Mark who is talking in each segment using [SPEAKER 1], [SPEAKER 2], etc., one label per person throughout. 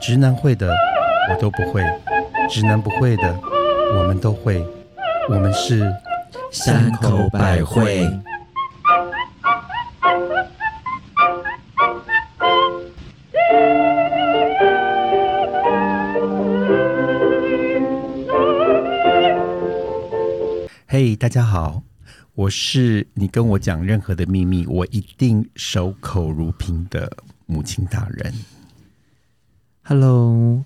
[SPEAKER 1] 直男会的我都不会，直男不会的我们都会，我们是
[SPEAKER 2] 山口百惠。
[SPEAKER 1] 嘿大家好，我是你跟我讲任何的秘密，我一定守口如瓶的母亲大人。
[SPEAKER 2] Hello，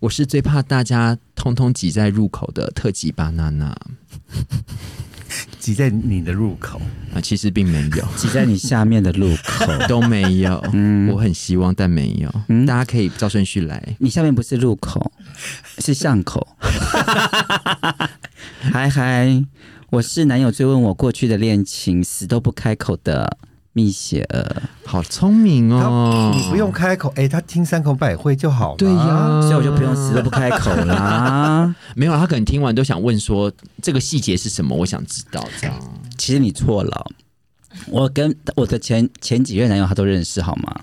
[SPEAKER 2] 我是最怕大家通通挤在入口的特级巴娜娜
[SPEAKER 1] 挤在你的入口，
[SPEAKER 2] 啊，其实并没 有，
[SPEAKER 3] 挤在你下面的路口。
[SPEAKER 2] 都没有。我很希望，但没有。
[SPEAKER 3] 嗯
[SPEAKER 2] 大家可以照顺序来。
[SPEAKER 3] 你下面不是路口，是 巷口。嗨嗨，我是男友追问我过去的恋情，死都不开口的蜜雪儿，
[SPEAKER 2] 好聪明哦！
[SPEAKER 1] 你不用开口，哎、他听山口百惠就好了。
[SPEAKER 2] 对呀，
[SPEAKER 3] 所以我就不用死都不开口啦。
[SPEAKER 2] 没有，他可能听完都想问说这个细节是什么，我想知道这样。
[SPEAKER 3] 其实你错了，我跟我的前前几任男友他都认识，好吗？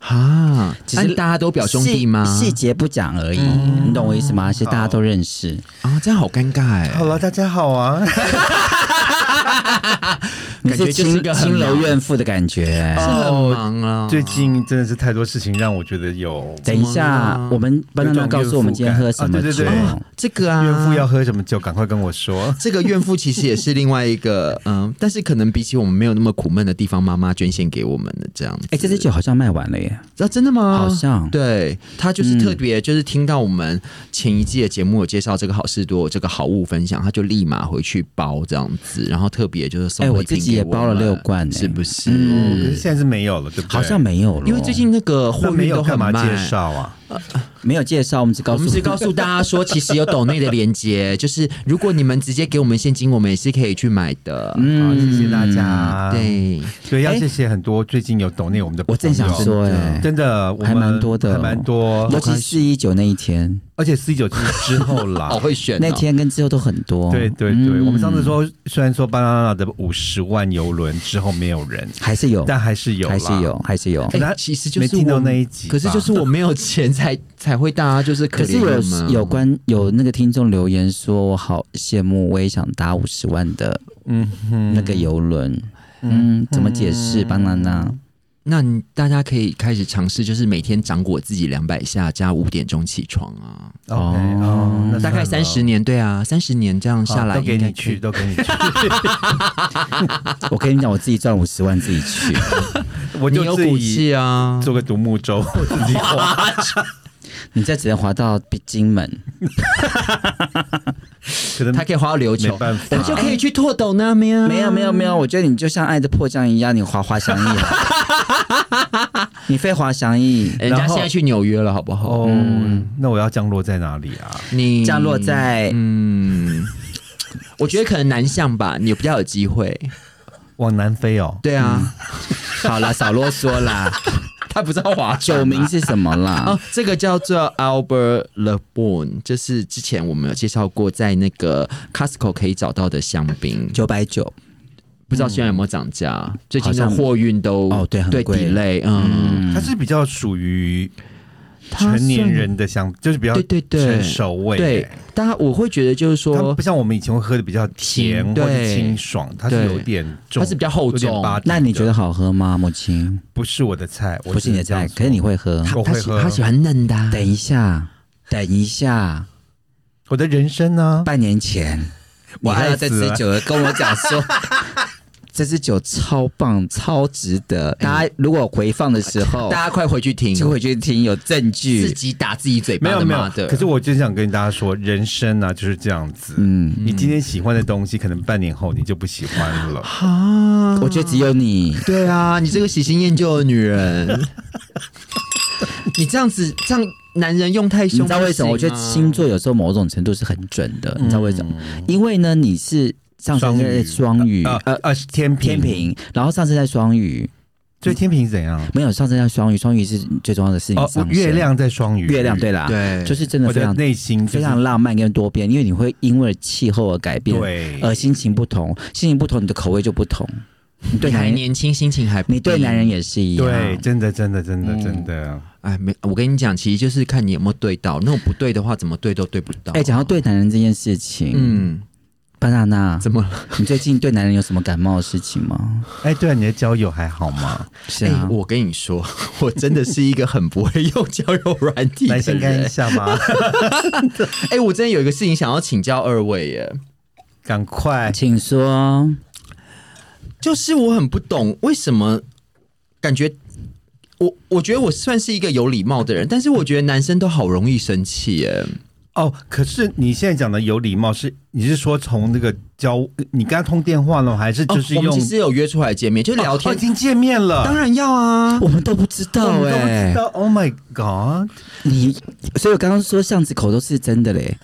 [SPEAKER 2] 啊，
[SPEAKER 3] 只
[SPEAKER 2] 但
[SPEAKER 3] 是
[SPEAKER 2] 大家都表兄弟吗？哦
[SPEAKER 3] 细细节不讲而已，你懂我意思吗？是大家都认识。
[SPEAKER 2] 啊，这样好尴尬哎。
[SPEAKER 1] 好了，大家好 啊，
[SPEAKER 3] 你
[SPEAKER 2] 感觉
[SPEAKER 3] 是
[SPEAKER 2] 就是
[SPEAKER 3] 青
[SPEAKER 2] 个很
[SPEAKER 3] 青楼
[SPEAKER 2] 忙
[SPEAKER 3] 怨妇的感觉。
[SPEAKER 2] 是很忙啊。
[SPEAKER 1] 最近真的是太多事情让我觉得有
[SPEAKER 3] 等一下，我们班长告诉我们今天喝什么
[SPEAKER 1] 有种
[SPEAKER 3] 酒。哦
[SPEAKER 1] 怨妇感啊
[SPEAKER 2] 这个啊，
[SPEAKER 1] 孕妇要喝什么酒，赶快跟我说。
[SPEAKER 2] 这个怨妇其实也是另外一 个，嗯，但是可能比起我们没有那么苦闷的地方，妈妈捐献给我们的这样子。
[SPEAKER 3] 哎、这支酒好像卖完了耶，
[SPEAKER 2] 啊，真的吗？
[SPEAKER 3] 好像嗯
[SPEAKER 2] 对，他就是特别，就是听到我们前一季的节目有介绍这个好事多这个好物分享，他就立马回去包这样子，然后特别就是送
[SPEAKER 3] 哎
[SPEAKER 2] 了
[SPEAKER 3] 我
[SPEAKER 2] 一瓶
[SPEAKER 3] 自己
[SPEAKER 2] 给
[SPEAKER 3] 也包了
[SPEAKER 2] 我们
[SPEAKER 3] 六罐哎
[SPEAKER 2] 是不是？
[SPEAKER 1] 嗯，可是现在是没有了，对不对？
[SPEAKER 3] 好像没有了，
[SPEAKER 2] 因为最近那个
[SPEAKER 1] 那
[SPEAKER 2] 货
[SPEAKER 1] 没
[SPEAKER 2] 运
[SPEAKER 1] 有
[SPEAKER 2] 都
[SPEAKER 1] 干
[SPEAKER 2] 很
[SPEAKER 1] 嘛
[SPEAKER 2] 慢，
[SPEAKER 1] 介绍啊？
[SPEAKER 3] 没有介绍，我们只告
[SPEAKER 2] 我
[SPEAKER 3] 诉
[SPEAKER 2] 们是告诉大家说，其实有抖内的连接，就是如果你们直接给我们现金，我们也是可以去买的。
[SPEAKER 3] 嗯
[SPEAKER 1] 好，谢谢大家。
[SPEAKER 2] 嗯对，
[SPEAKER 1] 对，要
[SPEAKER 3] 哎
[SPEAKER 1] 谢谢很多最近有抖内我们的朋
[SPEAKER 3] 我
[SPEAKER 1] 友，
[SPEAKER 3] 正想说、哎，
[SPEAKER 1] 真的，我们
[SPEAKER 3] 还蛮多的
[SPEAKER 1] 还蛮多
[SPEAKER 3] 尤。其四一九那一天，
[SPEAKER 1] 而且四九就是之后啦
[SPEAKER 2] 好，会嗯选、哦。
[SPEAKER 3] 那天跟之后都很多，嗯
[SPEAKER 1] 对对对，我们上次说，虽然说巴拿那的五十万游轮之后没有人，
[SPEAKER 3] 还是有，
[SPEAKER 1] 但还是有，
[SPEAKER 3] 还是有，。还是有。
[SPEAKER 1] 可
[SPEAKER 2] 哎、
[SPEAKER 1] 能他
[SPEAKER 2] 其实就是
[SPEAKER 1] 没听到
[SPEAKER 2] 我
[SPEAKER 1] 那一集吧
[SPEAKER 2] 可是就是我没有钱才才会大家就是可
[SPEAKER 3] 可是
[SPEAKER 2] 怜我们
[SPEAKER 3] 有有关有那个听众留言说，我好羡慕，我也想搭五十万的
[SPEAKER 1] 嗯哼，
[SPEAKER 3] 那个游轮。嗯，怎么解释？巴娜娜，
[SPEAKER 2] 那你大家可以开始尝试，就是每天掌果自己两百下，加五点钟起床啊，
[SPEAKER 1] OK，哦，那
[SPEAKER 2] 大概
[SPEAKER 1] 算
[SPEAKER 2] 三
[SPEAKER 1] 了
[SPEAKER 2] 十年，对啊，三十年这样下来
[SPEAKER 1] 好都给
[SPEAKER 2] 应该
[SPEAKER 1] 你
[SPEAKER 2] 可以
[SPEAKER 1] 去，。都给 你去，
[SPEAKER 3] 我跟你讲，我自己赚五十万自己去。
[SPEAKER 1] 我
[SPEAKER 2] 你
[SPEAKER 1] 就
[SPEAKER 2] 有
[SPEAKER 1] 自
[SPEAKER 2] 骨
[SPEAKER 1] 己
[SPEAKER 2] 气啊！
[SPEAKER 1] 做个独木舟，我自己 划。
[SPEAKER 3] 你再只能滑到金门，
[SPEAKER 1] 可能
[SPEAKER 2] 他可以花到琉球
[SPEAKER 1] 没，办法
[SPEAKER 2] 我们就可以去拓斗那边啊。
[SPEAKER 3] 没有没有没有，我觉得你就像《爱的迫降》一样，你滑滑翔翼，你飞滑翔翼，
[SPEAKER 2] 人家
[SPEAKER 1] 然后
[SPEAKER 2] 现在去纽约了，好不好？
[SPEAKER 1] 哦，
[SPEAKER 2] 嗯
[SPEAKER 1] 那我要降落在哪里啊？
[SPEAKER 2] 你
[SPEAKER 3] 降落在
[SPEAKER 2] 嗯，我觉得可能南向吧，你比较有机会。
[SPEAKER 1] 往南飞哦。
[SPEAKER 2] 对啊，
[SPEAKER 3] 好啦，少啰嗦啦。
[SPEAKER 2] 他不知道划船
[SPEAKER 3] 酒
[SPEAKER 2] 吗
[SPEAKER 3] 名是什么啦
[SPEAKER 2] 哦？，这个叫做 Albert l e b o n 就是之前我们有介绍过，在那个 Costco 可以找到的香槟，
[SPEAKER 3] 九百九，
[SPEAKER 2] 不知道现在有没有涨价？最近
[SPEAKER 3] 好
[SPEAKER 2] 的
[SPEAKER 3] 像
[SPEAKER 2] 货运都
[SPEAKER 3] 哦对很
[SPEAKER 2] 对
[SPEAKER 3] 贵
[SPEAKER 2] delay，嗯，
[SPEAKER 1] 它是比较属于
[SPEAKER 2] 它
[SPEAKER 1] 成年
[SPEAKER 2] 算
[SPEAKER 1] 人的香，就是比较
[SPEAKER 2] 对对对
[SPEAKER 1] 成熟味。
[SPEAKER 2] 对，大家我会觉得就是
[SPEAKER 1] 它
[SPEAKER 2] 说
[SPEAKER 1] 不。像我们以前会喝的比较甜
[SPEAKER 2] 清
[SPEAKER 1] 或者
[SPEAKER 2] 对
[SPEAKER 1] 清爽，它是
[SPEAKER 2] 对
[SPEAKER 1] 有点重，
[SPEAKER 2] 它是比较厚
[SPEAKER 1] 有点
[SPEAKER 2] 重
[SPEAKER 1] 巴
[SPEAKER 3] 那你觉
[SPEAKER 1] 得
[SPEAKER 3] 得好喝吗，母亲？
[SPEAKER 1] 不是我的菜？我
[SPEAKER 3] 不是你的
[SPEAKER 1] 只能这样
[SPEAKER 3] 菜，
[SPEAKER 1] 说
[SPEAKER 3] 可是你会喝。
[SPEAKER 1] 我
[SPEAKER 2] 他
[SPEAKER 1] 会
[SPEAKER 2] 喜
[SPEAKER 1] 喝
[SPEAKER 2] 他。喜欢嫩的、啊，
[SPEAKER 3] 等一下，等一下，
[SPEAKER 1] 我的人啊生呢？
[SPEAKER 3] 半年前你
[SPEAKER 1] 我
[SPEAKER 3] 喝
[SPEAKER 1] 爱
[SPEAKER 3] 了
[SPEAKER 1] 死
[SPEAKER 3] 这支
[SPEAKER 1] 了
[SPEAKER 3] 酒了，跟我讲说。这支酒超棒，超值得！大家如果回放的时候，
[SPEAKER 2] 大家快回去听，
[SPEAKER 3] 就回去听，有证
[SPEAKER 2] 自
[SPEAKER 3] 据。
[SPEAKER 2] 己打自己嘴
[SPEAKER 1] 没
[SPEAKER 2] 巴
[SPEAKER 1] 有
[SPEAKER 2] 的
[SPEAKER 1] 没
[SPEAKER 2] 妈
[SPEAKER 1] 有
[SPEAKER 2] 的。，
[SPEAKER 1] 可是我真想跟大家说，人生啊就是这样子。
[SPEAKER 3] 嗯，
[SPEAKER 1] 你今天喜欢的东西，可能半年后你就不喜欢了。
[SPEAKER 2] 啊，
[SPEAKER 3] 我觉得只有你。
[SPEAKER 2] 对啊，你这个喜新厌旧的女人，你这样子，这样男人用太
[SPEAKER 3] 你
[SPEAKER 2] 凶、啊
[SPEAKER 3] 知道为什么？我觉得星，座有时候某种程度是很准的，你知道为什么？因为呢，你是上升在嗯双
[SPEAKER 2] 嗯
[SPEAKER 3] 鱼，
[SPEAKER 1] 啊
[SPEAKER 3] 呃，
[SPEAKER 1] 啊，是天平，
[SPEAKER 3] 天，平，然后上升在双鱼，
[SPEAKER 1] 所以天平是怎样？
[SPEAKER 3] 没有上升在双鱼，双鱼是最重要的事情。
[SPEAKER 1] 哦，
[SPEAKER 3] 上升
[SPEAKER 1] 月，亮在双鱼，
[SPEAKER 3] 月亮，对啦，
[SPEAKER 2] 对
[SPEAKER 3] 就是真的
[SPEAKER 1] 我
[SPEAKER 3] 非
[SPEAKER 1] 的
[SPEAKER 3] 常
[SPEAKER 1] 内心就是
[SPEAKER 3] 非常浪漫跟多变，因为你会因为气候而改变，
[SPEAKER 1] 对，
[SPEAKER 3] 呃，心情不同，心情不同，你的口味就不同。你对
[SPEAKER 2] 你
[SPEAKER 3] 男
[SPEAKER 2] 还
[SPEAKER 3] 人，
[SPEAKER 2] 年轻，心情还不
[SPEAKER 3] 你对
[SPEAKER 2] 低
[SPEAKER 3] 男人也是一样。
[SPEAKER 1] 对，真的，真的，真的，
[SPEAKER 3] 嗯
[SPEAKER 1] 真的，
[SPEAKER 2] 哎，没，我跟你讲，其实就是看你有没有对到。那种不对的话，怎么对都对不到。
[SPEAKER 3] 哎、讲到对男人这件事情，嗯，
[SPEAKER 2] 嗯，哎
[SPEAKER 3] 巴娜娜，
[SPEAKER 2] 怎么了？
[SPEAKER 3] 你最近对男人有什么感冒的事情吗？
[SPEAKER 1] 哎，对啊，你的交友还好 吗？
[SPEAKER 3] 是啊，
[SPEAKER 2] 哎我跟你说，我真的是一个很不会用交友软体的
[SPEAKER 1] 来，先看一
[SPEAKER 2] 人。
[SPEAKER 1] 下 吧，
[SPEAKER 2] 哎、我真的有一个事情想要请教二位耶，
[SPEAKER 1] 赶快，
[SPEAKER 3] 啊请说。
[SPEAKER 2] 就是我很不懂为什么感觉我，我觉得我算是一个有礼貌的人，但是我觉得男生都好容易生气耶。
[SPEAKER 1] 哦，可是你现在讲的有礼貌是，你是说从那个交，你跟他通电话了吗，还是就是
[SPEAKER 2] 哦、我
[SPEAKER 1] 用
[SPEAKER 2] 们其实有约出来见面，就聊天。
[SPEAKER 1] 哦已经见面了，
[SPEAKER 2] 当然要啊，
[SPEAKER 3] 我们都不知道
[SPEAKER 1] 我们都不
[SPEAKER 3] 哎、
[SPEAKER 1] 知道，Oh my God！
[SPEAKER 3] 你，所以我刚刚说巷子口都是真的嘞。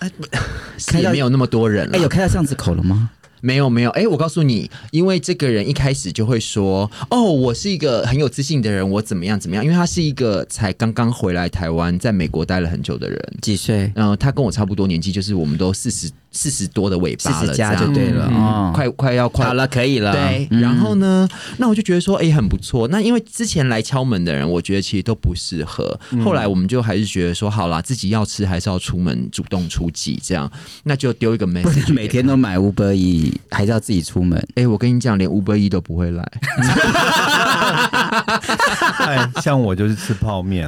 [SPEAKER 2] 是也没有那么多人了。
[SPEAKER 3] 哎、有开到巷子口了吗？
[SPEAKER 2] 没有没有，哎、我告诉你，因为这个人一开始就会说，哦，我是一个很有自信的人，我怎么样怎么样，因为他是一个才刚刚回来台湾，在美国待了很久的人，
[SPEAKER 3] 几岁？
[SPEAKER 2] 嗯、他跟我差不多年纪，就是我们都四十四十多的尾
[SPEAKER 3] 四
[SPEAKER 2] 巴了，
[SPEAKER 3] 十加
[SPEAKER 2] 这样
[SPEAKER 3] 就对了。
[SPEAKER 2] 嗯
[SPEAKER 3] 哦，
[SPEAKER 2] 快快要快
[SPEAKER 3] 好了，可以了。
[SPEAKER 2] 对，
[SPEAKER 3] 嗯
[SPEAKER 2] 然后呢，那我就觉得说，哎、很不错。那因为之前来敲门的人，我觉得其实都不适合。
[SPEAKER 3] 嗯
[SPEAKER 2] 后来我们就还是觉得说，好啦，自己要吃还是要出门，主动出击，这样，那就丢一个
[SPEAKER 3] 不
[SPEAKER 2] message
[SPEAKER 3] 是 每天都买五百亿，还是要自己出 门？
[SPEAKER 2] 哎、我跟你讲，连吴伯一都不 会来。
[SPEAKER 1] 哎，像我就是吃泡面，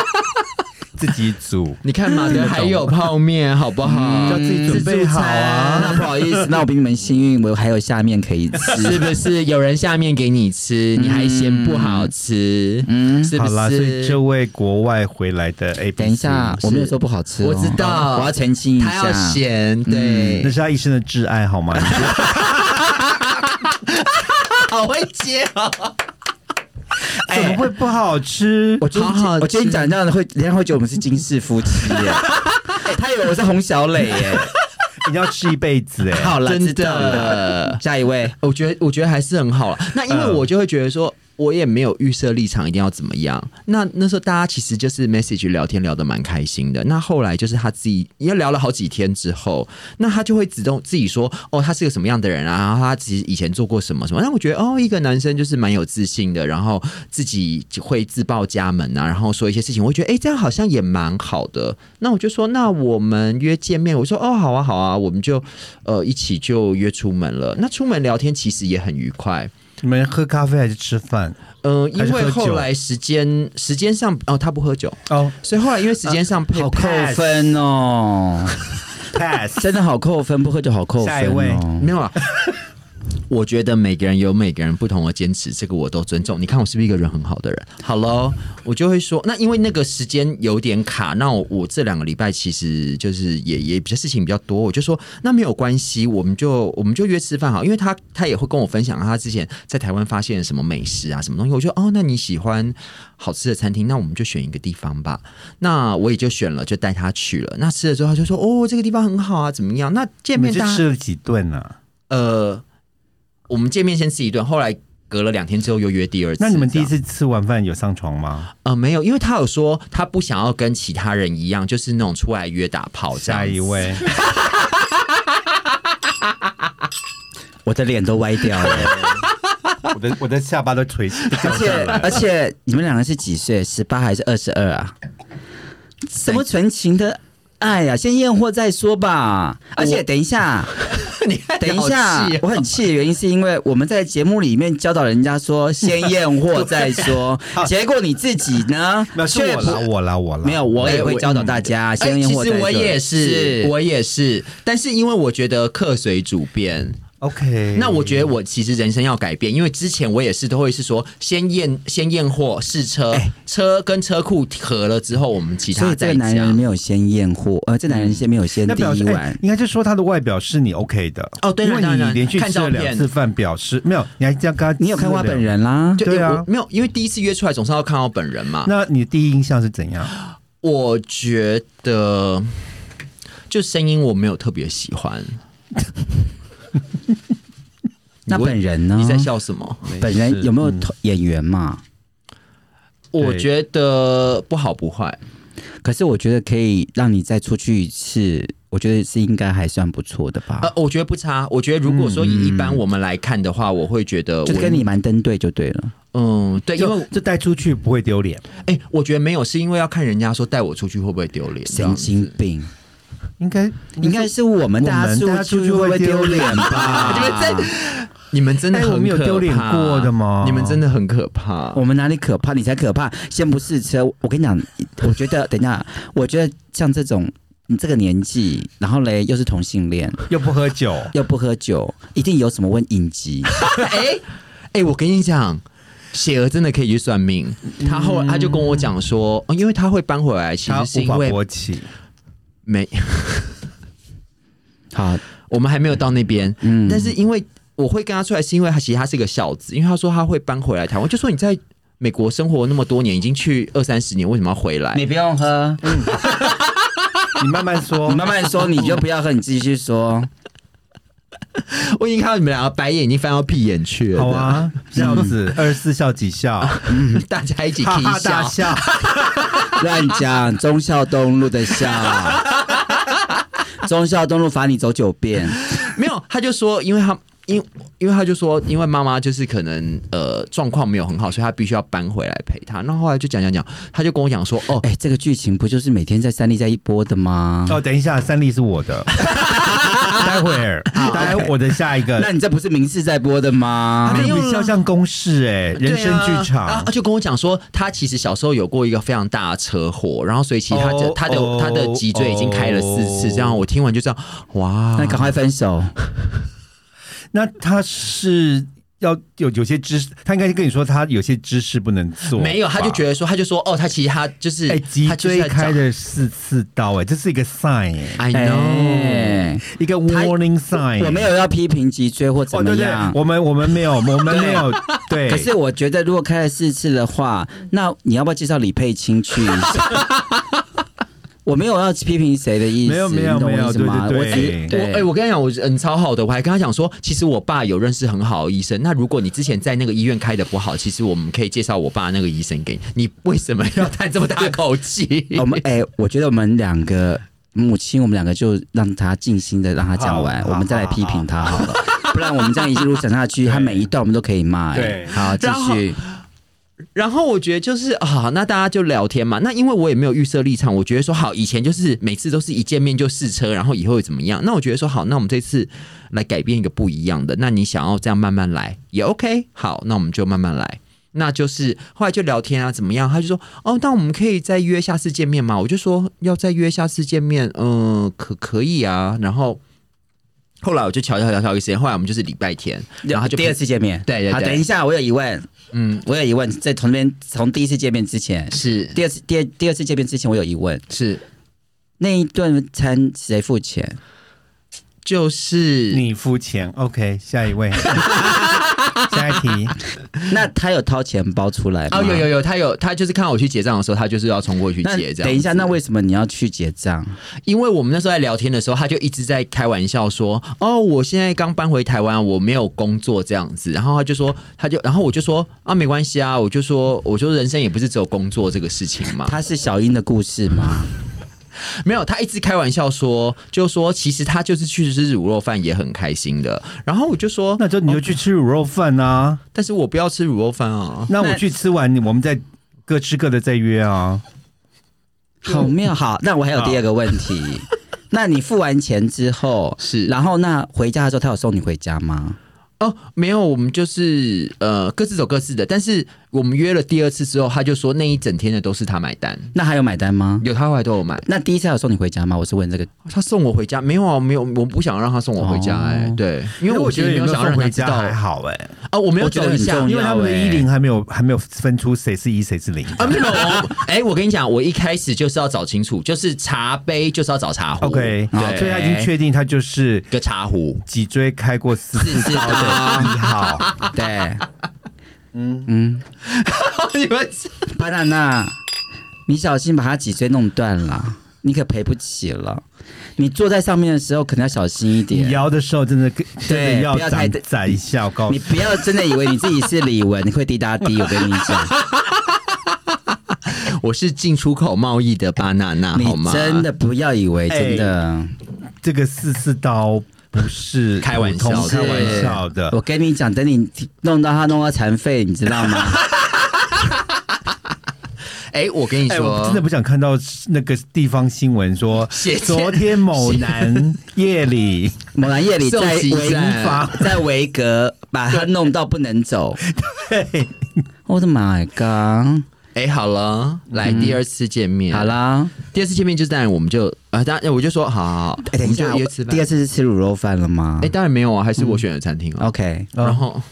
[SPEAKER 1] 自己煮，
[SPEAKER 2] 你看马德还有泡面，好不
[SPEAKER 3] 嗯
[SPEAKER 2] 好？
[SPEAKER 1] 要自己准备好啊。
[SPEAKER 3] 那不好意思，那我比你们幸运，我还有下面可以
[SPEAKER 2] 是
[SPEAKER 3] 吃。
[SPEAKER 2] 不是有人下面给你吃，你还嫌不好吃？
[SPEAKER 3] 嗯，
[SPEAKER 2] 是不
[SPEAKER 1] 好啦，所以
[SPEAKER 2] 是
[SPEAKER 1] 这？位国外回来的 A，
[SPEAKER 3] 等一下，我没有说不好吃哦、
[SPEAKER 2] 我知道
[SPEAKER 3] 我要澄清一
[SPEAKER 2] 他
[SPEAKER 3] 下。
[SPEAKER 2] 要咸，
[SPEAKER 3] 嗯
[SPEAKER 2] 对，
[SPEAKER 1] 那是他一生的挚爱，好吗？
[SPEAKER 2] 好会接哦。
[SPEAKER 1] 怎么会不好吃？
[SPEAKER 3] 我觉得
[SPEAKER 2] 好好
[SPEAKER 3] 我觉得你讲这样的会，人家会觉得我们是金氏夫妻耶。 哎他以为我是洪小磊 耶。
[SPEAKER 1] 你要吃一辈子哎！
[SPEAKER 3] 好了，
[SPEAKER 2] 真的
[SPEAKER 3] 知 道了。下一位，嗯
[SPEAKER 2] 我觉得，我觉得还是很好了。那因为我就会觉得说，我也没有预设立场一定要怎么样。那那时候大家其实就是 message 聊天聊得蛮开心的。那后来就是他自己也聊了好几天之后，那他就会主动自己说，哦，他是个什么样的人啊？然后他其实以前做过什么什么。那我觉得，哦，一个男生就是蛮有自信的，然后自己会自报家门啊，然后说一些事情，我会觉得，哎、这样好像也蛮好的。那我就说，那我们约见面。我说，哦，好啊，好啊，我们就呃一起就约出门了。那出门聊天其实也很愉快。
[SPEAKER 1] 你们喝咖啡还是吃饭？
[SPEAKER 2] 嗯，
[SPEAKER 1] 还
[SPEAKER 2] 因
[SPEAKER 1] 是喝
[SPEAKER 2] 为
[SPEAKER 1] 酒
[SPEAKER 2] 后来时间时间上哦，他不喝酒，
[SPEAKER 1] 哦
[SPEAKER 2] 所以后来因为时间上配、
[SPEAKER 3] 啊好扣
[SPEAKER 1] pass
[SPEAKER 3] 分哦，
[SPEAKER 1] ，pass。
[SPEAKER 3] 真的好扣分，不喝就好扣分、哦。
[SPEAKER 1] 下一位
[SPEAKER 2] 没 有啊。我觉得每个人有每个人不同的坚持，这个我都尊重。你看我是不是一个人很好的人？好喽，我就会说，那因为那个时间有点卡，那我我这两个礼拜其实就是也也比较事情比较多，我就说那没有关系，我们就我们就约吃饭好，因为他他也会跟我分享他之前在台湾发现什么美食啊什么东西，我就哦，那你喜欢好吃的餐厅，那我们就选一个地方吧。那我也就选了，就带他去了。那吃了之后，他就说哦，这个地方很好啊，怎么样？那见
[SPEAKER 1] 你们
[SPEAKER 2] 面
[SPEAKER 1] 是
[SPEAKER 2] 大家
[SPEAKER 1] 吃了几顿啊呢？
[SPEAKER 2] 呃，我们见面先吃一顿，后来隔了两天之后又约第二次。
[SPEAKER 1] 那你们第一
[SPEAKER 2] 这样
[SPEAKER 1] 次吃完饭有上床吗？
[SPEAKER 2] 呃没有，因为他有说他不想要跟其他人一样，就是那种出来约打炮这样
[SPEAKER 1] 下
[SPEAKER 2] 子
[SPEAKER 1] 一。位，
[SPEAKER 3] 我的脸都歪掉了，
[SPEAKER 1] 我的我的下巴都垂下
[SPEAKER 3] 而 且
[SPEAKER 1] 来了。
[SPEAKER 3] 而且你们两个是几岁？十八还是二十二啊？什么纯情的爱呀、先验货再说吧。而且等一下，
[SPEAKER 2] 你看
[SPEAKER 3] 等
[SPEAKER 2] 你好
[SPEAKER 3] 一下
[SPEAKER 2] 气，哦
[SPEAKER 3] 我很气的原因是因为我们在节目里面教导人家说先验货再说，结果你自己呢
[SPEAKER 1] 没有，是
[SPEAKER 3] 却
[SPEAKER 1] 我啦，
[SPEAKER 3] 不
[SPEAKER 1] 我啦，我啦。哎
[SPEAKER 3] 没有，我也会教导大家先验
[SPEAKER 2] 哎其
[SPEAKER 3] 货再
[SPEAKER 2] 实
[SPEAKER 3] 说。
[SPEAKER 2] 我也是，我也是，但是因为我觉得客随主便，
[SPEAKER 1] ，OK。
[SPEAKER 2] 那我觉得我其实人生要改变，因为之前我也是都会是说先验先验货试车，车跟车库合了之后，我们其
[SPEAKER 3] 所
[SPEAKER 2] 他
[SPEAKER 3] 以这个
[SPEAKER 2] 再
[SPEAKER 3] 男人
[SPEAKER 2] 讲
[SPEAKER 3] 没。有先验货，呃，这男人先没有先
[SPEAKER 1] 那
[SPEAKER 3] 第
[SPEAKER 1] 表
[SPEAKER 3] 一
[SPEAKER 1] 示，
[SPEAKER 3] 晚
[SPEAKER 1] 哎，应该是说他的外表是你 OK 的
[SPEAKER 2] 哦对
[SPEAKER 1] 因为
[SPEAKER 2] 当然
[SPEAKER 1] 你连续
[SPEAKER 2] 看
[SPEAKER 1] 吃
[SPEAKER 2] 照
[SPEAKER 1] 了
[SPEAKER 2] 片
[SPEAKER 1] 两次饭，表示没有，你还这样跟他，
[SPEAKER 3] 你有看过他本？人啦？
[SPEAKER 2] 就
[SPEAKER 1] 对啊
[SPEAKER 2] 我没有，因为第一次约出来总是要看到本人嘛。
[SPEAKER 1] 那你第一印象是怎样？
[SPEAKER 2] 我觉得，就声音我没有特别喜欢。
[SPEAKER 1] 嗯
[SPEAKER 3] 那本人呢？
[SPEAKER 2] 你在笑什么？
[SPEAKER 3] 本人有没有投演员嘛？
[SPEAKER 2] 我觉得不好不坏。
[SPEAKER 3] 可是我觉得可以让你再出去一次，我我觉得是应该还算不错的吧，
[SPEAKER 2] 呃，我觉得不差。我觉得如果说以一般我们来看的话，我会觉得我
[SPEAKER 3] 就是跟你蛮登对就对了。
[SPEAKER 2] 嗯，对，因
[SPEAKER 1] 就
[SPEAKER 2] 为
[SPEAKER 1] 就带出去不会丢脸，
[SPEAKER 2] 哎、我觉得没有，是因为要看人家说带我出去会不会丢脸。这
[SPEAKER 3] 神
[SPEAKER 2] 样子
[SPEAKER 3] 经病，
[SPEAKER 1] 应该
[SPEAKER 3] 应该是我们大
[SPEAKER 1] 我们大
[SPEAKER 3] 家
[SPEAKER 1] 家
[SPEAKER 3] 出
[SPEAKER 1] 出
[SPEAKER 3] 去
[SPEAKER 1] 去会
[SPEAKER 3] 会
[SPEAKER 1] 不
[SPEAKER 3] 不会
[SPEAKER 1] 会
[SPEAKER 3] 丢
[SPEAKER 1] 丢
[SPEAKER 3] 脸
[SPEAKER 1] 脸
[SPEAKER 2] 啊
[SPEAKER 3] 吧？
[SPEAKER 2] 你们真的很
[SPEAKER 1] 哎我们有
[SPEAKER 2] 可怕
[SPEAKER 1] 丢脸过的吗哦
[SPEAKER 2] 你们真的很可怕。
[SPEAKER 3] 我们哪里可怕？你才可怕！先不试车，我跟你讲，我觉得等一下，我觉得像这种你这个年纪，然后嘞又是同性恋，
[SPEAKER 1] 又不喝酒，
[SPEAKER 3] 又不喝酒，一定有什么问 隐疾。
[SPEAKER 2] 哎哎，我跟你讲。雪儿真的可以去算命，他后来他就跟我讲说、哦，因为他会搬回来，其
[SPEAKER 1] 他
[SPEAKER 2] 实是
[SPEAKER 1] 无
[SPEAKER 2] 因
[SPEAKER 1] 法
[SPEAKER 2] 为
[SPEAKER 1] 勃起，
[SPEAKER 2] 没
[SPEAKER 3] 好，
[SPEAKER 2] 我们还没有到那边，
[SPEAKER 3] 嗯，
[SPEAKER 2] 但是因为我会跟他出来，是因为他其实他是个孝子，因为他说他会搬回来台湾，就说你在美国生活那么多年，已经去二三十年，为什么要回来？
[SPEAKER 3] 你不用喝，
[SPEAKER 1] 你慢慢说
[SPEAKER 3] 你，慢慢说，你就不要喝，你继 续说。
[SPEAKER 2] 我已经看到你们两个白眼已经翻到屁眼去了，
[SPEAKER 1] 好啊，孝子二十四孝几孝，
[SPEAKER 2] 嗯，大家一起
[SPEAKER 1] 哈
[SPEAKER 2] 踢
[SPEAKER 1] 哈大
[SPEAKER 2] 笑。
[SPEAKER 1] 笑，
[SPEAKER 3] 乱讲，忠孝东路的孝，忠孝东路罚你走九遍。
[SPEAKER 2] 没有，他就说，因为他。因因为他就说，因为妈妈就是可能呃状况没有很好，所以他必须要搬回来陪他。那后来就讲讲讲，他就跟我讲说，哦，
[SPEAKER 3] 哎、这个剧情不就是每天在三立在一播的吗？
[SPEAKER 1] 哦，等一下，三立是我的，待会儿，待会儿我的下一
[SPEAKER 3] 那
[SPEAKER 1] 个，
[SPEAKER 3] 你这不是明示在播的吗？
[SPEAKER 1] 那
[SPEAKER 2] 没有
[SPEAKER 1] 比较像公式哎，人生剧
[SPEAKER 2] 对啊
[SPEAKER 1] 场
[SPEAKER 2] 啊，就跟我讲说，他其实小时候有过一个非常大的车祸，然后所以其实他的、
[SPEAKER 1] 哦
[SPEAKER 2] 他的、他的脊椎已经开了四次，
[SPEAKER 1] 哦
[SPEAKER 2] 这样我听完就这样，哇，
[SPEAKER 3] 那赶快分手。
[SPEAKER 1] 那他是要有有些知识，他应该跟你说他有些知识不能做吧，
[SPEAKER 2] 没有，他就觉得说，他就说，哦，他其实他就是，
[SPEAKER 1] 哎，脊
[SPEAKER 2] 他就是
[SPEAKER 1] 椎
[SPEAKER 2] 在
[SPEAKER 1] 开
[SPEAKER 2] 长
[SPEAKER 1] 了四次刀哎，这是一个 sign 哎，嗯
[SPEAKER 2] ，I
[SPEAKER 3] 哎、
[SPEAKER 2] know，、
[SPEAKER 1] 一个 warning sign，
[SPEAKER 3] 我没有要批评脊椎或怎
[SPEAKER 1] 哎哦，
[SPEAKER 3] 么
[SPEAKER 1] 对对
[SPEAKER 3] 样，。
[SPEAKER 1] 我们我们没 有，我们没有，对，
[SPEAKER 3] 可是我觉得，如果开了四次的话，那你要不要介绍李佩 清去一下？我没有要批评谁的意思，
[SPEAKER 1] 没有没有
[SPEAKER 3] 你懂我
[SPEAKER 1] 没有
[SPEAKER 3] 意思吗？
[SPEAKER 1] 对
[SPEAKER 3] 我
[SPEAKER 1] 对
[SPEAKER 3] 只是
[SPEAKER 2] 我
[SPEAKER 3] 对
[SPEAKER 2] 哎、我跟你讲，我嗯超好的，我还跟他讲说，其实我爸有认识很好的医生。那如果你之前在那个医院开的不好，其实我们可以介绍我爸那个医生给你。你为什么要叹这么大口气？
[SPEAKER 3] 我们哎、我觉得我们两个母亲，我们两个就让他静心的让他讲完，
[SPEAKER 1] 好
[SPEAKER 3] 我们再来批评他好了。不然我们这样一路讲下去，他每一段我们都可以骂、哎
[SPEAKER 1] 对
[SPEAKER 3] 好，继
[SPEAKER 2] 然后
[SPEAKER 3] 续。
[SPEAKER 2] 然后我觉得就是啊，那大家就聊天嘛。那因为我也没有预设立场，我觉得说好，以前就是每次都是一见面就试车，然后以后会怎么样？那我觉得说好，那我们这次来改变一个不一样的。那你想要这样慢慢来也 OK，好，那我们就慢慢来。那就是后来就聊天啊，怎么样？他就说哦，那我们可以再约下次见面嘛？我就说要再约下次见面，嗯、可可以啊。然后后来我就瞧瞧瞧瞧一个时间，后来我们就是礼拜天，然后他就
[SPEAKER 3] 第二次见面，
[SPEAKER 2] 对对
[SPEAKER 3] 好，
[SPEAKER 2] 对
[SPEAKER 3] 等一下，我有疑问，
[SPEAKER 2] 嗯
[SPEAKER 3] 我有疑问，在从那边从第一次见面之前，
[SPEAKER 2] 是
[SPEAKER 3] 第二次第二第二次见面之前，我有疑问，
[SPEAKER 2] 是
[SPEAKER 3] 那一顿餐谁付 钱？
[SPEAKER 2] 就是
[SPEAKER 1] 你付钱，OK，下一 位，下一题，
[SPEAKER 3] 那他有掏钱包出来吗？
[SPEAKER 2] 哦，有有。有，他有他就是看到我去结账的时候，他就是要冲过去
[SPEAKER 3] 那
[SPEAKER 2] 结账。
[SPEAKER 3] 等一下，那为什么你要去结账？
[SPEAKER 2] 因为我们那时候在聊天的时候，他就一直在开玩笑说：“哦，我现在刚搬回台湾，我没有工作这样子。”然后他就说，他就然后我就说啊，没关系啊，我就说我说人生也不是只有工作这个事情嘛。
[SPEAKER 3] 他是小英的故事吗？
[SPEAKER 2] 没有，他一直开玩笑说，就说其实他就是去吃卤肉饭也很开心的。然后我就说，
[SPEAKER 1] 那就你就去吃卤肉饭啊，
[SPEAKER 2] 但是我不要吃卤肉饭啊。
[SPEAKER 1] 那我去吃完，我们再各吃各的再约啊。
[SPEAKER 3] 好妙，好，那我还有第二个问题。 那你付完钱之后，
[SPEAKER 2] 是
[SPEAKER 3] 然后那回家的时候，他有送你回家吗？
[SPEAKER 2] 哦，没有，我们就是呃各自走各自的，但是我们约了第二次之后，他就说那一整天的都是他买单，
[SPEAKER 3] 那还有买单吗？
[SPEAKER 2] 有他后来都有买，
[SPEAKER 3] 那第一次还有送你回家吗？我是问这个。
[SPEAKER 2] 他送我回家没有啊？没有，我不想让他送我回家哎、
[SPEAKER 3] 哦
[SPEAKER 2] 对，因为我其实没
[SPEAKER 1] 有
[SPEAKER 2] 有
[SPEAKER 1] 没有
[SPEAKER 2] 想
[SPEAKER 1] 送
[SPEAKER 2] 要让他
[SPEAKER 1] 回
[SPEAKER 2] 知
[SPEAKER 1] 家
[SPEAKER 2] 道
[SPEAKER 1] 还好哎、
[SPEAKER 2] 啊，我没有
[SPEAKER 3] 我觉得
[SPEAKER 2] 走一
[SPEAKER 3] 很
[SPEAKER 2] 下
[SPEAKER 3] 重要
[SPEAKER 1] 因为他们的
[SPEAKER 3] 欸
[SPEAKER 1] 一零还没有还没有分出谁是一谁是零。
[SPEAKER 2] 啊，没有，我 哎，我跟你讲，我一开始就是要找清楚，就是茶杯就是要找茶壶
[SPEAKER 1] OK，
[SPEAKER 2] 对，
[SPEAKER 1] 所以他已经确定他就是
[SPEAKER 2] 一个 茶壶。
[SPEAKER 1] 脊椎开过四次刀的一号。
[SPEAKER 3] 对，
[SPEAKER 2] 你们
[SPEAKER 3] 巴娜娜，你小心把他脊椎弄断了，你可赔不起了。你坐在上面的时候，可能要小心一
[SPEAKER 1] 你
[SPEAKER 3] 点。
[SPEAKER 1] 摇的时候真的真的
[SPEAKER 3] 不要太
[SPEAKER 1] 攒攒一下，我告诉
[SPEAKER 3] 你
[SPEAKER 1] 你。
[SPEAKER 3] 不要真的以为你自己是李玟，你会滴答滴。我跟你讲，
[SPEAKER 2] 我是进出口贸易的巴娜娜，好
[SPEAKER 3] 你
[SPEAKER 2] 吗？
[SPEAKER 3] 真的不要以为真的。
[SPEAKER 1] 这个四四刀不 是
[SPEAKER 2] 开玩笑的
[SPEAKER 1] 普通开玩笑
[SPEAKER 3] 我
[SPEAKER 1] 的，
[SPEAKER 3] 跟你讲，等你弄到他弄到残废，你知道吗？
[SPEAKER 2] 哎、我跟你
[SPEAKER 1] 哎，我
[SPEAKER 2] 说，
[SPEAKER 1] 真的不想看到那个地方新闻说
[SPEAKER 2] 谢，谢
[SPEAKER 1] 昨天某男夜 里
[SPEAKER 3] 某兰夜里在
[SPEAKER 2] 受洗
[SPEAKER 3] 维
[SPEAKER 2] 站
[SPEAKER 3] 法，在维格把他弄到不能走。Oh 我的妈呀！刚
[SPEAKER 2] 哎、好了，来、
[SPEAKER 1] 嗯
[SPEAKER 2] 第二次见面，
[SPEAKER 3] 好，啦，
[SPEAKER 2] 第二次见面就是当然我们就啊，当然我就说好好，好
[SPEAKER 3] 哎，等一
[SPEAKER 2] 我
[SPEAKER 3] 下，
[SPEAKER 2] 们就
[SPEAKER 3] 我
[SPEAKER 2] 约吃饭
[SPEAKER 3] 第二次是吃卤肉饭了吗
[SPEAKER 2] 哎、当然没有啊，还是我选的餐厅啊。
[SPEAKER 3] ？OK，
[SPEAKER 1] 嗯
[SPEAKER 2] 然后，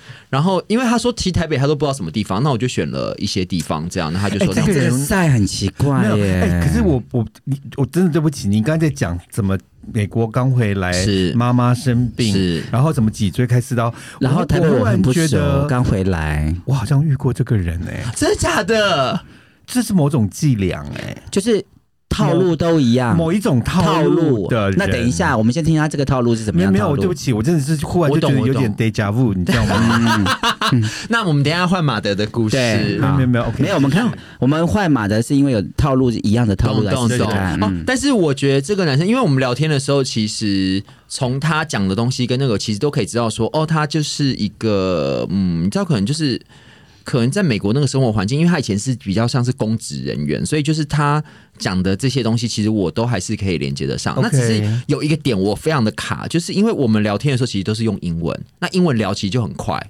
[SPEAKER 2] 然后因为他说提台北，他都不知道什么地方，那我就选了一些地方，这样，那他就
[SPEAKER 1] 哎
[SPEAKER 2] 说那
[SPEAKER 1] 这
[SPEAKER 3] 这
[SPEAKER 1] 个
[SPEAKER 3] 个
[SPEAKER 1] 人
[SPEAKER 3] 赛很奇怪
[SPEAKER 1] 没有，
[SPEAKER 3] 耶。
[SPEAKER 1] 哎，可是我我你我真的对不起，你刚才在讲怎么美国刚回来，
[SPEAKER 2] 是
[SPEAKER 1] 妈妈生病，
[SPEAKER 2] 是
[SPEAKER 1] 然后怎么脊椎开四刀，
[SPEAKER 3] 然后
[SPEAKER 1] 我
[SPEAKER 3] 台北
[SPEAKER 1] 突
[SPEAKER 3] 我
[SPEAKER 1] 然
[SPEAKER 3] 很不
[SPEAKER 1] 觉
[SPEAKER 3] 熟，
[SPEAKER 1] 得
[SPEAKER 3] 刚回来，
[SPEAKER 1] 我好像遇过这个人哎，
[SPEAKER 2] 真的假的？
[SPEAKER 1] 这是某种伎俩哎，
[SPEAKER 3] 就是套路都一样，
[SPEAKER 1] 某一种套
[SPEAKER 3] 啊套
[SPEAKER 1] 路
[SPEAKER 3] 路
[SPEAKER 1] 的人。
[SPEAKER 3] 那等一下，我们先听他这个套路是怎么
[SPEAKER 1] 没有
[SPEAKER 3] 样
[SPEAKER 1] 没
[SPEAKER 3] 套
[SPEAKER 1] 有，
[SPEAKER 3] 路？
[SPEAKER 1] 对不起，我真的是忽然就觉
[SPEAKER 2] 我懂
[SPEAKER 1] 得有
[SPEAKER 2] 我懂
[SPEAKER 1] 点 deja vu，你知道吗？
[SPEAKER 2] 那我们等一下换马德的故
[SPEAKER 3] 对
[SPEAKER 1] 没。
[SPEAKER 2] 事
[SPEAKER 1] 有
[SPEAKER 3] 好
[SPEAKER 1] 没有没有，OK，
[SPEAKER 3] 没有，我们看我们换马的是因为有套路一样的套路来试
[SPEAKER 2] 懂
[SPEAKER 3] 试
[SPEAKER 2] 懂
[SPEAKER 3] 看。
[SPEAKER 2] 哦
[SPEAKER 1] 啊
[SPEAKER 3] 嗯，
[SPEAKER 2] 但是我觉得这个男生，因为我们聊天的时候，其实从他讲的东西跟那个，其实都可以知道说，哦，他就是一个，嗯，你知道，可能就是可能在美国那个生活环境，因为他以前是比较像是公职人员，所以就是他讲的这些东西，其实我都还是可以连接得上。那
[SPEAKER 1] OK
[SPEAKER 2] 只是有一个点我非常的卡，就是因为我们聊天的时候其实都是用英文，那英文聊其实就很快，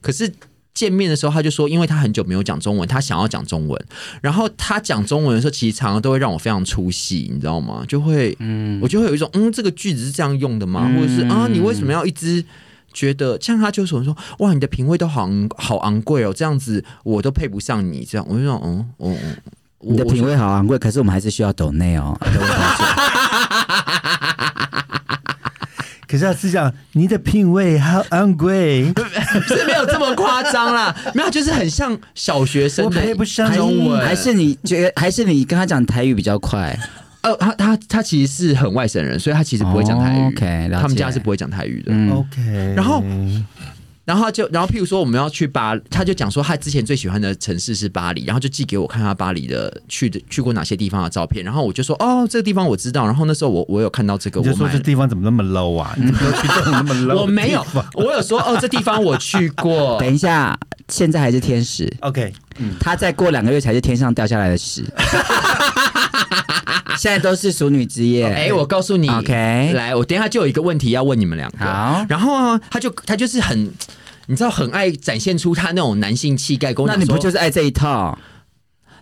[SPEAKER 2] 可是。见面的时候，他就说，因为他很久没有讲中文，他想要讲中文。然后他讲中文的时候，其实常常都会让我非常出戏，你知道吗？就会，我就会有一种，嗯，这个句子是这样用的吗？或者是啊，你为什么要一直觉得像他就是有人说，哇，你的品味都好昂好昂贵哦，这样子我都配不上你，这样我就说，嗯，嗯嗯，我
[SPEAKER 3] 你的品
[SPEAKER 2] 我
[SPEAKER 3] 味好昂贵，可是我们还是需要抖内哦。抖内同学
[SPEAKER 1] 可是他是讲你的品味好昂贵，
[SPEAKER 2] 是没有这么夸张 啦，没有，就是很像小学生
[SPEAKER 1] 我
[SPEAKER 2] 的
[SPEAKER 1] 配不上
[SPEAKER 2] 中文，
[SPEAKER 3] 还是你觉得，还是你跟他讲台语比较快？
[SPEAKER 2] 呃，他他他其实是很外省人，所以他其实不会讲台语。
[SPEAKER 3] 哦，OK，了解
[SPEAKER 2] 他们家是不会讲台语的。
[SPEAKER 3] 嗯
[SPEAKER 1] OK，
[SPEAKER 2] 然后然后他就，然后譬如说我们要去巴，他就讲说他之前最喜欢的城市是巴黎，然后就寄给我看他巴黎的去的去过哪些地方的照片，然后我就说哦，这个地方我知道，然后那时候我我有看到这个，
[SPEAKER 1] 你
[SPEAKER 2] 我
[SPEAKER 1] 就说
[SPEAKER 2] 买
[SPEAKER 1] 这
[SPEAKER 2] 了。
[SPEAKER 1] 地方怎么那么 low 啊？你怎么去这种那么 low？的地方
[SPEAKER 2] 我没有，我有说哦，这地方我去 过，
[SPEAKER 3] 等一下，现在还是天使，
[SPEAKER 1] OK，
[SPEAKER 2] 嗯
[SPEAKER 3] 他再过两个月才是天上掉下来 的屎。现在都是熟女之夜。
[SPEAKER 2] 哎、我告诉你
[SPEAKER 3] OK
[SPEAKER 2] 来，我等一下就有一个问题要问你们两个。
[SPEAKER 3] 好
[SPEAKER 2] 然后啊，他就他就是很，你知道，很爱展现出他那种男性气概。跟我
[SPEAKER 3] 那
[SPEAKER 2] 讲
[SPEAKER 3] 你不
[SPEAKER 2] 说
[SPEAKER 3] 就是爱这一套？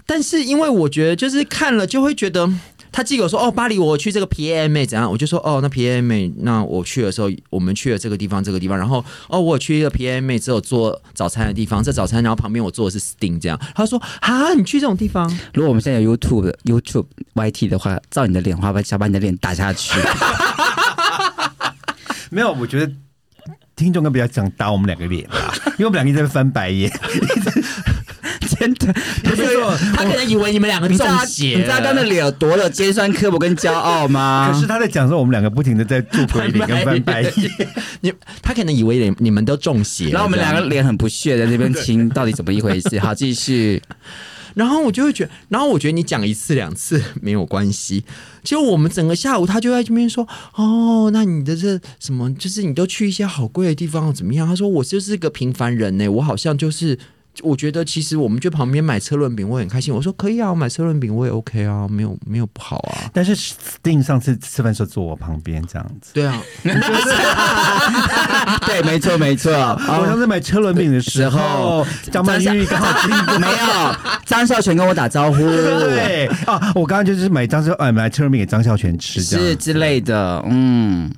[SPEAKER 2] 但是因为我觉得，就是看了就会觉得，他寄给我说哦，巴黎我去这个 PMA 怎样，我就说哦，那 PMA 那我去的时候，我们去了这个地方这个地方，然后哦，我有去一个 PMA 只有做早餐的地方，这早餐然后旁边我做的是 Sting 这样，他说啊，你去这种地方，
[SPEAKER 3] 如果我们现在有 YouTube 的 YouTube YT 的话，照你的脸花瓣，想把你的脸打下去。
[SPEAKER 1] 没有，我觉得。听众跟不要讲打我们两个脸啦，因为我们两个一直在翻白眼。
[SPEAKER 3] 真的，不是说
[SPEAKER 2] 他可能以为你们两个
[SPEAKER 3] 你 知
[SPEAKER 2] 中
[SPEAKER 3] 道他
[SPEAKER 2] 邪
[SPEAKER 3] 你知道他
[SPEAKER 2] 了。
[SPEAKER 3] 的脸有多了尖酸刻薄跟骄傲吗？
[SPEAKER 1] 可
[SPEAKER 2] 啊
[SPEAKER 1] 是他在讲的时候，我们两个不停的在做鬼脸跟翻白眼。
[SPEAKER 2] 你他可能以为你你们都中邪了，
[SPEAKER 3] 然后我们
[SPEAKER 2] 这样
[SPEAKER 3] 两个脸很不屑在这边 亲，到底怎么一回事？好，继续。
[SPEAKER 2] 然后我就会觉得，然后我觉得你讲一次两次没有关系，结果我们整个下午他就在这边说，哦，那你的这什么，就是你都去一些好贵的地方怎么样？他说我就是个平凡人呢、我好像就是。我觉得其实我们去旁边买车轮饼，我很开心。我说可以啊，我买车轮饼我也 OK 啊，没有没有不好啊。
[SPEAKER 1] 但是 Sting 上次吃饭的时候坐我旁边这样子，
[SPEAKER 2] 对啊，
[SPEAKER 3] 对，没错，没错。
[SPEAKER 1] 我上
[SPEAKER 3] 哦
[SPEAKER 1] 次买车轮饼的时候，张曼玉刚好经过，
[SPEAKER 3] 没有，张孝全跟我打 招呼，
[SPEAKER 1] 对啊，我刚刚就是买张孝哎买车轮饼给张孝全吃，这
[SPEAKER 3] 是
[SPEAKER 1] 样
[SPEAKER 3] 之类的，嗯。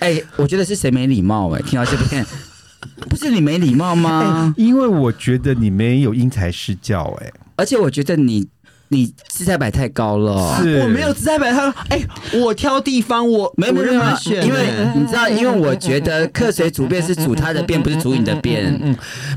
[SPEAKER 3] 哎、我觉得是谁没礼貌哎、听到这边， 不是你没礼貌
[SPEAKER 2] 啊
[SPEAKER 1] 哎
[SPEAKER 3] 吗？
[SPEAKER 1] 因为我觉得你没有因材施教、哎
[SPEAKER 3] 而且我觉得你你姿态摆太高了
[SPEAKER 1] 哎，。是
[SPEAKER 2] 啊我没有自在摆摊。哎、我挑地方，我
[SPEAKER 3] 没有没
[SPEAKER 2] 我
[SPEAKER 3] 有
[SPEAKER 2] 任
[SPEAKER 3] 没有
[SPEAKER 2] 他选、
[SPEAKER 3] 因为
[SPEAKER 2] 哎
[SPEAKER 3] 你知道，因为我觉得客随主便是主他的便，不是主你的便。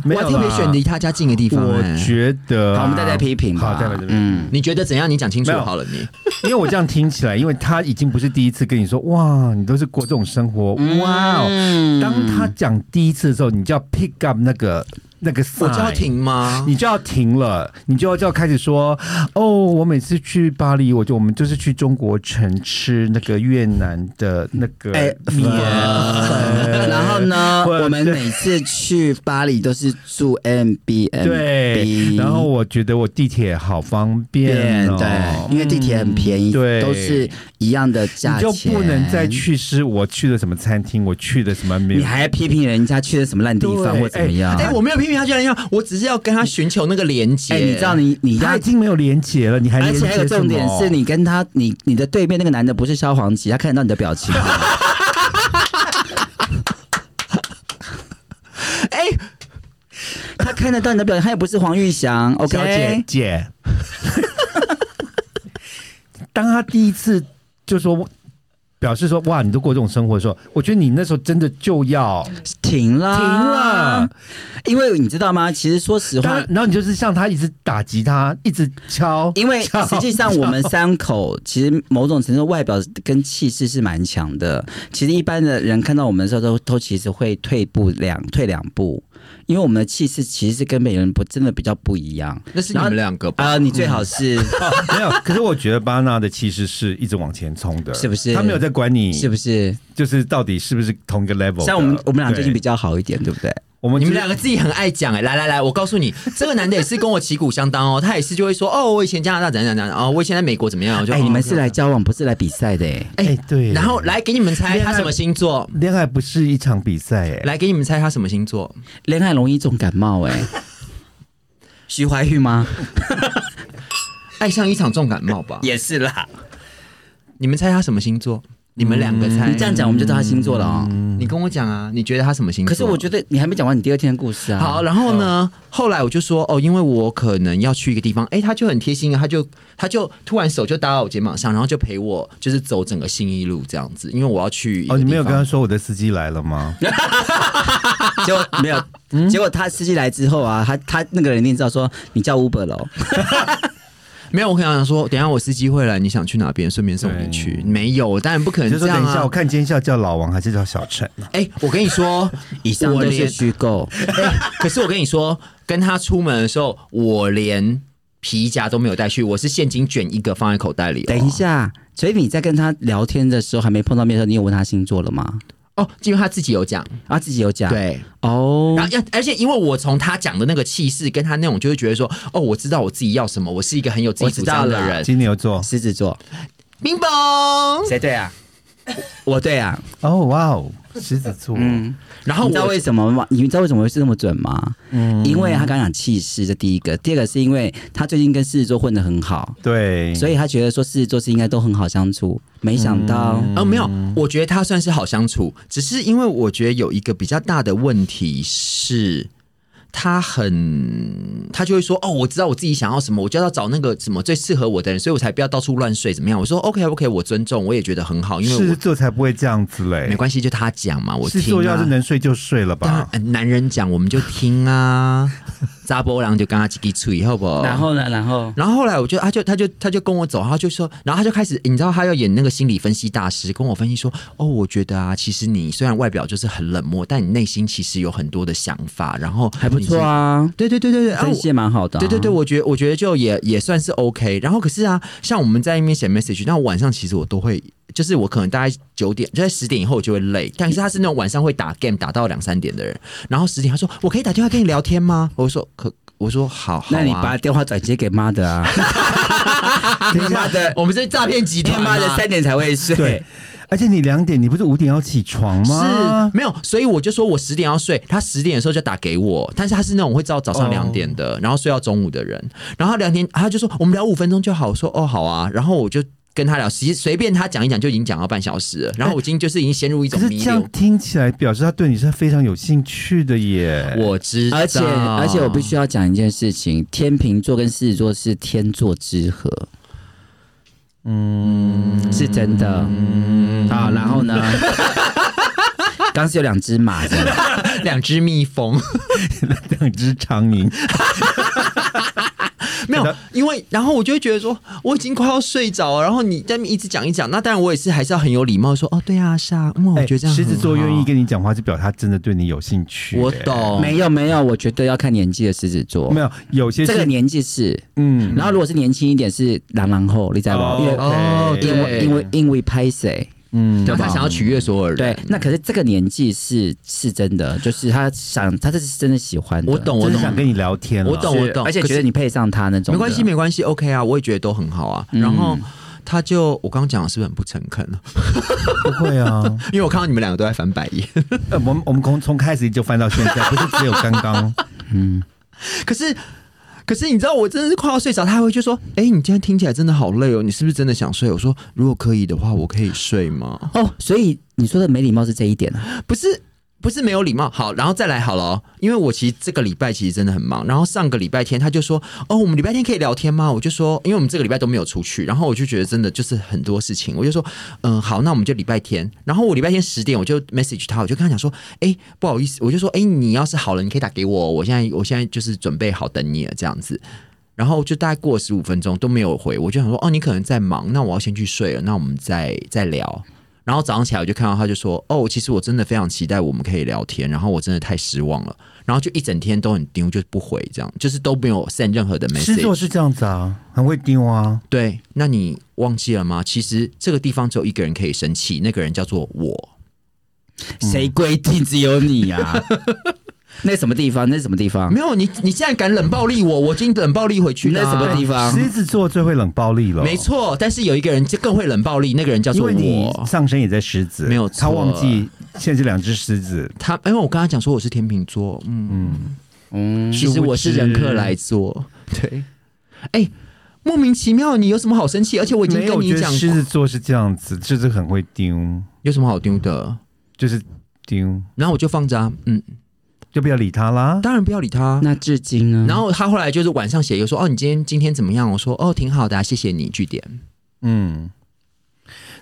[SPEAKER 1] 没
[SPEAKER 2] 我
[SPEAKER 1] 有
[SPEAKER 2] 还特别
[SPEAKER 1] 啦
[SPEAKER 2] 选离他家近的地方、
[SPEAKER 1] 我
[SPEAKER 2] 哎
[SPEAKER 1] 觉得啊，
[SPEAKER 3] 好，我们大家批评吧。
[SPEAKER 1] 好再来这边
[SPEAKER 3] 嗯，
[SPEAKER 2] 你觉得怎样？你讲清楚
[SPEAKER 1] 没有
[SPEAKER 2] 好了你。
[SPEAKER 1] 因为我这样听起来，因为他已经不是第一次跟你说，哇，你都是
[SPEAKER 2] 嗯
[SPEAKER 1] 哦
[SPEAKER 3] 嗯
[SPEAKER 1] 过这种生活，哇哦。当他讲第一次的时候，你就要 pick up 那个那个
[SPEAKER 2] 我
[SPEAKER 1] sign，
[SPEAKER 2] 就要停吗？
[SPEAKER 1] 你就要停了，你就要就要开始说哦，我每次去巴黎，我就我们就是去中国城吃那个越南的那个
[SPEAKER 3] 哎
[SPEAKER 1] 面
[SPEAKER 3] 粉，然后呢，
[SPEAKER 1] 或者
[SPEAKER 3] 我们每次去巴黎都是住 M B M
[SPEAKER 1] 对
[SPEAKER 3] B，，
[SPEAKER 1] 然后我觉得我地铁好方便哦，嗯
[SPEAKER 3] 对，因为地铁很便宜，
[SPEAKER 1] 对
[SPEAKER 3] 都是一样的
[SPEAKER 1] 你
[SPEAKER 3] 价
[SPEAKER 1] 就
[SPEAKER 3] 钱，
[SPEAKER 1] 不能再。去吃我去的什么餐厅，我去的什么没
[SPEAKER 3] 你
[SPEAKER 1] 有。
[SPEAKER 3] 还批评人家去的什么烂地方
[SPEAKER 1] 对
[SPEAKER 3] 或怎么样？
[SPEAKER 2] 哎、我没有批评他这样，我只是要跟他寻求那个连接。
[SPEAKER 3] 哎，你知道你你
[SPEAKER 1] 他
[SPEAKER 3] 要
[SPEAKER 1] 已，经没有连结了，你还
[SPEAKER 3] 而
[SPEAKER 1] 连哦
[SPEAKER 3] 且还
[SPEAKER 1] 结
[SPEAKER 3] 有个
[SPEAKER 1] 什
[SPEAKER 3] 重点
[SPEAKER 1] 么
[SPEAKER 3] 是你跟他，你你的对面那个男的不是萧煌奇，他看得到你的表情。
[SPEAKER 2] 哎、
[SPEAKER 3] 他看得到你的表情，他也不是黄玉祥
[SPEAKER 1] 小姐
[SPEAKER 3] ，OK？
[SPEAKER 1] 姐， 当他第一次就说表示说哇，你都过这种生活的时候，我觉得你那时候真的就要
[SPEAKER 3] 停了，
[SPEAKER 1] 停了。，
[SPEAKER 3] 因为你知道吗？其实说实
[SPEAKER 1] 当
[SPEAKER 3] 话
[SPEAKER 1] 然，，然后你就是像他一直打吉他，一直敲，
[SPEAKER 3] 因为
[SPEAKER 1] 敲
[SPEAKER 3] 实际上我们三口其实某种程度外表跟气势是蛮强的。其实一般的人看到我们的时候都，都其实会退步两退两步，因为我们的气势其实是跟别人不真的比较不一样。
[SPEAKER 2] 那是你们两个吧？
[SPEAKER 3] 啊、你最好是、
[SPEAKER 1] 没有。可是我觉得巴纳的气势是一直往前冲的，
[SPEAKER 3] 是不是
[SPEAKER 1] 他没有在管你，
[SPEAKER 3] 是不是？
[SPEAKER 1] 就是到底是不是同一个 level 嗯的。
[SPEAKER 3] 像我们我们俩最近
[SPEAKER 1] 对
[SPEAKER 3] 比较好一点，对不对？
[SPEAKER 1] 我们
[SPEAKER 2] 你们
[SPEAKER 1] 就是
[SPEAKER 2] 两个自己很爱讲哎、来来来，我告诉你，这个男的也是跟我旗鼓相当哦，他也是就会说哦，我以前加拿大怎样怎样怎样，哦，我以前在美国怎么样，我就
[SPEAKER 3] 哎、
[SPEAKER 2] 哦
[SPEAKER 3] 你们
[SPEAKER 2] 这
[SPEAKER 3] 是
[SPEAKER 2] 样
[SPEAKER 3] 来交往，不是来比赛的、哎。
[SPEAKER 1] 哎、对，
[SPEAKER 2] 然后来给你们猜他什么星座，
[SPEAKER 1] 恋爱不是一场比赛哎、
[SPEAKER 2] 来给你们猜他什么星座，
[SPEAKER 3] 恋爱容易重感冒、哎，徐怀钰吗？
[SPEAKER 2] 爱上哎一场重感冒吧？
[SPEAKER 3] 也是啦。
[SPEAKER 2] 你们猜他什么星座？你们两个猜，
[SPEAKER 3] 嗯你这样讲，我们就知道他星座了哦。
[SPEAKER 2] 你跟我讲啊，你觉得他什么星座？
[SPEAKER 3] 可是我觉得你还没讲完你第二天的故事啊。
[SPEAKER 2] 好，，然后呢？后来我就说哦，因为我可能要去一个地方，哎，他就很贴心啊，他就他就突然手就搭到我肩膀上，然后就陪我就是走整个信义路这样子，因为我要去一个
[SPEAKER 1] 哦，你没有
[SPEAKER 2] 地
[SPEAKER 1] 跟他
[SPEAKER 2] 方
[SPEAKER 1] 说我的司机来了吗？
[SPEAKER 3] 结果没有，结果他司机来之后啊，他他那个人一定知道说你叫 Uber 喽，
[SPEAKER 2] 没有，我跟他讲说，等一下我司机会来，你想去哪边，顺便送你去。没有，我当然不可
[SPEAKER 1] 嗯你就
[SPEAKER 2] 能这
[SPEAKER 1] 说等
[SPEAKER 2] 样
[SPEAKER 1] 一下，我
[SPEAKER 2] 啊。
[SPEAKER 1] 看今天是要叫老王还是叫小陈啊？
[SPEAKER 2] 哎、我跟你说，
[SPEAKER 3] 以上
[SPEAKER 2] 我
[SPEAKER 3] 都
[SPEAKER 2] 连
[SPEAKER 3] 是虚构。
[SPEAKER 2] 哎 可是我跟你说，跟他出门的时候，我连皮夹都没有带去，我是现金卷一个放在口袋里、哦。
[SPEAKER 3] 等一下，所以你在跟他聊天的时候还没碰到面的时候，你有问他星座了吗？
[SPEAKER 2] 哦，因为他自己有讲，
[SPEAKER 3] 啊，自己有讲。
[SPEAKER 2] 对。
[SPEAKER 3] 哦
[SPEAKER 2] 然，后，要而且因为我从他讲的那个气势，跟他那种，就会觉得说，哦，我知道我自己要什么，我是一个很有自己主张的
[SPEAKER 3] 我知道
[SPEAKER 2] 人。
[SPEAKER 1] 金牛座。
[SPEAKER 3] 狮子座，
[SPEAKER 2] 冰雹。
[SPEAKER 3] 谁对啊？我对啊。
[SPEAKER 1] 哦，哇哦，狮子座。
[SPEAKER 3] 嗯，
[SPEAKER 2] 然后
[SPEAKER 3] 你知道
[SPEAKER 2] 我
[SPEAKER 3] 为什么吗？你知道为什么会是那么准吗？嗯，因为他刚讲气势，这第一个，第二个是因为他最近跟狮子座混得很好，
[SPEAKER 1] 对，
[SPEAKER 3] 所以他觉得说狮子座是应该都很好相处。没想到，
[SPEAKER 2] 呃，没有，
[SPEAKER 3] 嗯
[SPEAKER 2] 我觉得他算是好相处，只是因为我觉得有一个比较大的问题是。他很，他就会说：“哦，我知道我自己想要什么，我就要找那个什么最适合我的人，所以我才不要到处乱睡，怎么样？”我说：“OK OK，我尊重，我也觉得很好，因
[SPEAKER 1] 狮
[SPEAKER 2] 为
[SPEAKER 1] 子
[SPEAKER 2] 我
[SPEAKER 1] 座才不会这样子嘞
[SPEAKER 2] 没。关系，就他讲嘛，我
[SPEAKER 1] 狮
[SPEAKER 2] 听、啊。
[SPEAKER 1] 子座要是能睡就睡了
[SPEAKER 2] 当然
[SPEAKER 1] 吧。
[SPEAKER 2] 呃男人讲我们就听 啊，扎波浪就跟他叽叽吹，好不好？
[SPEAKER 3] 然后呢？然后
[SPEAKER 2] 然后后来我就，他就他就他就跟我走，他就说，然后他就开始，你知道他要演那个心理分析大师，跟我分析说，哦，我觉得啊，其实你虽然外表就是很冷漠，但你内心其实有很多的想法，然后
[SPEAKER 3] 还不错啊
[SPEAKER 2] 你是，，对对对对对，啊
[SPEAKER 3] 分析也蛮好的、
[SPEAKER 2] 对对对，，我觉得我觉得就也也算是 OK。然后可是啊，像我们在那边写 message，那我晚上其实我都会，就是我可能大概九点，就在十点以后我就会累。但是他是那种晚上会打 game 打到两三点的人，然后十点他说我可以打电话跟你聊天吗？我说可，我说好，好、啊、
[SPEAKER 3] 那你把电话转接给妈的啊，
[SPEAKER 2] 他妈的，我们这是诈骗集团、
[SPEAKER 3] 他
[SPEAKER 2] 啊，
[SPEAKER 3] 妈的三点才会睡。
[SPEAKER 1] 对，而且你两点，你不是五点要起床吗
[SPEAKER 2] 是？没有，所以我就说我十点要睡，他十点的时候就打给我，但是他是那种会到早上两点的，然后睡到中午的人，然后他两点他就说我们聊五分钟就好，我说哦好啊，然后我就跟他聊，其实随便他讲一讲就已经讲到半小时了，然后我已经就是已经陷入一
[SPEAKER 1] 可
[SPEAKER 2] 种
[SPEAKER 1] 是
[SPEAKER 2] 迷
[SPEAKER 1] 这样
[SPEAKER 2] 流。
[SPEAKER 1] 听起来表示他对你是非常有兴趣的耶。
[SPEAKER 2] 我知道，
[SPEAKER 3] 而且而且我 必须要讲一件事情，天秤座跟狮子座是天作之合，嗯，是真的，嗯，好，然后呢，刚是有两只马的，
[SPEAKER 2] 两只蜜蜂，
[SPEAKER 1] 两只苍蝇，
[SPEAKER 2] 没有，因为然后我就会觉得说，我已经快要睡着了，然后你在那边一直讲一讲，那当然我也是还是要很有礼貌地说，哦，对啊，是啊，嗯，我
[SPEAKER 1] 哎
[SPEAKER 2] 觉得这样
[SPEAKER 1] 狮子
[SPEAKER 2] 很
[SPEAKER 1] 座
[SPEAKER 2] 好
[SPEAKER 1] 愿意跟你讲话，就表示他真的对你有兴趣、
[SPEAKER 2] 我
[SPEAKER 1] 哎，
[SPEAKER 2] 懂，
[SPEAKER 3] 没有哦没有，我觉得要看年纪的狮子座
[SPEAKER 1] 没，有有些
[SPEAKER 3] 这个
[SPEAKER 1] 是哦
[SPEAKER 3] 年纪是，
[SPEAKER 1] 嗯
[SPEAKER 3] 然后如果是年轻一点是狼狼后，你知道吗？因为
[SPEAKER 2] 哦
[SPEAKER 3] 因为
[SPEAKER 2] 对
[SPEAKER 3] 因为因为拍谁？
[SPEAKER 1] 嗯
[SPEAKER 2] 然后他想要取悦所有人，
[SPEAKER 3] 对，那可是这个年纪是是真的，就是他想，他这是真的喜欢的。
[SPEAKER 2] 我懂，
[SPEAKER 1] 我
[SPEAKER 2] 我
[SPEAKER 1] 是想
[SPEAKER 2] 懂，
[SPEAKER 1] 跟你聊天了，哦
[SPEAKER 2] 我 懂
[SPEAKER 3] 是
[SPEAKER 2] 我懂
[SPEAKER 3] 而且
[SPEAKER 2] 可
[SPEAKER 3] 觉得
[SPEAKER 2] 是
[SPEAKER 3] 你配上他那种的，
[SPEAKER 2] 没关系，没关系，OK 啊，我也觉得都很好啊。然后他就我刚刚讲的是不是很不诚恳啊？
[SPEAKER 1] 不会啊。
[SPEAKER 2] 因为我看到你们两个都在翻白眼。
[SPEAKER 1] 呃我们我们从从开始就翻到现在，不是只有刚刚。
[SPEAKER 2] 可是，可是你知道，我真的是快要睡着，他还会就说：“哎、你今天听起来真的好累哦，你是不是真的想睡？”我说：“如果可以的话，我可以睡吗
[SPEAKER 3] 哦，所以你说的没礼貌是这一点啊。？”
[SPEAKER 2] 不是。不是没有礼貌，好，然后再来好了、哦，因为我其实这个礼拜其实真的很忙，然后上个礼拜天他就说，哦，我们礼拜天可以聊天吗？我就说，嗯因为我们这个礼拜都没有出去，然后我就觉得真的就是很多事情，我就说，嗯，好，那我们就礼拜天，然后我礼拜天十点我就 message 他，我就跟他讲说，哎、不好意思，我就说，哎、你要是好了，你可以打给我，我现在我现在就是准备好等你了这样子，然后就大概过十五分钟都没有回，我就想说，哦，你可能在忙，那我要先去睡了，那我们再再聊。然后早上起来我就看到他就说，哦，其实我真的非常期待我们可以聊天，然后我真的太失望了，然后就一整天都很丢，就是不回这样，就是都 没有 send 任何的
[SPEAKER 1] 狮子座
[SPEAKER 2] message。
[SPEAKER 1] 是这样子啊，很会丢啊。
[SPEAKER 2] 对，那你忘记了吗？其实这个地方只有一个人可以生气，那个人叫做我。嗯
[SPEAKER 3] 谁规定只有你啊？ 那什么地方？那什么地方
[SPEAKER 2] 没？有你，你现在敢冷暴力我，我今冷暴力回去
[SPEAKER 3] 那
[SPEAKER 2] 的啊、
[SPEAKER 3] 什么地方？
[SPEAKER 1] 狮子座最会冷暴力了，
[SPEAKER 2] 没。错，但是有一个人就更会冷暴力，那个人叫
[SPEAKER 1] 因
[SPEAKER 2] 做
[SPEAKER 1] 为你
[SPEAKER 2] 我。
[SPEAKER 1] 上身也在狮子，
[SPEAKER 2] 没有
[SPEAKER 1] 他
[SPEAKER 2] 错
[SPEAKER 1] 忘记现在是两只狮子，
[SPEAKER 2] 他，因为我跟他讲说我是天秤座，嗯
[SPEAKER 3] 嗯，
[SPEAKER 2] 其实我是人客来做，对，哎、莫名其妙，你有什么好生气？而且我已经
[SPEAKER 1] 没有
[SPEAKER 2] 跟
[SPEAKER 1] 我
[SPEAKER 2] 你
[SPEAKER 1] 觉得
[SPEAKER 2] 讲过，
[SPEAKER 1] 狮子座是这样子，就是很会丢，
[SPEAKER 2] 有什么好丢的？
[SPEAKER 1] 就是丢，
[SPEAKER 2] 然后我就放着、啊，嗯，
[SPEAKER 1] 就不要理他啦。
[SPEAKER 2] 当然不要理他。
[SPEAKER 1] 嗯
[SPEAKER 3] 那至今呢？
[SPEAKER 2] 然后他后来就是晚上写一个说，哦，你今天今天怎么样？我说，哦，挺好的、啊，谢谢你。据点，
[SPEAKER 1] 嗯，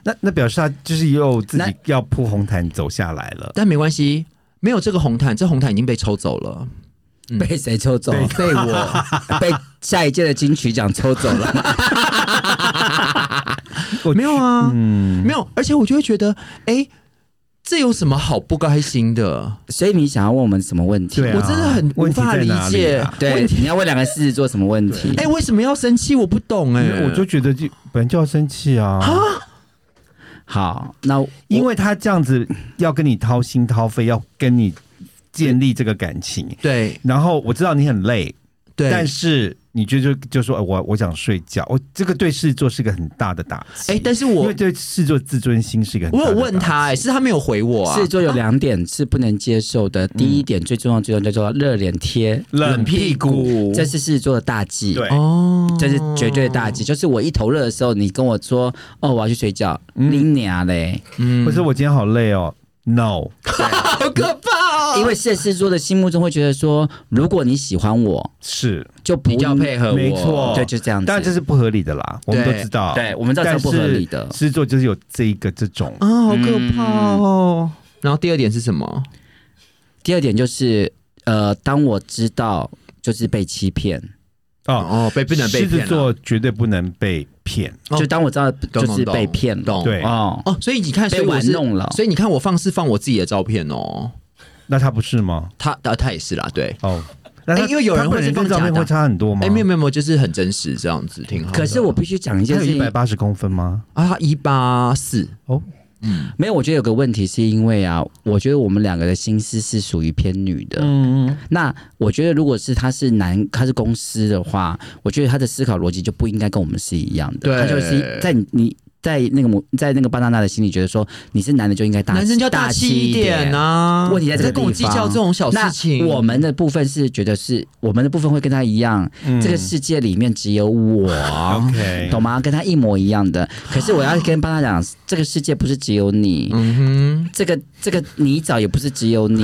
[SPEAKER 1] 那那表示他就是又自
[SPEAKER 3] 那
[SPEAKER 1] 己要铺红毯走下来了。
[SPEAKER 2] 但没关系，没有这个红毯，这红毯已经被抽走了，
[SPEAKER 3] 被谁抽走？
[SPEAKER 1] 被
[SPEAKER 3] 被我， 被下一届的金曲奖抽走 了。
[SPEAKER 1] 我
[SPEAKER 2] 没有啊，
[SPEAKER 1] 嗯，
[SPEAKER 2] 没有。而且我就会觉得，哎，这有什么好不开心的？
[SPEAKER 3] 所以你想要问我们什么问题？
[SPEAKER 1] 对啊
[SPEAKER 2] 我真的很无
[SPEAKER 1] 问题
[SPEAKER 2] 法
[SPEAKER 1] 在
[SPEAKER 2] 理
[SPEAKER 1] 哪里
[SPEAKER 2] 解。
[SPEAKER 1] 啊
[SPEAKER 3] 对，你要问两个狮子座什么问题？
[SPEAKER 2] 哎、为什么要生气？我不懂哎、
[SPEAKER 1] 因为我就觉得就本来就要生气啊，
[SPEAKER 3] 好，那我
[SPEAKER 1] 因为他这样子要跟你掏心掏肺，要跟你建立这个感情。
[SPEAKER 2] 对
[SPEAKER 1] 然后我知道你很累，
[SPEAKER 2] 对，
[SPEAKER 1] 但是你就就就说，呃我我想睡觉，我这个对狮子座是一个很大的打击。
[SPEAKER 2] 哎、但是
[SPEAKER 1] 因
[SPEAKER 2] 我
[SPEAKER 1] 为对狮子座自尊心是一个很大
[SPEAKER 2] 我
[SPEAKER 1] 的
[SPEAKER 2] 有
[SPEAKER 1] 打击
[SPEAKER 2] 问他、哎，是他没有回我啊
[SPEAKER 3] 狮子。座有两点是不能接受的，第一点最重要，最重要叫做热脸贴，
[SPEAKER 1] 冷屁
[SPEAKER 2] 嗯
[SPEAKER 1] 股，
[SPEAKER 3] 这是狮子座的大忌。
[SPEAKER 1] 对
[SPEAKER 2] 哦，
[SPEAKER 3] 这是绝对的大
[SPEAKER 2] 嗯
[SPEAKER 3] 忌，就是我一头热的时候，你跟我说哦，我要去睡觉，拎你啊嘞！
[SPEAKER 2] 嗯
[SPEAKER 1] 或者我今天好累哦，no，
[SPEAKER 2] 好可怕哦
[SPEAKER 3] 因为射狮子座的心目中会觉得说，如果你喜欢我，
[SPEAKER 1] 是
[SPEAKER 3] 就不
[SPEAKER 2] 比较配合我，
[SPEAKER 1] 没错，
[SPEAKER 3] 对，就这样子。
[SPEAKER 1] 当然这是不合理的啦，我们都知道，
[SPEAKER 3] 对我们知道这是不合理的
[SPEAKER 1] 但是狮子座就是有这一个这种，
[SPEAKER 2] 啊，好可怕哦。然后第二点是什么？
[SPEAKER 3] 第二点就是，呃，当我知道就是被欺骗，
[SPEAKER 1] 哦，
[SPEAKER 2] 哦，被不能被
[SPEAKER 1] 狮子
[SPEAKER 2] 骗了。
[SPEAKER 1] 座绝对不能被骗，
[SPEAKER 2] 哦
[SPEAKER 3] 就当我知道
[SPEAKER 2] 懂
[SPEAKER 3] 就是被骗了，
[SPEAKER 2] 懂懂
[SPEAKER 1] 对
[SPEAKER 3] 哦，
[SPEAKER 2] 哦，所以你看，所
[SPEAKER 3] 被
[SPEAKER 2] 以我
[SPEAKER 3] 玩
[SPEAKER 2] 是，
[SPEAKER 3] 弄了。
[SPEAKER 2] 所以你看我放是放我自己的照片哦。
[SPEAKER 1] 那他不是吗？
[SPEAKER 2] 他他他也是啦，对。
[SPEAKER 1] 哦，那他
[SPEAKER 2] 哎因为有人
[SPEAKER 1] 他
[SPEAKER 2] 会
[SPEAKER 1] 本人
[SPEAKER 2] 是放
[SPEAKER 1] 跟照
[SPEAKER 2] 假
[SPEAKER 1] 片
[SPEAKER 2] 的
[SPEAKER 1] 会差很多吗？
[SPEAKER 2] 哎，没有没有没有，就是很真实这样子，挺好的。
[SPEAKER 3] 可是我必须讲一件
[SPEAKER 1] 他有一
[SPEAKER 3] 事情
[SPEAKER 1] 百，八十公分吗？
[SPEAKER 2] 啊，他一八四，
[SPEAKER 1] 哦，
[SPEAKER 3] 没有，我觉得有个问题是因为啊，我觉得我们两个的心思是属于偏女的。
[SPEAKER 1] 嗯，
[SPEAKER 3] 那我觉得如果是他是男，他是公司的话，我觉得他的思考逻辑就不应该跟我们是一样的。
[SPEAKER 2] 对
[SPEAKER 3] 他就是在你你在那个母在那个巴娜娜的心里觉得说你是男的就应该大
[SPEAKER 2] 男生就要
[SPEAKER 3] 大
[SPEAKER 2] 大气一
[SPEAKER 3] 点
[SPEAKER 2] 点。啊。
[SPEAKER 3] 问题在这个
[SPEAKER 2] 在跟我
[SPEAKER 3] 地
[SPEAKER 2] 计
[SPEAKER 3] 方
[SPEAKER 2] 较这种小
[SPEAKER 3] 那
[SPEAKER 2] 事情，
[SPEAKER 3] 我们的部分是觉得是我们的部分会跟他一样，
[SPEAKER 2] 嗯
[SPEAKER 3] 这个世界里面只 有我。
[SPEAKER 1] 嗯 OK，
[SPEAKER 3] 懂吗？跟他一模一样的。可是我要跟巴娜讲，这个世界不是只有你，
[SPEAKER 2] 嗯
[SPEAKER 3] 这个这个泥沼也不是只有你，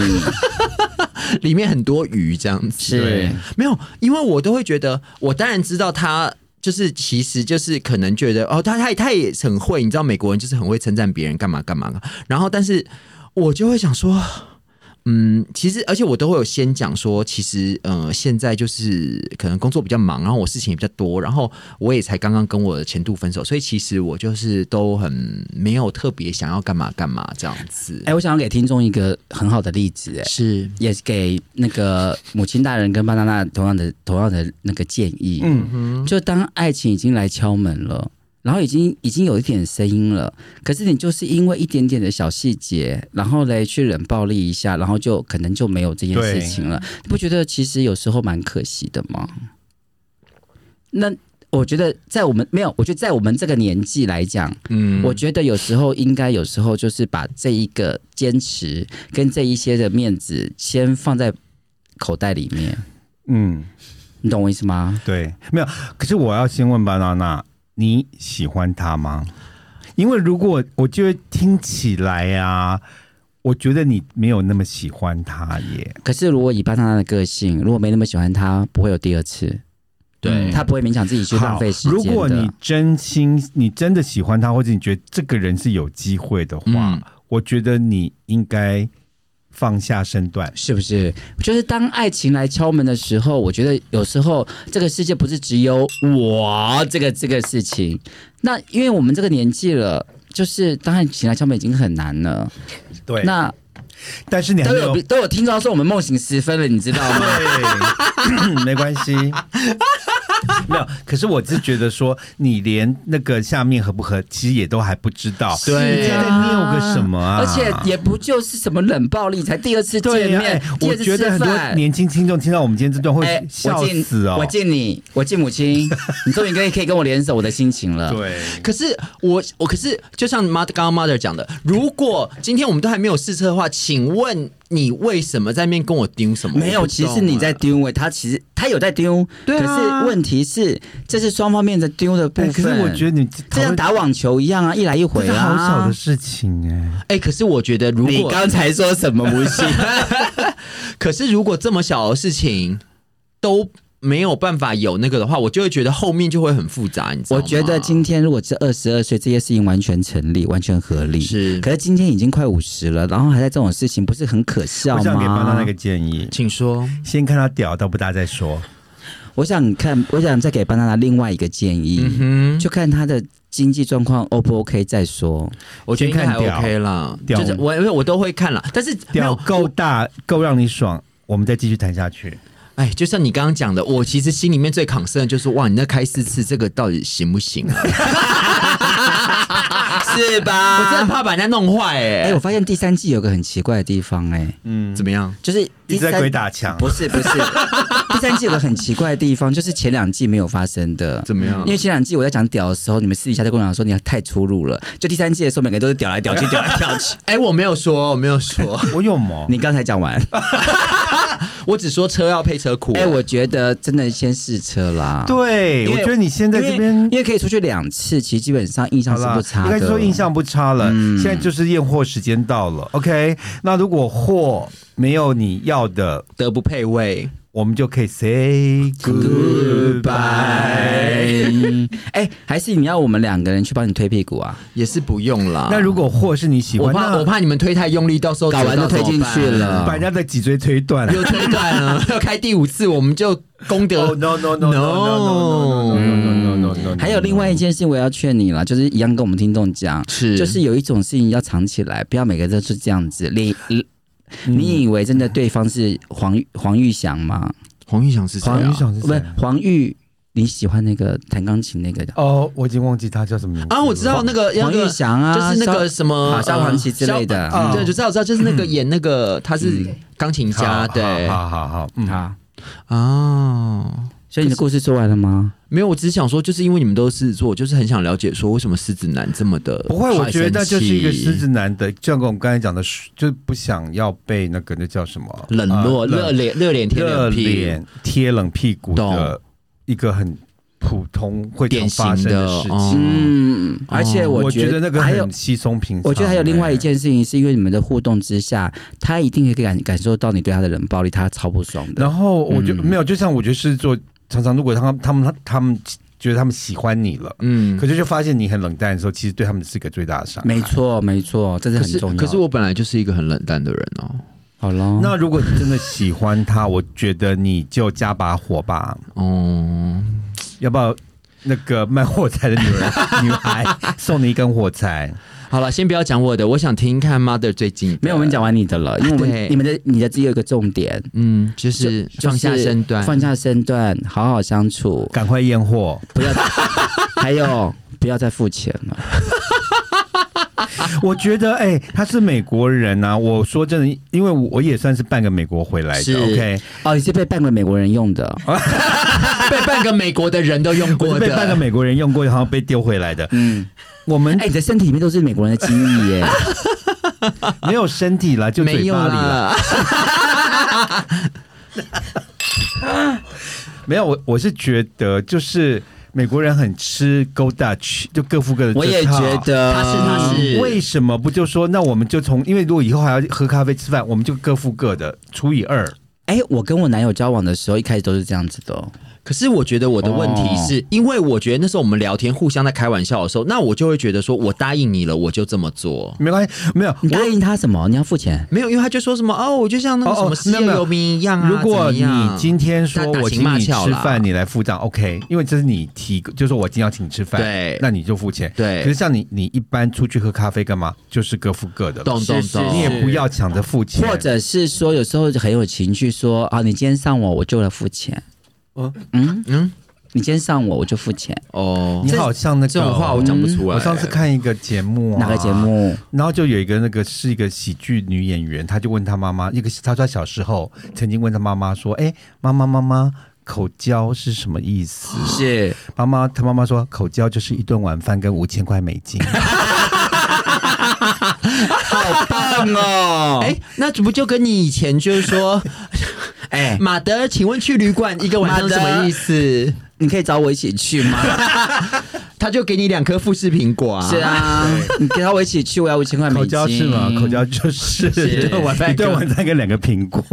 [SPEAKER 2] 哼，里面很多鱼这样子。
[SPEAKER 3] 是
[SPEAKER 1] 对
[SPEAKER 2] 没有，因为我都会觉得，我当然知道他。就是，其实就是可能觉得哦，他他他也很会，你知道美国人就是很会称赞别人干嘛干嘛，然后但是我就会想说，嗯，其实而且我都会有先讲说，其实呃，现在就是可能工作比较忙，然后我事情也比较多，然后我也才刚刚跟我的前度分手，所以其实我就是都很没有特别想要干嘛干嘛这样子。
[SPEAKER 3] 哎、我想要给听众一个很好的例子、哎，
[SPEAKER 2] 是，
[SPEAKER 3] 也是给那个母亲大人跟巴娜娜同样的同样的那个建议。
[SPEAKER 1] 嗯
[SPEAKER 3] 嗯，就当爱情已经来敲门了，然后已经已经有一点声音了，可是你就是因为一点点的小细节，然后嘞去冷暴力一下，然后就可能就没有这件事情了。你不觉得其实有时候蛮可惜的吗？那我觉得在我们没有，我觉得在我们这个年纪来讲，
[SPEAKER 2] 嗯
[SPEAKER 3] 我觉得有时候应该，有时候就是把这一个坚持跟这一些的面子先放在口袋里面，
[SPEAKER 1] 嗯，
[SPEAKER 3] 你懂我意思吗？
[SPEAKER 1] 对，没有。可是我要先问巴娜娜，你喜欢他吗？因为如果我觉得听起来啊，我觉得你没有那么喜欢他耶。
[SPEAKER 3] 可是如果以巴娜娜的个性，如果没那么喜欢他，不会有第二次，
[SPEAKER 2] 对
[SPEAKER 3] 他不会勉强自己去浪费时间
[SPEAKER 1] 好
[SPEAKER 3] 的。
[SPEAKER 1] 如果你真心，你真的喜欢他，或者你觉得这个人是有机会的话，
[SPEAKER 2] 嗯
[SPEAKER 1] 我觉得你应该放下身段。
[SPEAKER 3] 是不是？就是当爱情来敲门的时候，我觉得有时候这个世界不是只有我这个这个事情。那因为我们这个年纪了，就是当爱情来敲门已经很难了。
[SPEAKER 1] 对
[SPEAKER 3] 那
[SPEAKER 1] 但是你还
[SPEAKER 3] 都
[SPEAKER 1] 没
[SPEAKER 3] 有
[SPEAKER 1] 有。
[SPEAKER 3] 都有听到说我们梦醒时分了，你知道吗？
[SPEAKER 1] 对，嗯没关 系。没有，可是我是觉得说，你连那个下面合不合，其实也都还不知道。
[SPEAKER 2] 对
[SPEAKER 1] 你在拗个什么啊？
[SPEAKER 3] 而且也不就是什么冷暴力，才第二次见
[SPEAKER 1] 对呀、
[SPEAKER 3] 面
[SPEAKER 1] 哎，
[SPEAKER 3] 第
[SPEAKER 1] 我
[SPEAKER 3] 二次
[SPEAKER 1] 觉
[SPEAKER 3] 吃
[SPEAKER 1] 得很多
[SPEAKER 3] 饭。
[SPEAKER 1] 年轻听众听到我们今天这段
[SPEAKER 3] 哎
[SPEAKER 1] 会笑
[SPEAKER 3] 我敬
[SPEAKER 1] 死哦。
[SPEAKER 3] 我敬你，我敬 母亲，你终于可以可以跟我联手我的心情了。
[SPEAKER 1] 对，
[SPEAKER 2] 可是我我可是就像 mother 刚刚 mother 讲的，如果今天我们都还没有试车的话，请问你为什么在面跟我丢什么？
[SPEAKER 3] 没有，
[SPEAKER 2] 我不
[SPEAKER 3] 其
[SPEAKER 2] 懂
[SPEAKER 3] 实你
[SPEAKER 2] 啊
[SPEAKER 3] 在丢哎，他其实他有在丢，
[SPEAKER 2] 对啊
[SPEAKER 3] 可是问题是，这是双方面的丢的部
[SPEAKER 1] 哎
[SPEAKER 3] 分。
[SPEAKER 1] 可是我觉得你
[SPEAKER 3] 这像打网球一样啊，一来一
[SPEAKER 1] 这
[SPEAKER 3] 回
[SPEAKER 1] 是好小
[SPEAKER 3] 啊
[SPEAKER 1] 的。事情哎、
[SPEAKER 2] 哎、可是我觉得如
[SPEAKER 3] 你
[SPEAKER 2] 果，
[SPEAKER 3] 刚才说什么无 锡？
[SPEAKER 2] 可是如果这么小的事情都没有办法有那个的话，我就会觉得后面就会很复杂，你知道
[SPEAKER 3] 我
[SPEAKER 2] 吗？
[SPEAKER 3] 觉得今天如果是二十二岁，这些事情完全成立，完全合理。
[SPEAKER 2] 是
[SPEAKER 3] 可是今天已经快五十了，然后还在这种事情，不是很可笑吗？
[SPEAKER 1] 我想给帮他那个建议，
[SPEAKER 2] 请说，
[SPEAKER 1] 先看他屌到不大再说。
[SPEAKER 3] 我想看，我想再给班娜娜另外一个建议，
[SPEAKER 2] 嗯哼，
[SPEAKER 3] 就看她的经济状况 O 不 OK 再说。
[SPEAKER 2] 我觉得应该还
[SPEAKER 1] 先看
[SPEAKER 2] OK 啦，
[SPEAKER 1] 屌
[SPEAKER 2] 就是我因为我都会看啦，但是没
[SPEAKER 1] 屌
[SPEAKER 2] 有
[SPEAKER 1] 够大，够让你爽，我们再继续谈下 去。
[SPEAKER 2] 哎，就像你刚刚讲的，我其实心里面最 concern 的就是哇，你那开四次这个到底行不行啊？是吧？我真的怕把人家弄坏哎、
[SPEAKER 3] 哎、我发现第三季有个很奇怪的地方、哎，
[SPEAKER 1] 嗯，
[SPEAKER 2] 怎么样？
[SPEAKER 3] 就是
[SPEAKER 1] 一
[SPEAKER 3] 第
[SPEAKER 1] 直在
[SPEAKER 3] 三
[SPEAKER 1] 鬼打墙，
[SPEAKER 3] 不是 不是，第三季有个很奇怪的地方，就是前两季没有发生的。
[SPEAKER 2] 怎么样
[SPEAKER 3] 因为前两季我在讲屌的时候，你们私底下在跟我讲说你太粗鲁了。就第三季的时候，每个人都是屌来 屌
[SPEAKER 1] 啊
[SPEAKER 3] 去，屌来屌去。
[SPEAKER 2] 哎、我没有说，我没有说，
[SPEAKER 1] 我有吗？
[SPEAKER 3] 你刚才讲 完，
[SPEAKER 2] 我只说车要配车库、
[SPEAKER 3] 哎、我觉得真的先试车啦。
[SPEAKER 1] 对，
[SPEAKER 3] 因
[SPEAKER 1] 我
[SPEAKER 3] 为
[SPEAKER 1] 觉得你现在
[SPEAKER 3] 因为
[SPEAKER 1] 这边
[SPEAKER 3] 因为可以出去两次，其实基本上印象
[SPEAKER 1] 好
[SPEAKER 3] 是
[SPEAKER 1] 啦
[SPEAKER 3] 不差
[SPEAKER 1] 应
[SPEAKER 3] 的。
[SPEAKER 1] 该说印象不差了。现在就是验货时间到了，OK？那如果货没有你要的，
[SPEAKER 2] 德不配位。
[SPEAKER 1] 我们就可以 say goodbye。
[SPEAKER 3] 嗯哎、还是你要我们两个人去帮你推屁股啊？
[SPEAKER 2] 也是不用啦。
[SPEAKER 1] 那如果货是你喜
[SPEAKER 2] 我
[SPEAKER 1] 欢，
[SPEAKER 2] 怕
[SPEAKER 1] 那
[SPEAKER 2] 我怕你们推太用力，到时候
[SPEAKER 3] 搞完就
[SPEAKER 2] 折到
[SPEAKER 3] 推进去
[SPEAKER 2] 怎么
[SPEAKER 3] 了
[SPEAKER 1] 把人家的脊椎推断
[SPEAKER 2] 办，。 又推断了，要开第五次我们就功德。
[SPEAKER 1] Oh no no no no no no no no no no no no！
[SPEAKER 3] 还有另外一件事，我也要劝你了，就是一样跟我们听众讲，
[SPEAKER 2] 是
[SPEAKER 3] 就是有一种事情要藏起来，不要每个都是这样子。你你你以为真的对方是黄黄玉祥吗？哦
[SPEAKER 2] 黄玉祥是谁
[SPEAKER 1] 黄玉？
[SPEAKER 2] 啊
[SPEAKER 1] 哦祥是
[SPEAKER 3] 不
[SPEAKER 1] 谁
[SPEAKER 3] 是？黄玉，你喜欢那个弹钢琴那个的
[SPEAKER 1] 哦，我已经忘记他叫什么名字
[SPEAKER 2] 啊，我知道那个
[SPEAKER 3] 黄玉祥啊，
[SPEAKER 2] 就是那个什么
[SPEAKER 3] 萧煌奇之类的
[SPEAKER 2] 呃
[SPEAKER 1] 嗯
[SPEAKER 2] 萧对，就知道我知道，就是那个演那个他是钢琴家，
[SPEAKER 1] 好
[SPEAKER 2] 对
[SPEAKER 1] 好好好，嗯，
[SPEAKER 3] 好。
[SPEAKER 2] 啊。
[SPEAKER 3] 所以你的故事说完了吗？
[SPEAKER 2] 没有，我只是想说，就是因为你们都是狮子座，我就是很想了解说为什么狮子男这么的
[SPEAKER 1] 不会，我觉得
[SPEAKER 2] 坏生
[SPEAKER 1] 就是
[SPEAKER 2] 气
[SPEAKER 1] 一个狮子男的，就像跟我们刚才讲的，就是不想要被那个那叫什么
[SPEAKER 2] 冷落、热脸、热脸贴
[SPEAKER 1] 啊热
[SPEAKER 2] 冷屁，
[SPEAKER 1] 脸贴冷屁股的
[SPEAKER 2] 懂
[SPEAKER 1] 一个很普通会常
[SPEAKER 2] 典型
[SPEAKER 1] 发生
[SPEAKER 2] 的
[SPEAKER 1] 事
[SPEAKER 2] 哦
[SPEAKER 1] 情。
[SPEAKER 3] 嗯，而且
[SPEAKER 1] 哦我
[SPEAKER 3] 觉
[SPEAKER 1] 得那个
[SPEAKER 3] 还有
[SPEAKER 1] 很稀松平常、欸
[SPEAKER 3] 我觉得还有另外一，件事情，是因为你们的互动之下，他一定可以感感受到你对他的冷暴力，他超不爽的。嗯
[SPEAKER 1] 然后我就、没有，就像我觉得狮子座常常，如果他们他们他们觉得他们喜欢你了，
[SPEAKER 2] 嗯，
[SPEAKER 1] 可是就发现你很冷淡的时候，其实对他们是一个最大的伤害。
[SPEAKER 3] 没错，没错，这是
[SPEAKER 2] 可
[SPEAKER 3] 很
[SPEAKER 2] 是
[SPEAKER 3] 重要的。
[SPEAKER 2] 可是我本来就是一个很冷淡的人哦，
[SPEAKER 3] 好咯，
[SPEAKER 1] 那如果你真的喜欢他，我觉得你就加把火吧，
[SPEAKER 2] 哦，
[SPEAKER 1] 要不要？那个卖火柴的女人女孩送你一根火柴，
[SPEAKER 2] 好了，先不要讲我的，我想听看 Mother 最近的
[SPEAKER 3] 没有，我们，讲完你的了，因为我
[SPEAKER 2] 啊对
[SPEAKER 3] 们你们的你的只有一个重点，
[SPEAKER 2] 嗯，就是
[SPEAKER 3] 就
[SPEAKER 2] 放下
[SPEAKER 3] 是
[SPEAKER 2] 身段，
[SPEAKER 3] 放下身段，好好 相处，
[SPEAKER 1] 赶快验货。
[SPEAKER 3] 不要，还有不要再付钱了。
[SPEAKER 1] 我觉得，哎、他是美国人呐、我说真的，因为我也算是半个美国回来
[SPEAKER 2] 是
[SPEAKER 1] 的，OK，
[SPEAKER 3] 哦，你是被半个美国人用的，
[SPEAKER 2] 被半个美国的人都用
[SPEAKER 1] 我
[SPEAKER 2] 过
[SPEAKER 1] 是
[SPEAKER 2] 的，
[SPEAKER 1] 被半个美国人用过，然后被丢回来的。
[SPEAKER 3] 嗯，
[SPEAKER 1] 我们
[SPEAKER 3] 哎、你的身体里面都是美国人的记忆 耶，
[SPEAKER 1] 没有身体啦，就
[SPEAKER 2] 没
[SPEAKER 1] 嘴
[SPEAKER 2] 有
[SPEAKER 1] 巴里啦。
[SPEAKER 2] 啦，
[SPEAKER 1] 没有，我我是觉得就是美国人很吃 go Dutch，就各付各的这套。
[SPEAKER 3] 我也觉得
[SPEAKER 2] 他啊是他是
[SPEAKER 1] 为什么不就说那我们就从，因为如果以后还要喝咖啡吃饭，我们就各付各的，除以二。
[SPEAKER 3] 哎、我跟我男友交往的时候，一开始都是这样子的、哦。
[SPEAKER 2] 可是我觉得我的问题是、因为我觉得那时候我们聊天互相在开玩笑的时候，那我就会觉得说我答应你了，我就这么做。
[SPEAKER 1] 没关系，没有。
[SPEAKER 3] 你答应他什么？你要付钱？
[SPEAKER 2] 没有，因为他就说什么哦，我就像那个什
[SPEAKER 1] 哦
[SPEAKER 2] 么
[SPEAKER 1] 哦
[SPEAKER 2] 事业
[SPEAKER 1] 没有没有
[SPEAKER 2] 游民一样啊。
[SPEAKER 1] 如果
[SPEAKER 2] 怎
[SPEAKER 1] 你
[SPEAKER 2] 么样
[SPEAKER 1] 今天说
[SPEAKER 2] 大打
[SPEAKER 1] 我
[SPEAKER 2] 情
[SPEAKER 1] 请
[SPEAKER 2] 骂
[SPEAKER 1] 你
[SPEAKER 2] 俏啊
[SPEAKER 1] 吃
[SPEAKER 2] 啦
[SPEAKER 1] 饭，你来付账，OK？因为这是你提，就是我今天要请你吃饭，
[SPEAKER 2] 对
[SPEAKER 1] 那你就付钱。
[SPEAKER 2] 对
[SPEAKER 1] 可是像你，你一般出去喝咖啡干嘛？就是各付各的了，
[SPEAKER 2] 懂懂
[SPEAKER 3] 是是
[SPEAKER 2] 懂，
[SPEAKER 1] 你也不要抢着付钱，
[SPEAKER 3] 或者是说，有时候很有情绪，说啊，你今天上我，我就来付钱。
[SPEAKER 1] 嗯
[SPEAKER 3] 嗯
[SPEAKER 2] 嗯
[SPEAKER 3] 嗯，你今天上我，我就付钱。
[SPEAKER 2] 哦。
[SPEAKER 1] 你好像那个
[SPEAKER 2] 这种嗯话我
[SPEAKER 1] 哦
[SPEAKER 2] 讲不出来。
[SPEAKER 1] 我上次看一个节目、啊，
[SPEAKER 3] 哪个节？目？
[SPEAKER 1] 然后就有一个那个是一个喜剧女演员，她就问她妈妈，一个她说她小时候曾经问她妈妈说：“哎、妈妈妈妈，口交是什么意思
[SPEAKER 3] 是？”
[SPEAKER 1] 妈妈她妈妈说：“口交就是一顿晚饭跟五千块美金。
[SPEAKER 3] 好棒哦！
[SPEAKER 2] 哎、那这不就跟你以前就是 说，
[SPEAKER 3] 哎、
[SPEAKER 2] 马德，请问去旅馆一个晚上
[SPEAKER 3] 马
[SPEAKER 2] 什
[SPEAKER 3] 德
[SPEAKER 2] 么意思？
[SPEAKER 3] 你可以找我一起去吗？
[SPEAKER 2] 他就给你两颗富士苹果啊。
[SPEAKER 3] 是，啊，你跟他我一起去，我要五千块” 美
[SPEAKER 1] 口
[SPEAKER 3] 金。嗯
[SPEAKER 1] 交是吗？口交就是
[SPEAKER 2] 是
[SPEAKER 1] 一顿晚饭，一顿晚餐跟两个苹果。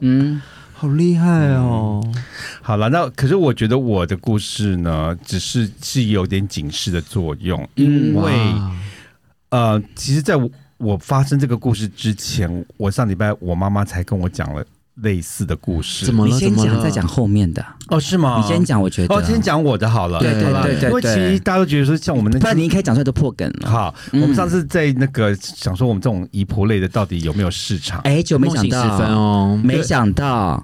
[SPEAKER 3] 嗯，
[SPEAKER 2] 好厉害哦！
[SPEAKER 1] 好了，那可是我觉得我的故事呢，只是是有点警示的作用，
[SPEAKER 3] 嗯
[SPEAKER 1] 因为呃，其实在我我发生这个故事之前，我上礼拜我妈妈才跟我讲了类似的故事。
[SPEAKER 2] 怎么
[SPEAKER 3] 你
[SPEAKER 2] 嗯了？怎
[SPEAKER 3] 先
[SPEAKER 2] 么
[SPEAKER 3] 讲，
[SPEAKER 2] 了？
[SPEAKER 3] 再讲后面的。
[SPEAKER 1] 哦，是吗
[SPEAKER 3] 你先。讲，我觉得。
[SPEAKER 1] 哦，先。讲我的好了。
[SPEAKER 3] 对对
[SPEAKER 1] 好啦
[SPEAKER 3] 对对
[SPEAKER 1] 因为其
[SPEAKER 3] 对
[SPEAKER 1] 实大家都觉得说，像我们那
[SPEAKER 3] 不然你一开始讲出来都破梗了。
[SPEAKER 1] 好，我们上次在那个想说，我们这种姨婆类的到底有没有市场？
[SPEAKER 3] 哎，就没
[SPEAKER 2] 梦
[SPEAKER 3] 想
[SPEAKER 2] 醒时分
[SPEAKER 3] 到，
[SPEAKER 2] 哦，
[SPEAKER 3] 没想到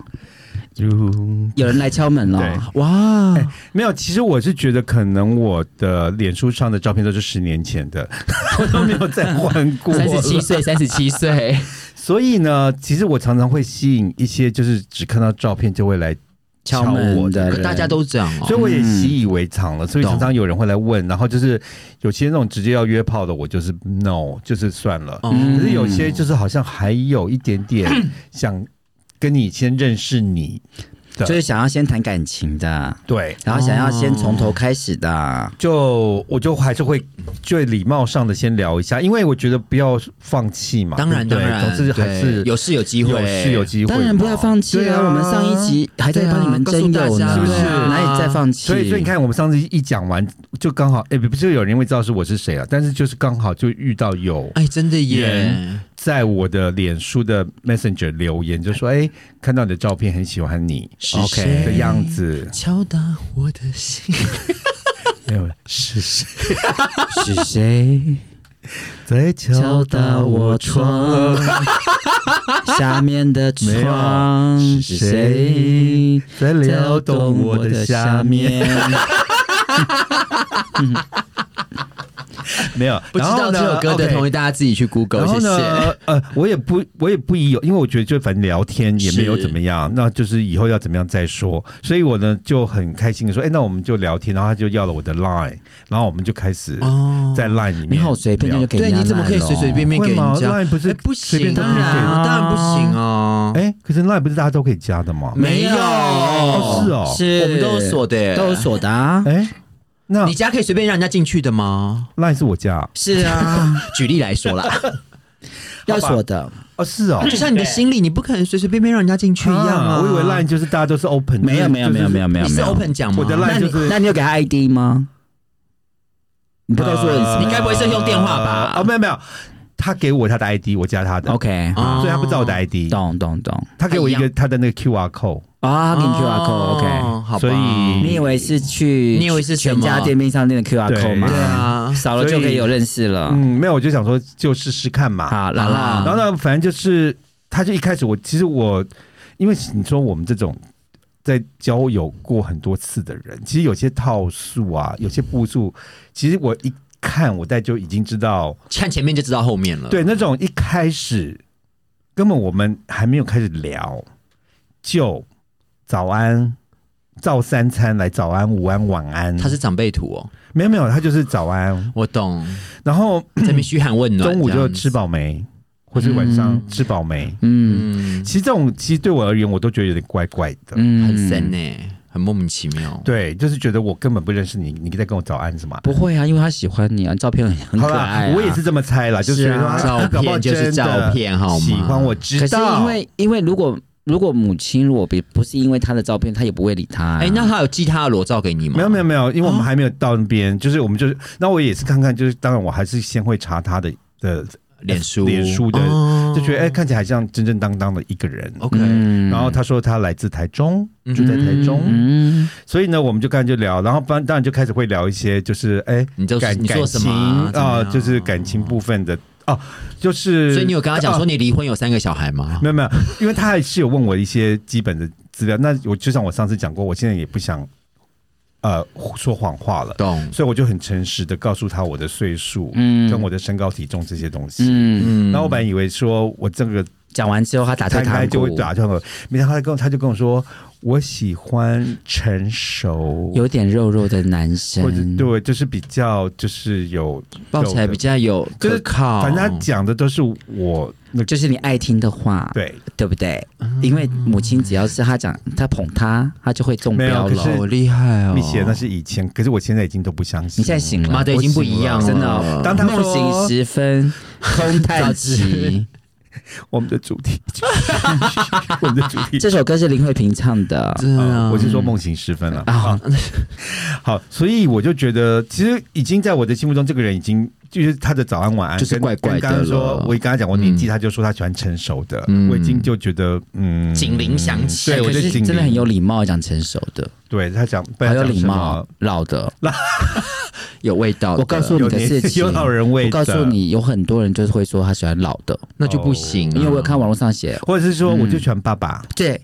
[SPEAKER 1] 嗯
[SPEAKER 3] 有人来敲门
[SPEAKER 1] 对
[SPEAKER 3] 了。
[SPEAKER 2] 哇，
[SPEAKER 1] 没有，其实我是觉得，可能我的脸书上的照片都是十年前的， 我都没有再换过。
[SPEAKER 2] 三十七岁，三十七岁，
[SPEAKER 1] 所以呢，其实我常常会吸引一些就是只看到照片就会来
[SPEAKER 3] 敲
[SPEAKER 1] 我
[SPEAKER 3] 门的
[SPEAKER 1] 的
[SPEAKER 3] 人
[SPEAKER 2] 可
[SPEAKER 1] 人，
[SPEAKER 2] 大家都这样
[SPEAKER 1] 所
[SPEAKER 2] 哦。
[SPEAKER 1] 以我也习以为常了。所以常常有人会来问，然后就是有些那种直接要约炮的，我就是 no，就是算了。
[SPEAKER 2] 嗯
[SPEAKER 1] 可是有些就是好像还有一点点想跟你先认识你，的
[SPEAKER 3] 就是想要先谈感情的，
[SPEAKER 1] 对。
[SPEAKER 3] 然后想要先从头开始
[SPEAKER 1] 哦
[SPEAKER 3] 的。
[SPEAKER 1] 就我就还是会最礼貌上的先聊一下，因为我觉得不要放弃嘛，
[SPEAKER 2] 当然，
[SPEAKER 1] 对
[SPEAKER 2] 当
[SPEAKER 1] 不对
[SPEAKER 2] 然，
[SPEAKER 1] 总是还
[SPEAKER 2] 对
[SPEAKER 1] 是
[SPEAKER 2] 有是有机会，
[SPEAKER 1] 有是有机会，
[SPEAKER 3] 当然不要。放弃
[SPEAKER 1] 对
[SPEAKER 3] 啊！
[SPEAKER 1] 啊
[SPEAKER 3] 我们上一集还在帮你们征友
[SPEAKER 2] 对啊
[SPEAKER 3] 呢，
[SPEAKER 2] 告诉大家
[SPEAKER 1] 是不是
[SPEAKER 3] 哪里在放弃？
[SPEAKER 1] 所以，所以你，看，我们上次一讲完，就刚好，哎、不是有人会知道是我是谁了，但是就是刚好就遇到 有
[SPEAKER 2] 哎，真的耶
[SPEAKER 1] 人！在我的脸书的 Messenger 留言，就说，哎、看到你的照片，很喜欢你
[SPEAKER 2] 是谁
[SPEAKER 1] ，OK 的样子，
[SPEAKER 2] 敲打我的心，
[SPEAKER 1] 没有是谁
[SPEAKER 3] 是谁
[SPEAKER 1] 在敲
[SPEAKER 3] 敲
[SPEAKER 1] 打
[SPEAKER 3] 打
[SPEAKER 1] 我
[SPEAKER 3] 我
[SPEAKER 1] 窗
[SPEAKER 3] 窗？下面的
[SPEAKER 1] 没
[SPEAKER 3] 窗
[SPEAKER 1] 有
[SPEAKER 3] 是谁
[SPEAKER 1] 在撩
[SPEAKER 3] 撩
[SPEAKER 1] 动
[SPEAKER 3] 动
[SPEAKER 1] 我
[SPEAKER 3] 我
[SPEAKER 1] 的
[SPEAKER 3] 的
[SPEAKER 1] 下
[SPEAKER 3] 下
[SPEAKER 1] 面？
[SPEAKER 3] 面？
[SPEAKER 1] 没有，
[SPEAKER 2] 不知道这首歌的同
[SPEAKER 1] 意。
[SPEAKER 2] 意，大家自己去 Google，
[SPEAKER 1] 然后
[SPEAKER 2] 谢谢。
[SPEAKER 1] 呢，呃，我也不，我也不以有，因为我觉得就反正聊天也没有怎么样，那就是以后要怎么样再说。所以我呢就很开心的说，哎、那我们就聊天，然后他就要了我的 Line，然后我们就开始
[SPEAKER 2] 哦
[SPEAKER 1] 在 Line 里面、
[SPEAKER 3] 你好随便就给
[SPEAKER 2] 对
[SPEAKER 3] 人家
[SPEAKER 2] 你怎么可以随随便便
[SPEAKER 1] 会
[SPEAKER 2] 给人
[SPEAKER 1] 吗
[SPEAKER 2] 家？
[SPEAKER 1] ？Line 不是
[SPEAKER 2] 哎不
[SPEAKER 1] 随便
[SPEAKER 2] 行
[SPEAKER 1] 都可
[SPEAKER 2] 啊，
[SPEAKER 1] 以
[SPEAKER 3] 吗
[SPEAKER 2] 当然不行啊。
[SPEAKER 1] 哎、可是 Line 不是大家都可以加的吗？
[SPEAKER 2] 没有
[SPEAKER 3] 啊
[SPEAKER 1] 哦是哦
[SPEAKER 2] 我们都有锁的耶
[SPEAKER 3] 都有锁的啊。
[SPEAKER 1] 哎、那
[SPEAKER 2] 你家可以随便让人家进去的吗？
[SPEAKER 1] Line 是我加
[SPEAKER 3] 是啊，
[SPEAKER 2] 举例来说啦，
[SPEAKER 3] 要锁的。
[SPEAKER 1] 哦，是哦。
[SPEAKER 2] 就像你的心里，你不可能随随便便让人家进去一样啊。
[SPEAKER 1] 我以为 Line 就是大家都是 open，
[SPEAKER 3] 没
[SPEAKER 1] 就是
[SPEAKER 3] 有没有没有没有没有
[SPEAKER 2] 你
[SPEAKER 3] 没
[SPEAKER 2] 是
[SPEAKER 3] 有。
[SPEAKER 2] open 讲吗？
[SPEAKER 1] 我的 Line
[SPEAKER 3] 那
[SPEAKER 1] 就是
[SPEAKER 3] 你那你有给他 ID 吗？你不告诉我你是
[SPEAKER 1] 呃
[SPEAKER 2] 啊
[SPEAKER 3] 哦
[SPEAKER 2] 你该不会是用电话吧
[SPEAKER 1] 哦，没有没有，他给我他的 ID，我加他的，
[SPEAKER 3] OK，
[SPEAKER 2] 哦
[SPEAKER 1] 啊所以他不知道我的 ID，
[SPEAKER 3] 懂懂懂
[SPEAKER 1] 他给我一
[SPEAKER 2] 他一
[SPEAKER 1] 个他的那个 QR code，
[SPEAKER 3] 啊，给你 QR code，OK。
[SPEAKER 2] 哦好吧，
[SPEAKER 1] 所以
[SPEAKER 3] 你以为是去？
[SPEAKER 2] 你以为是什
[SPEAKER 3] 全
[SPEAKER 2] 么
[SPEAKER 3] 家便利商店的 QR
[SPEAKER 1] 对
[SPEAKER 3] code
[SPEAKER 2] 对
[SPEAKER 3] 吗？
[SPEAKER 2] 啊，
[SPEAKER 3] 少了就可以有认识了。
[SPEAKER 1] 嗯，没有，我就想说就试试看嘛。
[SPEAKER 3] 好，啦
[SPEAKER 2] 啊
[SPEAKER 3] 啦，
[SPEAKER 1] 然后呢，反正就是，他就一开始我其实我，因为你说我们这种在交友过很多次的人，其实有些套数啊，
[SPEAKER 2] 嗯
[SPEAKER 1] 有些步数，其实我一看我大概就已经知道，
[SPEAKER 2] 看前面就知道后面了。
[SPEAKER 1] 对那种一开始根本我们还没有开始聊，就早安。照三餐来早安、午安、晚安，
[SPEAKER 2] 他是长辈图哦，
[SPEAKER 1] 没有没有，他就是早安，
[SPEAKER 2] 我懂，
[SPEAKER 1] 然后
[SPEAKER 2] 这边嘘寒问暖，
[SPEAKER 1] 中午
[SPEAKER 2] 这
[SPEAKER 1] 就
[SPEAKER 2] 样子
[SPEAKER 1] 吃，饱没，或是晚上吃饱没，
[SPEAKER 3] 嗯
[SPEAKER 2] 嗯，
[SPEAKER 1] 其实这种其实对我而言，我都觉得有点怪怪的。
[SPEAKER 3] 嗯
[SPEAKER 2] 很神呢，很莫名其妙。
[SPEAKER 1] 对，就是觉得我根本不认识你，你在跟我早安什么？
[SPEAKER 3] 不会啊，因为他喜欢你啊，照片很
[SPEAKER 1] 好
[SPEAKER 3] 可
[SPEAKER 1] 啦
[SPEAKER 3] 爱、啊。
[SPEAKER 1] 我也是。这么猜啦，就是
[SPEAKER 3] 是啊
[SPEAKER 1] 说
[SPEAKER 2] 照
[SPEAKER 1] 搞不好
[SPEAKER 2] 片就
[SPEAKER 1] 真的
[SPEAKER 2] 是照片好吗
[SPEAKER 1] 喜欢我知
[SPEAKER 3] 可是
[SPEAKER 1] 道，
[SPEAKER 3] 因为因为如果如果母亲如果不不是因为他的照片，他也不会理他、啊。
[SPEAKER 2] 哎，那他有寄他的裸照给你吗？
[SPEAKER 1] 没有没有没有，因为我们还没有到那边，就是我们就是，那我也是看看，就是当然我还是先会查他的的，
[SPEAKER 2] 脸书
[SPEAKER 1] 脸书的
[SPEAKER 2] 哦
[SPEAKER 1] 就觉得哎、看起来像真正当当的一个人。
[SPEAKER 2] ，OK，
[SPEAKER 3] 嗯
[SPEAKER 1] 然后他说他来自台中，住在台中，
[SPEAKER 3] 嗯，
[SPEAKER 1] 所以呢，我们就刚才就聊，然后当当然就开始会聊一些，就是哎，
[SPEAKER 2] 你就
[SPEAKER 1] 感
[SPEAKER 2] 你
[SPEAKER 1] 感
[SPEAKER 2] 做什么
[SPEAKER 1] 情
[SPEAKER 2] 啊怎么
[SPEAKER 1] 啊，
[SPEAKER 2] 样
[SPEAKER 1] 就是感情部分的哦，就是
[SPEAKER 2] 所以你有跟他讲说
[SPEAKER 1] 啊
[SPEAKER 2] 你离婚有三个小孩吗
[SPEAKER 1] 没？有没有，因为他还是有问我一些基本的资料。那我就像我上次讲过，我现在也不想呃说谎话了，
[SPEAKER 2] 懂，
[SPEAKER 1] 所以我就很诚实的告诉他我的岁数，
[SPEAKER 3] 嗯
[SPEAKER 1] 跟我的身高体重这些东西。
[SPEAKER 3] 嗯，
[SPEAKER 2] 嗯
[SPEAKER 1] 然后我本来以为说我这个
[SPEAKER 3] 讲完之后他打退
[SPEAKER 1] 摊
[SPEAKER 3] 堂
[SPEAKER 1] 开就
[SPEAKER 3] 鼓
[SPEAKER 1] 会，打断我，没想到他跟我他就跟我说我喜欢成熟，
[SPEAKER 3] 有点肉肉的男
[SPEAKER 1] 或者
[SPEAKER 3] 生，
[SPEAKER 1] 对，就是比较就是有
[SPEAKER 2] 抱起来比较有
[SPEAKER 1] 就是
[SPEAKER 2] 可
[SPEAKER 3] 哦
[SPEAKER 2] 靠，
[SPEAKER 1] 反正他讲的都是我那个
[SPEAKER 3] 就是你爱听的话，
[SPEAKER 1] 对，
[SPEAKER 3] 对不对？因为母亲只要是他讲他捧他，他就会中
[SPEAKER 1] 没有
[SPEAKER 3] 标
[SPEAKER 1] 可是
[SPEAKER 3] 了。
[SPEAKER 2] 好厉害哦！嗯
[SPEAKER 1] 你写那是以前，可是我现在已经都不相信。
[SPEAKER 3] 你现在醒了，
[SPEAKER 2] 妈的已经不一样了，
[SPEAKER 3] 真的
[SPEAKER 2] 嗯
[SPEAKER 3] 哦
[SPEAKER 1] 啊 当他
[SPEAKER 3] 梦
[SPEAKER 1] 说
[SPEAKER 3] 醒时分，空 叹息。
[SPEAKER 1] 我们的主 题 曲，我们的主题曲，
[SPEAKER 3] 这首歌是林慧萍唱的，
[SPEAKER 2] 真的啊
[SPEAKER 1] 呃，我是说梦醒时分了
[SPEAKER 3] 啊
[SPEAKER 1] 啊。好，所以我就觉得，其实已经在我的心目中，这个人已经就是他的早安晚安，
[SPEAKER 2] 就是
[SPEAKER 1] 跟
[SPEAKER 2] 怪怪的
[SPEAKER 1] 跟刚刚说
[SPEAKER 2] 了，
[SPEAKER 1] 我跟他讲我年纪，
[SPEAKER 2] 嗯
[SPEAKER 1] 他就说他喜欢成熟的，
[SPEAKER 2] 嗯
[SPEAKER 1] 我已经就觉得嗯，
[SPEAKER 2] 警铃响起
[SPEAKER 1] 对，
[SPEAKER 2] 哎
[SPEAKER 1] 我
[SPEAKER 3] 可
[SPEAKER 1] 就是警铃
[SPEAKER 3] 真的很有，礼貌，讲成熟的，
[SPEAKER 1] 对他讲，不
[SPEAKER 3] 好
[SPEAKER 1] 然
[SPEAKER 3] 有
[SPEAKER 1] 讲
[SPEAKER 3] 礼
[SPEAKER 1] 什么
[SPEAKER 3] 貌，老 的。
[SPEAKER 2] 有味道的。
[SPEAKER 3] 我告诉你
[SPEAKER 1] 有
[SPEAKER 3] 的事
[SPEAKER 1] 点
[SPEAKER 3] 情
[SPEAKER 1] 有老人味的，
[SPEAKER 3] 我告诉你，有很多人就是会说他喜欢老的，
[SPEAKER 2] 那就不行
[SPEAKER 1] 嗯
[SPEAKER 2] 啊，
[SPEAKER 3] 因为我有看网络上写，
[SPEAKER 1] 或者是说我就喜欢爸爸，
[SPEAKER 3] 对，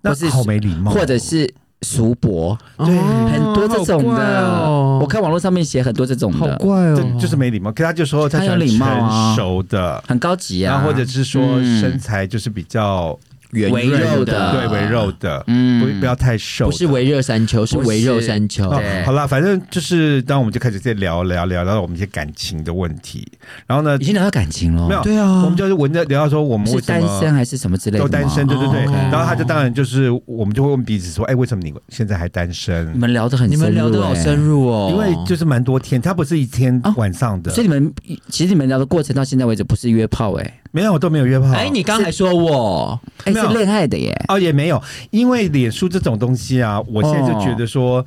[SPEAKER 1] 那
[SPEAKER 3] 嗯或是
[SPEAKER 1] 好没礼貌，
[SPEAKER 3] 或者是叔伯，
[SPEAKER 2] 哦
[SPEAKER 3] 很多这种
[SPEAKER 2] 好怪
[SPEAKER 3] 的。
[SPEAKER 2] 哦
[SPEAKER 3] 我看网络上面写很多这种的，
[SPEAKER 2] 怪哦
[SPEAKER 1] 这就是没礼貌。可他就说他喜欢
[SPEAKER 3] 他有礼貌啊
[SPEAKER 1] 成熟的，
[SPEAKER 3] 很高级
[SPEAKER 1] 然
[SPEAKER 3] 啊，
[SPEAKER 1] 后或者是说
[SPEAKER 3] 嗯
[SPEAKER 1] 身材就是比较
[SPEAKER 2] 圆
[SPEAKER 3] 围肉的
[SPEAKER 1] 对围肉的，
[SPEAKER 3] 嗯
[SPEAKER 1] 不不要太瘦的，
[SPEAKER 2] 不是围热山丘，是
[SPEAKER 3] 不是
[SPEAKER 2] 围肉山丘。
[SPEAKER 1] 哦
[SPEAKER 3] 对
[SPEAKER 1] 好啦，反正就是，当我们就开始在聊聊聊聊到我们一些感情的问题，然后呢
[SPEAKER 3] 已，经聊到感情了，
[SPEAKER 1] 没有，
[SPEAKER 2] 对啊
[SPEAKER 1] 我们就是闻着聊到说我们
[SPEAKER 3] 哦是
[SPEAKER 1] 为什
[SPEAKER 3] 单
[SPEAKER 1] 么
[SPEAKER 3] 身还是什么之类的
[SPEAKER 1] 都
[SPEAKER 3] 吗？
[SPEAKER 1] 单身，对对对。
[SPEAKER 2] 哦
[SPEAKER 1] 然后他就当然就是我们就会问彼此说，哎，为什么你现在还单
[SPEAKER 3] 你
[SPEAKER 1] 身？
[SPEAKER 3] 们聊得很
[SPEAKER 2] 你
[SPEAKER 3] 深入、欸
[SPEAKER 2] 们聊得好深入哦，
[SPEAKER 1] 因为就是蛮多天，他不是一天
[SPEAKER 3] 哦
[SPEAKER 1] 晚上的
[SPEAKER 3] 欸。所，以你们其实你们聊的过程到现在为止不是约炮哎、欸，
[SPEAKER 1] 没有我都没有约炮。
[SPEAKER 2] 哎，你刚才说我
[SPEAKER 3] 哎、
[SPEAKER 1] 没有
[SPEAKER 3] 是恋爱的耶。
[SPEAKER 1] 哦，也没有，因为脸书这种东西啊，我现在就觉得
[SPEAKER 3] 哦
[SPEAKER 1] 说，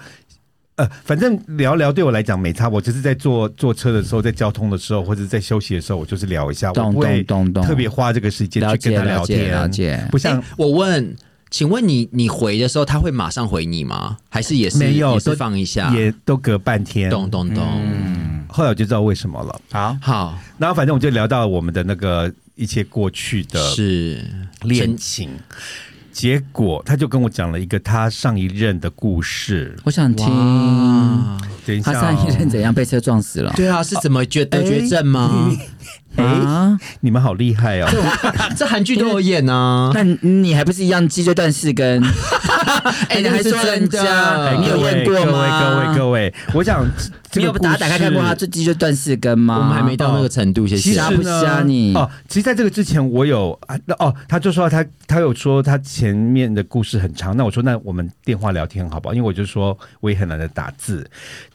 [SPEAKER 1] 呃，反正聊聊对我来讲没差，我就是在坐坐车的时候，在交通的时候，或者在休息的时候，我就是聊一下，我
[SPEAKER 3] 懂
[SPEAKER 1] 不会
[SPEAKER 3] 懂懂懂
[SPEAKER 1] 特别花这个时间
[SPEAKER 3] 了
[SPEAKER 1] 去跟
[SPEAKER 3] 解
[SPEAKER 1] 他聊
[SPEAKER 3] 了解
[SPEAKER 1] 天，
[SPEAKER 3] 了解，
[SPEAKER 1] 不像
[SPEAKER 2] 哎。我问，请问你你回的时候他会马上回你吗？还是也是
[SPEAKER 1] 没有
[SPEAKER 2] 也是
[SPEAKER 1] 都
[SPEAKER 2] 放一下？
[SPEAKER 1] 也嗯都隔半天，
[SPEAKER 2] 懂懂懂，
[SPEAKER 1] 后来我就知道为什么了。
[SPEAKER 3] 好，
[SPEAKER 2] 好
[SPEAKER 1] 然后反正我就聊到我们的那个一些过去的
[SPEAKER 2] 是
[SPEAKER 1] 恋情，结果他就跟我讲了一个他上一任的故事。
[SPEAKER 3] 我想听
[SPEAKER 2] 哇，
[SPEAKER 1] 等一下
[SPEAKER 3] 他
[SPEAKER 1] 哦、
[SPEAKER 3] 上一任怎样被车撞死了
[SPEAKER 2] 对啊，是怎么绝得绝症
[SPEAKER 1] 哦
[SPEAKER 2] 吗？
[SPEAKER 1] 哎
[SPEAKER 3] 啊？
[SPEAKER 1] 你们好厉害哦！
[SPEAKER 2] 这韩剧都有演啊，
[SPEAKER 3] 那你还不是一样鸡就断 四根？
[SPEAKER 2] 哎
[SPEAKER 3] 你还
[SPEAKER 2] 那是
[SPEAKER 3] 说人
[SPEAKER 2] 真的
[SPEAKER 3] 家
[SPEAKER 1] 哎
[SPEAKER 3] 你有
[SPEAKER 1] 各位
[SPEAKER 3] 验过
[SPEAKER 1] 各
[SPEAKER 3] 吗
[SPEAKER 1] 位？各位各位，我想这
[SPEAKER 3] 你有
[SPEAKER 1] 个故
[SPEAKER 3] 打打开看过他
[SPEAKER 1] 事
[SPEAKER 3] 这鸡就断四根
[SPEAKER 1] 啊
[SPEAKER 3] 吗？
[SPEAKER 2] 我们还没到那个程度，谢
[SPEAKER 1] 其
[SPEAKER 2] 谢
[SPEAKER 1] 实。
[SPEAKER 3] 瞎不
[SPEAKER 1] 呢
[SPEAKER 3] 瞎你
[SPEAKER 1] 哦，其实在这个之前，我有啊那哦，他就说他他有说他前面的故事很长，那我说那我们电话聊天好不好？因为我就说我也很懒得打字，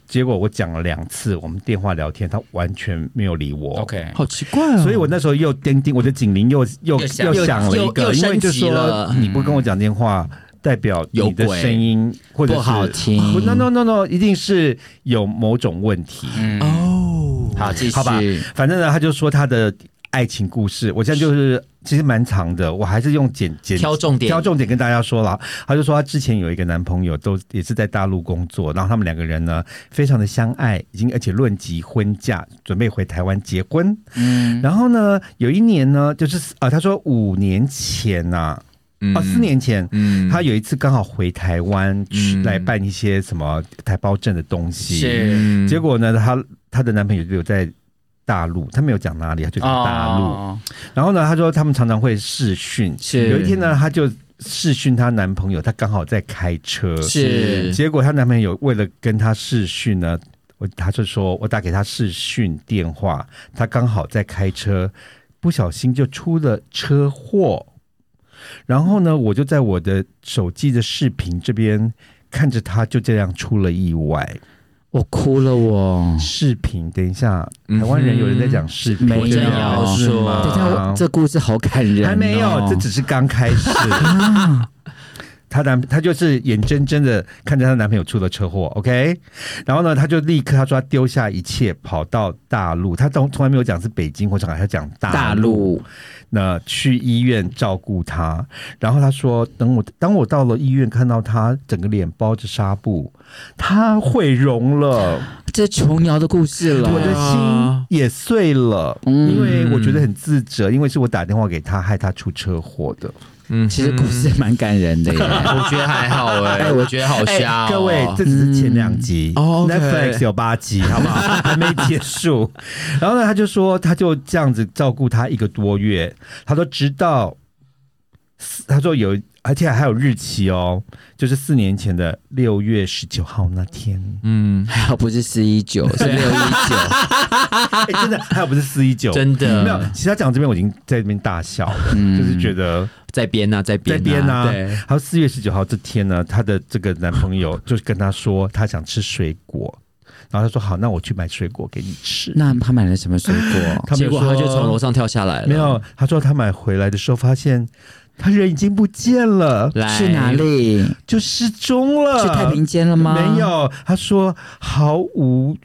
[SPEAKER 1] 结果我讲了两次，我们电话聊天，他完全没有理我。
[SPEAKER 3] OK，
[SPEAKER 2] 好奇怪
[SPEAKER 3] 嗯
[SPEAKER 2] 哦，
[SPEAKER 1] 所以我那时候又叮叮我的警铃又又
[SPEAKER 3] 又响
[SPEAKER 1] 又响了一
[SPEAKER 2] 又
[SPEAKER 1] 个，
[SPEAKER 2] 又
[SPEAKER 1] 因为就
[SPEAKER 2] 升级了
[SPEAKER 1] 说你不跟我讲电话，代表你的
[SPEAKER 2] 有鬼
[SPEAKER 1] 声音或者
[SPEAKER 3] 不
[SPEAKER 1] 是
[SPEAKER 3] 好听。
[SPEAKER 1] 不，no no no no，一定是有某种问题。
[SPEAKER 3] 嗯，
[SPEAKER 2] 哦，
[SPEAKER 3] 好，继续。
[SPEAKER 1] 好吧反正呢，他就说他的爱情故事，我现在就是其实蛮长的，我还是用简简
[SPEAKER 4] 挑重点
[SPEAKER 1] 挑重点跟大家说了。她就说她之前有一个男朋友，都也是在大陆工作，然后他们两个人呢非常的相爱，已经而且论及婚嫁，准备回台湾结婚。嗯，然后呢，有一年呢，就是呃，她说五年前呐、啊。哦，四年前，
[SPEAKER 2] 嗯
[SPEAKER 1] 她有一次刚好回台湾去
[SPEAKER 2] 嗯
[SPEAKER 1] 来办一些什么台胞证的东西，
[SPEAKER 4] 是
[SPEAKER 2] 嗯
[SPEAKER 1] 结果呢，她她的男朋友就留在大陆，她没有讲哪里，她就讲大陆。
[SPEAKER 4] 哦
[SPEAKER 1] 然后呢，她说他们常常会视讯，
[SPEAKER 4] 是
[SPEAKER 1] 有一天呢，她就视讯她男朋友，她刚好在开车，
[SPEAKER 4] 是
[SPEAKER 1] 结果她男朋友为了跟她视讯呢，我她就说我打给她视讯电话，她刚好在开车，不小心就出了车祸。然后呢，我就在我的手机的视频这边看着她就这样出了意外。
[SPEAKER 3] 我哭了我。
[SPEAKER 1] 视频，等一下，
[SPEAKER 2] 嗯
[SPEAKER 1] 台湾人有人在讲视频，
[SPEAKER 3] 没有
[SPEAKER 1] 这样
[SPEAKER 4] 我正要
[SPEAKER 1] 是
[SPEAKER 4] 说
[SPEAKER 1] 吗
[SPEAKER 3] 等一下，我这故事好感人、哦。
[SPEAKER 1] 啊还没有，这只是刚开 始。她男，她就是眼睁睁的看着她男朋友出了车祸，OK，然后呢，她就立刻她说她丢下一切跑到大陆，她从从来没有讲是北京或上海，她讲
[SPEAKER 3] 大
[SPEAKER 1] 大陆，
[SPEAKER 3] 陆
[SPEAKER 1] 那去医院照顾她，然后她说等我当我到了医院看到她整个脸包着纱布，她毁容了。
[SPEAKER 3] 这是琼瑶的故事了。
[SPEAKER 1] 我的心也碎了，
[SPEAKER 3] 啊嗯
[SPEAKER 1] 因为我觉得很自责，因为是我打电话给他，害他出车祸的。
[SPEAKER 2] 嗯，
[SPEAKER 3] 其实故事蛮感人的耶。
[SPEAKER 1] 嗯
[SPEAKER 4] 我觉得还好哎、
[SPEAKER 3] 哎
[SPEAKER 4] 我觉得好瞎、哦
[SPEAKER 1] 各位，这只是前两集、
[SPEAKER 2] 嗯哦
[SPEAKER 1] n e t f l i
[SPEAKER 2] ，OK
[SPEAKER 1] x 有八集，好不好？还没结束。然后呢，他就说，他就这样子照顾他一个多月，他说直到，他说有，而且还有日期哦，就是四年前的六月十九号那天。
[SPEAKER 2] 嗯，
[SPEAKER 3] 还好不是四 一九，是六一九。
[SPEAKER 1] 哎，真的，还有不是四一九，
[SPEAKER 4] 真的
[SPEAKER 1] 没有。其实他讲到这边，我已经在这边大笑了，就是觉得。
[SPEAKER 2] 在编呐，在
[SPEAKER 1] 在
[SPEAKER 2] 编
[SPEAKER 1] 编啊
[SPEAKER 2] 对，
[SPEAKER 1] 还有四月十九号这天呢，她的这个男朋友就是跟她说，她想吃水果，然后她说好，那我去买水果给你吃。
[SPEAKER 3] 那他买了什么水果？
[SPEAKER 1] 他们
[SPEAKER 2] 结果他就
[SPEAKER 1] 说
[SPEAKER 2] 从楼上跳下来了，
[SPEAKER 1] 没有，她说她买回来的时候发现她人已经不见了，
[SPEAKER 2] 来
[SPEAKER 3] 去哪？里？
[SPEAKER 1] 就失踪了，
[SPEAKER 3] 去太平间了吗？
[SPEAKER 1] 呃没。有，她说毫无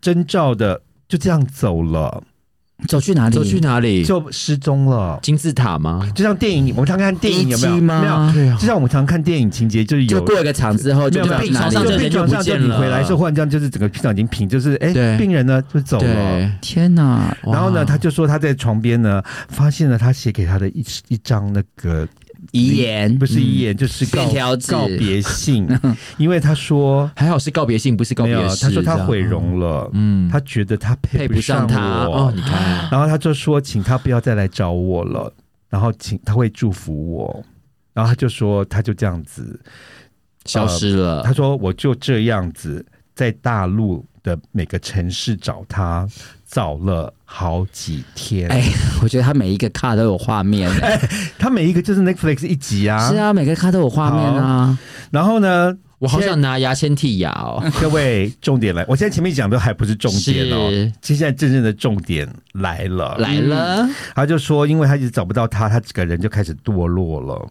[SPEAKER 1] 征兆的就这样走了，
[SPEAKER 3] 走去哪里？
[SPEAKER 2] 走去哪里？
[SPEAKER 1] 就失踪了。
[SPEAKER 2] 金字塔吗？
[SPEAKER 1] 就像电影，我们常看电影有没有？
[SPEAKER 3] 遗迹吗
[SPEAKER 1] 没有，
[SPEAKER 2] 对啊
[SPEAKER 1] 就像我们常看电影情节，就是有
[SPEAKER 3] 就过一个场之后就
[SPEAKER 1] 没有
[SPEAKER 3] 不
[SPEAKER 1] 没有
[SPEAKER 3] 知道
[SPEAKER 4] 病
[SPEAKER 3] 哪
[SPEAKER 4] 床上
[SPEAKER 1] 哦就
[SPEAKER 4] 这
[SPEAKER 3] 里。
[SPEAKER 1] 病
[SPEAKER 4] 人就
[SPEAKER 1] 床
[SPEAKER 4] 不
[SPEAKER 1] 上就
[SPEAKER 4] 见
[SPEAKER 1] 你
[SPEAKER 4] 了
[SPEAKER 1] 回来是忽然这样，就是整个病床已经平，就是哎、
[SPEAKER 2] 对
[SPEAKER 1] 病人呢就走了
[SPEAKER 2] 对。，
[SPEAKER 3] 天哪！
[SPEAKER 2] 哇
[SPEAKER 1] 然后呢，他就说他在床边呢，发现了他写给他的一一张那个
[SPEAKER 3] 遗言
[SPEAKER 1] 不是遗言，就是告
[SPEAKER 3] 便条纸
[SPEAKER 1] 告别信，因为他说
[SPEAKER 2] 还好是告别信，不是告
[SPEAKER 1] 没
[SPEAKER 2] 别
[SPEAKER 1] 有，
[SPEAKER 2] 式。
[SPEAKER 1] 他说他毁容了，
[SPEAKER 2] 嗯，
[SPEAKER 1] 他觉得他配
[SPEAKER 2] 配不上他哦
[SPEAKER 1] 我，，
[SPEAKER 2] 你看，
[SPEAKER 1] 然后他就说请他不要再来找我了，然后请他会祝福我，然后他就说他就这样子，
[SPEAKER 2] 消失了
[SPEAKER 1] 他，说我就这样子在大陆的每个城市找他，找了好几天。
[SPEAKER 3] 哎，我觉得他每一个卡都有画面。
[SPEAKER 1] 他每一个就是 Netflix 一集啊。
[SPEAKER 3] 是啊，每个卡都有画面啊。
[SPEAKER 1] 然后呢，
[SPEAKER 2] 我好想拿牙签剔牙哦。
[SPEAKER 1] 各位重点来，我现在前面讲的还不是重点哦
[SPEAKER 2] 是，
[SPEAKER 1] 接下来真正的重点来了。
[SPEAKER 2] 来了，
[SPEAKER 1] 他就说，因为他一直找不到他，他整个人就开始堕落了。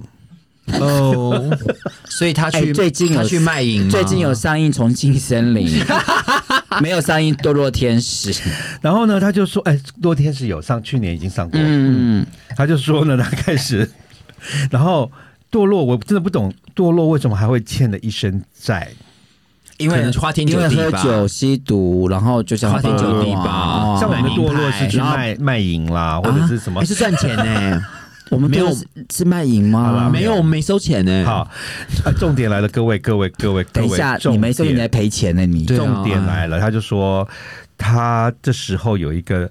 [SPEAKER 2] 哦，所以他去
[SPEAKER 3] 哎最近有
[SPEAKER 2] 他去卖
[SPEAKER 1] 嗯
[SPEAKER 2] 淫吗，
[SPEAKER 3] 最近有上映《重庆 森林》，没有上映《堕落天使》。
[SPEAKER 1] 然后呢，他就说，哎，洛天使有上，去年已经上过。
[SPEAKER 3] 嗯，
[SPEAKER 1] 他就说呢，他开始， 然后堕落，我真的不懂堕落为什么还会欠了一身债。
[SPEAKER 2] 因
[SPEAKER 3] 为
[SPEAKER 2] 为花天
[SPEAKER 3] 因
[SPEAKER 2] 酒
[SPEAKER 3] 为
[SPEAKER 2] 地
[SPEAKER 3] 喝
[SPEAKER 2] 吧，
[SPEAKER 3] 酒、吸毒，然后就想
[SPEAKER 2] 花天酒地吧
[SPEAKER 3] 哦
[SPEAKER 1] 像我们的堕落是去
[SPEAKER 3] 然后啊哎
[SPEAKER 1] 卖卖淫啦，或者是什么
[SPEAKER 2] 啊哎还。是赚钱呢？
[SPEAKER 3] 我们
[SPEAKER 2] 没
[SPEAKER 3] 没
[SPEAKER 2] 有
[SPEAKER 3] 有是卖淫
[SPEAKER 1] 好啦
[SPEAKER 3] 吗？
[SPEAKER 2] 没有，我们没收钱呢。
[SPEAKER 1] 好，啊重点来了，各位各位各位各
[SPEAKER 3] 等
[SPEAKER 1] 位，
[SPEAKER 3] 一下，
[SPEAKER 1] 重
[SPEAKER 3] 你没说你
[SPEAKER 1] 点
[SPEAKER 3] 在赔钱呢，你
[SPEAKER 2] 对啊
[SPEAKER 1] 重点来了，他就说他这时候有一个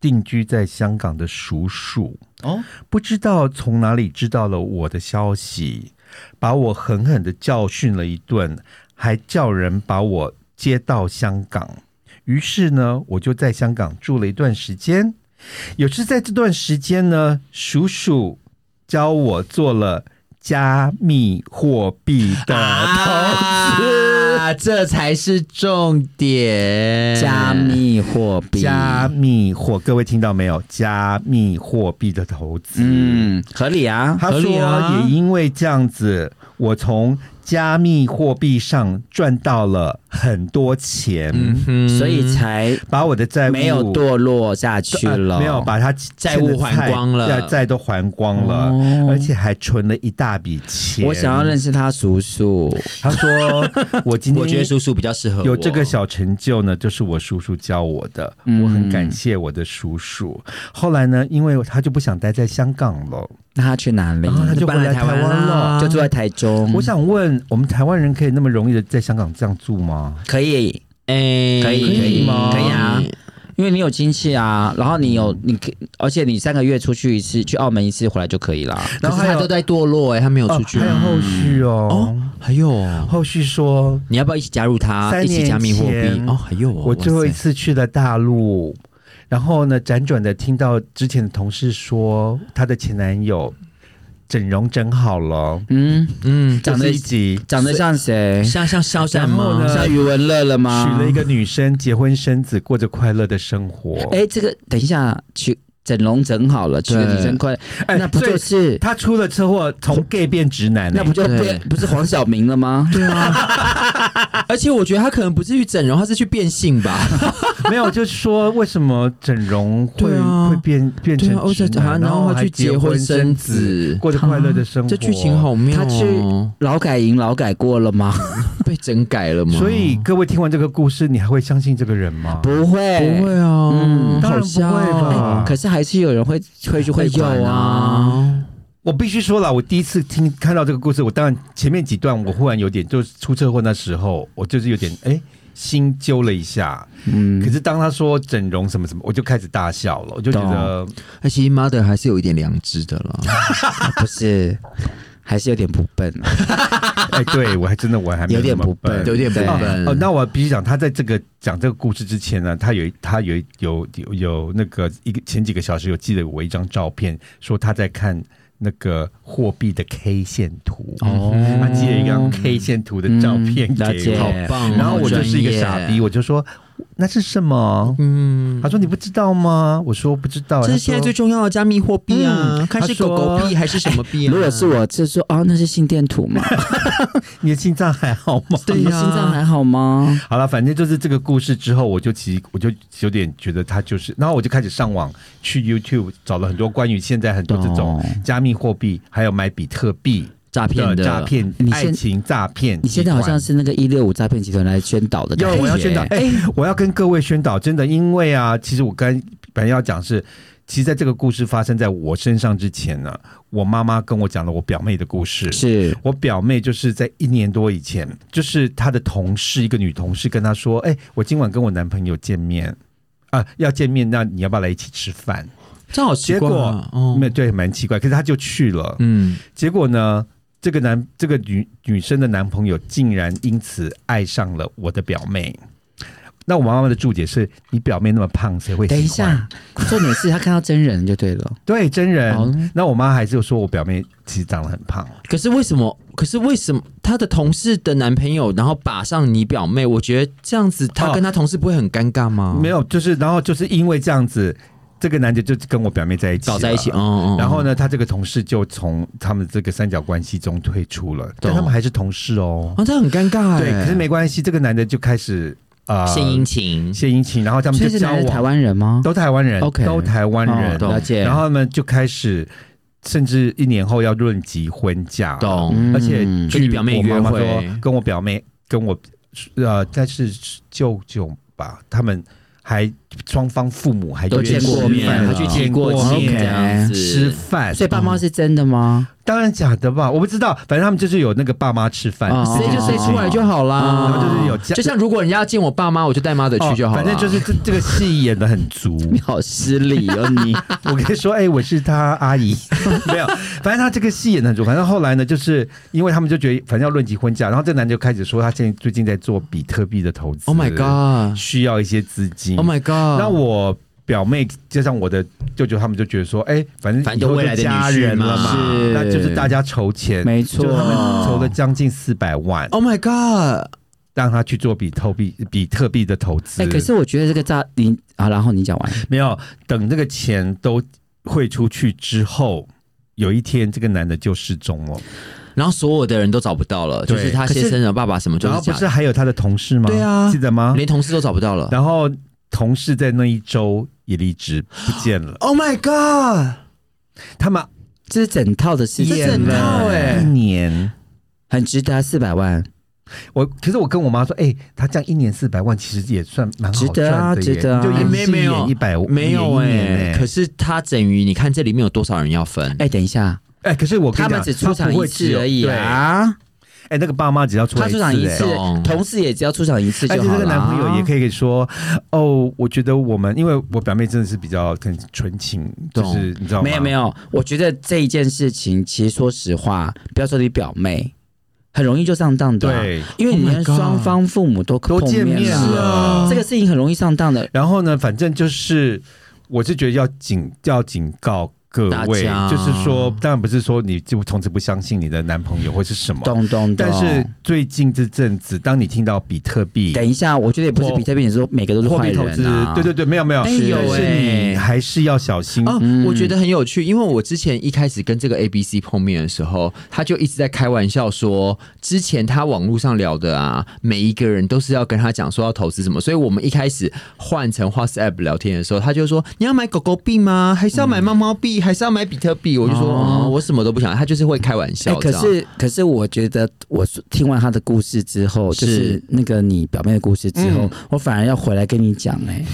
[SPEAKER 1] 定居在香港的叔叔，
[SPEAKER 4] 哦，
[SPEAKER 1] 不知道从哪里知道了我的消息，把我狠狠的教训了一顿，还叫人把我接到香港。于是呢，我就在香港住了一段时间。也是在这段时间呢，叔叔教我做了加密货币的投资。
[SPEAKER 2] 啊，这才是重点。
[SPEAKER 3] 加密货币，
[SPEAKER 1] 加密货，各位听到没有？加密货币的投资，
[SPEAKER 3] 嗯，合理啊，
[SPEAKER 1] 他
[SPEAKER 2] 合
[SPEAKER 1] 说
[SPEAKER 2] 理啊
[SPEAKER 1] 也因为这样子，我从加密货币上赚到了很多钱，
[SPEAKER 2] 嗯
[SPEAKER 3] 所以才
[SPEAKER 1] 把我的债务
[SPEAKER 3] 没有堕落下去
[SPEAKER 1] 呃
[SPEAKER 3] 了，
[SPEAKER 1] 没有把他
[SPEAKER 2] 债务还光了哦
[SPEAKER 1] 债债都还光了，而且还存了一大笔钱。
[SPEAKER 3] 我想要认识他叔叔，
[SPEAKER 1] 他 说我今
[SPEAKER 2] 我觉得
[SPEAKER 1] 天
[SPEAKER 2] 叔叔比较适合我
[SPEAKER 1] 有这个小成就呢，就是我叔叔教我的，我很感谢我的叔叔。后来呢，因为他就不想待在香港了，
[SPEAKER 3] 那他去哪里
[SPEAKER 1] 然？后他就
[SPEAKER 2] 就
[SPEAKER 1] 回
[SPEAKER 2] 搬来
[SPEAKER 1] 来
[SPEAKER 2] 台
[SPEAKER 1] 台
[SPEAKER 2] 湾
[SPEAKER 1] 湾
[SPEAKER 2] 啦
[SPEAKER 1] 了。
[SPEAKER 3] 就住在嗯台
[SPEAKER 1] 哦
[SPEAKER 3] 中。
[SPEAKER 1] 我想问，我们台湾人可以那么容易的在香港这样住吗？
[SPEAKER 3] 可以，
[SPEAKER 2] 哎，
[SPEAKER 3] 可以可以
[SPEAKER 1] 吗
[SPEAKER 3] 可以啊，因为你有亲戚啊，然后你有你可，而且你三个月出去一次，去澳门一次回来就可以啦。
[SPEAKER 1] 然后
[SPEAKER 2] 可
[SPEAKER 1] 还
[SPEAKER 2] 是他
[SPEAKER 1] 有哦
[SPEAKER 2] 都在堕落哎，他没有出去
[SPEAKER 1] 还有后续哦，
[SPEAKER 2] 还有
[SPEAKER 1] 后续说
[SPEAKER 2] 你要不要一起加入他，
[SPEAKER 1] 三
[SPEAKER 2] 一
[SPEAKER 1] 年
[SPEAKER 2] 起加密货币
[SPEAKER 1] 前
[SPEAKER 2] 哦？还有哦
[SPEAKER 1] 我最后一
[SPEAKER 2] 哇塞
[SPEAKER 1] 次去了大陆，然后呢，辗转的听到之前的同事说，她的前男友整容整好了，
[SPEAKER 3] 嗯，
[SPEAKER 2] 嗯，
[SPEAKER 1] 这
[SPEAKER 3] 长
[SPEAKER 1] 是
[SPEAKER 3] 得
[SPEAKER 1] 一集
[SPEAKER 3] 长得像谁？
[SPEAKER 2] 像像肖战
[SPEAKER 1] 然后
[SPEAKER 2] 吗
[SPEAKER 1] 呢？
[SPEAKER 3] 像余文乐了
[SPEAKER 1] 呃娶
[SPEAKER 3] 吗
[SPEAKER 1] 了？一个女生，结婚生子，过着快乐的生活。
[SPEAKER 3] 哎，这个等一下去整容整好了，去个
[SPEAKER 2] 对
[SPEAKER 3] 女生快，
[SPEAKER 1] 哎
[SPEAKER 3] 那不
[SPEAKER 1] 所以
[SPEAKER 3] 就是
[SPEAKER 1] 她出了车祸，从 gay 变直男、欸，
[SPEAKER 3] 那不就
[SPEAKER 2] 对
[SPEAKER 3] 变不是黄晓明了吗？
[SPEAKER 2] 对啊，而且我觉得他可能不是去整容，他是去变性吧？
[SPEAKER 1] 哎没有？就是说，为什么整容会、
[SPEAKER 2] 对啊
[SPEAKER 1] 会变变
[SPEAKER 2] 对
[SPEAKER 1] 成
[SPEAKER 2] 啊，而且
[SPEAKER 1] 直男
[SPEAKER 2] 好像然后
[SPEAKER 1] 还
[SPEAKER 2] 他去
[SPEAKER 1] 结
[SPEAKER 2] 结婚
[SPEAKER 1] 生
[SPEAKER 2] 生子
[SPEAKER 1] 过着快乐的生活。
[SPEAKER 2] 这剧情好妙
[SPEAKER 3] 他去
[SPEAKER 2] 哦，
[SPEAKER 3] 劳改营劳改过了吗？
[SPEAKER 2] 被整改了吗？
[SPEAKER 1] 所以各位听完这个故事，你还会相信这个人吗？
[SPEAKER 3] 不会，
[SPEAKER 2] 不会啊，
[SPEAKER 3] 嗯
[SPEAKER 1] 当然
[SPEAKER 2] 好哦哎笑
[SPEAKER 1] 不会吧
[SPEAKER 3] 可是还是有人会会去
[SPEAKER 2] 会
[SPEAKER 3] 会馆
[SPEAKER 2] 有
[SPEAKER 3] 啊。
[SPEAKER 2] 啊，
[SPEAKER 1] 我必须说了，我第一次听看到这个故事，我当然前面几段我忽然有点，就是出车祸那时候，我就是有点哎、心揪了一下。
[SPEAKER 3] 嗯
[SPEAKER 1] 可，是当他说整容什么什么，我就开始大笑了，我就觉得
[SPEAKER 2] 那哎其实 mother 还是有一点良知的啦。
[SPEAKER 3] 啊不是，还是有点不笨。 啊
[SPEAKER 1] 哎、对我还真的我还没
[SPEAKER 3] 有点
[SPEAKER 1] 那么
[SPEAKER 3] 不笨
[SPEAKER 2] 有点不
[SPEAKER 3] 对
[SPEAKER 2] 笨
[SPEAKER 1] 哦，那我必须讲，他在这个讲这个故事之前呢，他有一他有一有有有那个一个前几个小时有寄了我一张照片，说他在看那个货币的 K 线图，
[SPEAKER 3] 哦
[SPEAKER 1] 他寄了一张 K 线图的照片
[SPEAKER 3] 嗯了
[SPEAKER 1] 给
[SPEAKER 3] 解
[SPEAKER 1] 我，
[SPEAKER 2] 好棒哦
[SPEAKER 1] 然后我就是一个傻
[SPEAKER 2] 专
[SPEAKER 1] 逼，
[SPEAKER 2] 业
[SPEAKER 1] 我就说那是什么？
[SPEAKER 2] 嗯，
[SPEAKER 1] 他说你不知道吗？我说不知道。
[SPEAKER 2] 这是现在最重要的加密货币啊，
[SPEAKER 1] 嗯
[SPEAKER 2] 看是
[SPEAKER 1] 他说
[SPEAKER 2] 狗狗币还是什么币啊？
[SPEAKER 3] 如果是我，就说哦，那是心电 图嘛，哦
[SPEAKER 1] 你的心脏还好 吗？
[SPEAKER 2] 对
[SPEAKER 3] 你
[SPEAKER 2] 呀
[SPEAKER 3] 心脏还好吗？
[SPEAKER 1] 好了，反正就是这个故事之后，我就其实我就有点觉得他就是，然后我就开始上网去 YouTube 找了很多关于现在很多这种
[SPEAKER 3] 懂
[SPEAKER 1] 加密货币，还有买比特币
[SPEAKER 3] 诈哦骗
[SPEAKER 1] 的
[SPEAKER 3] 的
[SPEAKER 1] 诈骗
[SPEAKER 3] 你、
[SPEAKER 1] 爱
[SPEAKER 3] 现
[SPEAKER 1] 情诈骗集团。
[SPEAKER 3] 你现在好像是那个一六五诈骗集团来宣导的感
[SPEAKER 1] 要
[SPEAKER 3] 觉。
[SPEAKER 1] 我要宣导，哎、我要跟各位宣导，真的，因为啊，其实我刚本来要讲是，其实在这个故事发生在我身上之前呢，我妈妈跟我讲了我表妹的故事。
[SPEAKER 3] 是
[SPEAKER 1] 我表妹就是在一年多以前，就是她的同事一个女同事跟她说：“哎、我今晚跟我男朋友见面啊，要见面，那你要不要来一起吃饭
[SPEAKER 2] 这好？”奇
[SPEAKER 1] 结
[SPEAKER 2] 怪
[SPEAKER 1] 果
[SPEAKER 2] 啊，哦
[SPEAKER 1] 没、对，蛮奇怪，可是她就去了。
[SPEAKER 2] 嗯，
[SPEAKER 1] 结果呢，这个男这个女女生的男朋友竟然因此爱上了我的表妹。那我妈妈的注解是：你表妹那么胖，谁会喜欢？
[SPEAKER 3] 等一，下，重点是他看到真人就对了。
[SPEAKER 1] 对真人。
[SPEAKER 3] 哦
[SPEAKER 1] 那我妈还是说我表妹其实长得很胖，
[SPEAKER 2] 可是为什么？可是为什么她的同事的男朋友，然后把上你表妹？我觉得这样子，她
[SPEAKER 1] 哦
[SPEAKER 2] 跟她同事不会很尴尬吗？
[SPEAKER 1] 没有，就是然后就是因为这样子，这个男的就跟我表妹在一起，
[SPEAKER 2] 搞在一起，哦。哦
[SPEAKER 1] 然后？呢，他这个同事就从他们这个三角关系中退出了，但他们还是同事哦。
[SPEAKER 2] 啊，这很尴尬哎。
[SPEAKER 1] 对，可是没关系，这个男的就开始呃
[SPEAKER 2] 献殷勤，
[SPEAKER 1] 献殷勤，然后他们
[SPEAKER 3] 所
[SPEAKER 1] 就
[SPEAKER 3] 以是
[SPEAKER 1] 交
[SPEAKER 3] 来自
[SPEAKER 1] 往
[SPEAKER 3] 台，湾人吗？
[SPEAKER 1] 都台湾人
[SPEAKER 3] OK
[SPEAKER 1] 都台湾人
[SPEAKER 3] 哦，了解。
[SPEAKER 1] 然后他们就开始，甚至一年后要论及婚嫁，
[SPEAKER 2] 懂？
[SPEAKER 3] 嗯，
[SPEAKER 1] 而且据
[SPEAKER 2] 跟你表妹
[SPEAKER 1] 我妈妈
[SPEAKER 2] 约会
[SPEAKER 1] 说跟我表妹跟我呃，但是舅舅吧，他们还双方父母还
[SPEAKER 3] 都
[SPEAKER 1] 约
[SPEAKER 3] 见过
[SPEAKER 1] 吃
[SPEAKER 3] 面
[SPEAKER 1] 饭
[SPEAKER 3] 了
[SPEAKER 1] 还
[SPEAKER 3] 去
[SPEAKER 1] 啊见
[SPEAKER 2] 过
[SPEAKER 3] 面
[SPEAKER 1] OK
[SPEAKER 3] 这
[SPEAKER 2] 样子
[SPEAKER 1] 吃饭，嗯
[SPEAKER 3] 所以爸妈是真 的吗？
[SPEAKER 1] 当然假的吧，我不知道，反正他们就是有那个爸妈吃饭，嗯
[SPEAKER 3] 哦
[SPEAKER 2] 谁就谁出来就好啦。
[SPEAKER 1] 然后哦就是有家
[SPEAKER 2] 就像如果人家要见我爸妈，我就带妈的去就
[SPEAKER 1] 哦
[SPEAKER 2] 好
[SPEAKER 1] 反
[SPEAKER 2] 了。
[SPEAKER 1] 正就是这这个戏演的很足。
[SPEAKER 3] 你好失礼哦， 你
[SPEAKER 1] 我跟你说，哎、我是他阿姨，没有，反正他这个戏演的很足。反正后来呢，就是因为他们就觉得反正要论及婚嫁，然后这男的就开始说他现在最近在做比特币的投资。
[SPEAKER 2] Oh my god，Oh
[SPEAKER 1] 需要一些资金。
[SPEAKER 2] 哦 my god，
[SPEAKER 1] 那我表妹加上我的舅舅，他们就觉得说，哎、反正
[SPEAKER 2] 反正
[SPEAKER 1] 以后
[SPEAKER 2] 未来的女婿
[SPEAKER 1] 家人了
[SPEAKER 2] 嘛
[SPEAKER 3] 是
[SPEAKER 1] 那就是大家筹钱，
[SPEAKER 3] 没错
[SPEAKER 1] 就他们筹了将近四百万，
[SPEAKER 2] Oh my god，
[SPEAKER 1] 让他去做比特币、比特币的投资。
[SPEAKER 3] 哎，可是我觉得这个诈你啊，然后你讲完，
[SPEAKER 1] 没有等这个钱都汇出去之后。有一天，这个男的就失踪了，
[SPEAKER 2] 然后所有的人都找不到了，
[SPEAKER 1] 对
[SPEAKER 2] 就是他先生的爸爸什么就
[SPEAKER 1] 然
[SPEAKER 2] 是
[SPEAKER 1] 后不
[SPEAKER 2] 假
[SPEAKER 1] 是
[SPEAKER 2] 的，
[SPEAKER 1] 还有他的同事吗？
[SPEAKER 2] 对啊
[SPEAKER 1] 记得吗？
[SPEAKER 2] 连同事都找不到了。
[SPEAKER 1] 然后同事在那一周也离职不见了，
[SPEAKER 2] Oh my god！
[SPEAKER 1] 他们
[SPEAKER 3] 这是整哎套的事
[SPEAKER 2] 这
[SPEAKER 3] 情，
[SPEAKER 1] 演
[SPEAKER 2] 整套
[SPEAKER 1] 了
[SPEAKER 2] 欸
[SPEAKER 1] 一年。
[SPEAKER 3] 很值得啊四百万，
[SPEAKER 1] 我可是我跟我妈说，哎、她这样一年四百万，其实也算蛮好
[SPEAKER 3] 值得啊
[SPEAKER 1] 赚的耶，
[SPEAKER 3] 值得啊
[SPEAKER 1] 你就
[SPEAKER 2] 哎
[SPEAKER 1] 演
[SPEAKER 2] 没没有
[SPEAKER 1] 一百
[SPEAKER 2] 没有
[SPEAKER 1] 哎、
[SPEAKER 2] 哎、可
[SPEAKER 1] 可
[SPEAKER 2] 是他等于你看这里面有多少人要分？
[SPEAKER 3] 哎、等一下，
[SPEAKER 1] 哎、可是我跟
[SPEAKER 3] 他
[SPEAKER 1] 你
[SPEAKER 3] 们
[SPEAKER 1] 讲，
[SPEAKER 3] 只出
[SPEAKER 1] 她
[SPEAKER 3] 场
[SPEAKER 1] 不
[SPEAKER 3] 一
[SPEAKER 1] 会只
[SPEAKER 3] 次
[SPEAKER 1] 有
[SPEAKER 3] 而已
[SPEAKER 1] 对哎、
[SPEAKER 3] 啊，
[SPEAKER 1] 那个爸妈只要出来
[SPEAKER 3] 他出场一次
[SPEAKER 1] 哎
[SPEAKER 2] 懂，
[SPEAKER 3] 同事也只要出场一次
[SPEAKER 1] 而
[SPEAKER 3] 就
[SPEAKER 1] 且
[SPEAKER 3] 好
[SPEAKER 1] 哎这个
[SPEAKER 3] 了
[SPEAKER 1] 男
[SPEAKER 3] 啊。
[SPEAKER 1] 朋友也可以说，哦，我觉得我们，因为我表妹真的是比较很纯情，就
[SPEAKER 2] 懂
[SPEAKER 1] 是你知道吗？
[SPEAKER 3] 没有没
[SPEAKER 1] 有，
[SPEAKER 3] 有，我觉得这一件事情，其实说实话，不要说你表妹，很容易就上当的啊、
[SPEAKER 1] 对。
[SPEAKER 3] 因为
[SPEAKER 2] Oh
[SPEAKER 3] 你
[SPEAKER 2] my
[SPEAKER 3] 连
[SPEAKER 2] God
[SPEAKER 3] 双方父母都
[SPEAKER 1] 都
[SPEAKER 3] 碰
[SPEAKER 1] 见
[SPEAKER 3] 面
[SPEAKER 1] 面
[SPEAKER 3] 了，
[SPEAKER 1] 了
[SPEAKER 3] 这个事情很容易上当的。
[SPEAKER 1] 然后呢，反正就是，我是觉得要警要警告各
[SPEAKER 2] 大
[SPEAKER 1] 位，
[SPEAKER 2] 家
[SPEAKER 1] 就是说，当然不是说你就从此不相信你的男朋友或是什么，
[SPEAKER 3] 懂懂懂。
[SPEAKER 1] 但是最近这阵子，当你听到比特币、
[SPEAKER 3] 等一下，我觉得也不是
[SPEAKER 1] 货
[SPEAKER 3] 比特币，你说每个都是
[SPEAKER 1] 货
[SPEAKER 3] 坏
[SPEAKER 1] 币投
[SPEAKER 3] 人
[SPEAKER 1] 资，
[SPEAKER 3] 啊。
[SPEAKER 1] 对对对，没有没有，
[SPEAKER 2] 哎
[SPEAKER 1] 是
[SPEAKER 2] 有
[SPEAKER 1] 但是
[SPEAKER 2] 哎
[SPEAKER 1] 你还是要小心。
[SPEAKER 2] 哦，我觉得很有趣，因为我之前一开始跟这个 A B C 碰面的时候，他就一直在开玩笑说，之前他网络上聊的啊，每一个人都是要跟他讲说要投资什么，所以我们一开始换成 WhatsApp 聊天的时候，他就说你要买狗狗币吗？还是要买猫猫币？还是要买比特币？我就说、
[SPEAKER 3] 哦
[SPEAKER 2] 哦、我什么都不想，他就是会开玩
[SPEAKER 3] 哎
[SPEAKER 2] 笑。这
[SPEAKER 3] 可
[SPEAKER 2] 样
[SPEAKER 3] 是可是，我觉得我听完他的故事之后，就是
[SPEAKER 2] 是
[SPEAKER 3] 那个你表妹的故事之后，
[SPEAKER 1] 嗯
[SPEAKER 3] 我反而要回来跟你讲 哎、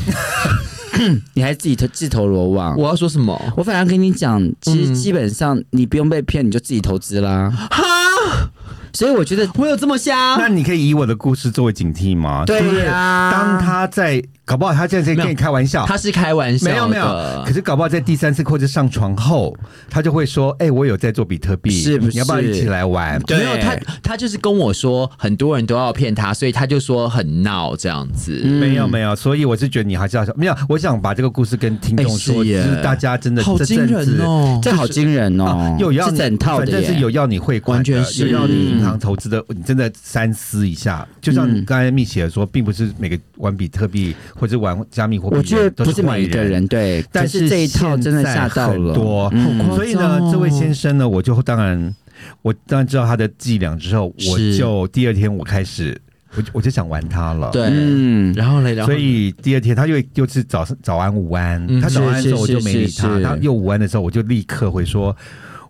[SPEAKER 3] 你还自己投自投罗网。
[SPEAKER 2] 我要说什么？
[SPEAKER 3] 我反而跟你讲，其
[SPEAKER 1] 嗯
[SPEAKER 3] 实基本上你不用被骗，你就自己投资啦。哈，所以我觉得
[SPEAKER 2] 我有这么瞎？
[SPEAKER 1] 那你可以以我的故事作为警惕吗？
[SPEAKER 3] 对
[SPEAKER 1] 是不是
[SPEAKER 3] 呀
[SPEAKER 1] 当他在搞不好他现在在跟你开玩笑，
[SPEAKER 2] 他是开玩笑的，
[SPEAKER 1] 没有没有，可是搞不好在第三次或者上床后，他就会说：“哎、我有在做比特币，
[SPEAKER 3] 是不是
[SPEAKER 1] 你要不要一起来玩？”
[SPEAKER 2] 没有他，他就是跟我说很多人都要骗他，所以他就说很闹这样子。
[SPEAKER 3] 嗯
[SPEAKER 1] 没有没有，所以我是觉得你还是要没有。我想把这个故事跟听众
[SPEAKER 2] 哎
[SPEAKER 1] 说，
[SPEAKER 2] 是
[SPEAKER 1] 就
[SPEAKER 2] 耶
[SPEAKER 1] 是大家真的
[SPEAKER 2] 好
[SPEAKER 1] 这
[SPEAKER 2] 惊
[SPEAKER 1] 阵子
[SPEAKER 2] 人哦！
[SPEAKER 3] 这好惊人哦
[SPEAKER 1] 啊，，有要
[SPEAKER 3] 是
[SPEAKER 1] 你
[SPEAKER 3] 整套的
[SPEAKER 1] 反正是
[SPEAKER 3] 耶。
[SPEAKER 1] 有要你汇款
[SPEAKER 2] 完
[SPEAKER 1] 的，
[SPEAKER 2] 全是
[SPEAKER 1] 有要你银行投资的，你真的三思一下。就
[SPEAKER 3] 嗯
[SPEAKER 1] 像你刚才蜜姐说，并不是每个玩比特币或者玩加密货币
[SPEAKER 3] 我
[SPEAKER 1] 的
[SPEAKER 3] 觉得
[SPEAKER 1] 人都
[SPEAKER 3] 不是
[SPEAKER 1] 坏
[SPEAKER 3] 每一个人对，
[SPEAKER 1] 但
[SPEAKER 3] 可是这一套真
[SPEAKER 1] 现
[SPEAKER 3] 的
[SPEAKER 1] 在
[SPEAKER 3] 吓到
[SPEAKER 1] 很
[SPEAKER 3] 了。嗯
[SPEAKER 1] 多，
[SPEAKER 2] 夸
[SPEAKER 1] 所以呢
[SPEAKER 2] 张，哦
[SPEAKER 1] 这位先生呢，我就当然，我当然知道他的伎俩之后，我
[SPEAKER 2] 是
[SPEAKER 1] 就第二天我开始，我就我就想玩他了。
[SPEAKER 2] 对，
[SPEAKER 3] 嗯，
[SPEAKER 2] 然后嘞，然后
[SPEAKER 1] 所以第二天他又又是早上早安午安，
[SPEAKER 2] 嗯
[SPEAKER 1] 他早安的时候我
[SPEAKER 3] 是
[SPEAKER 1] 就是没理
[SPEAKER 3] 是
[SPEAKER 1] 他，
[SPEAKER 3] 是
[SPEAKER 1] 他又午安的时候我就立刻回说，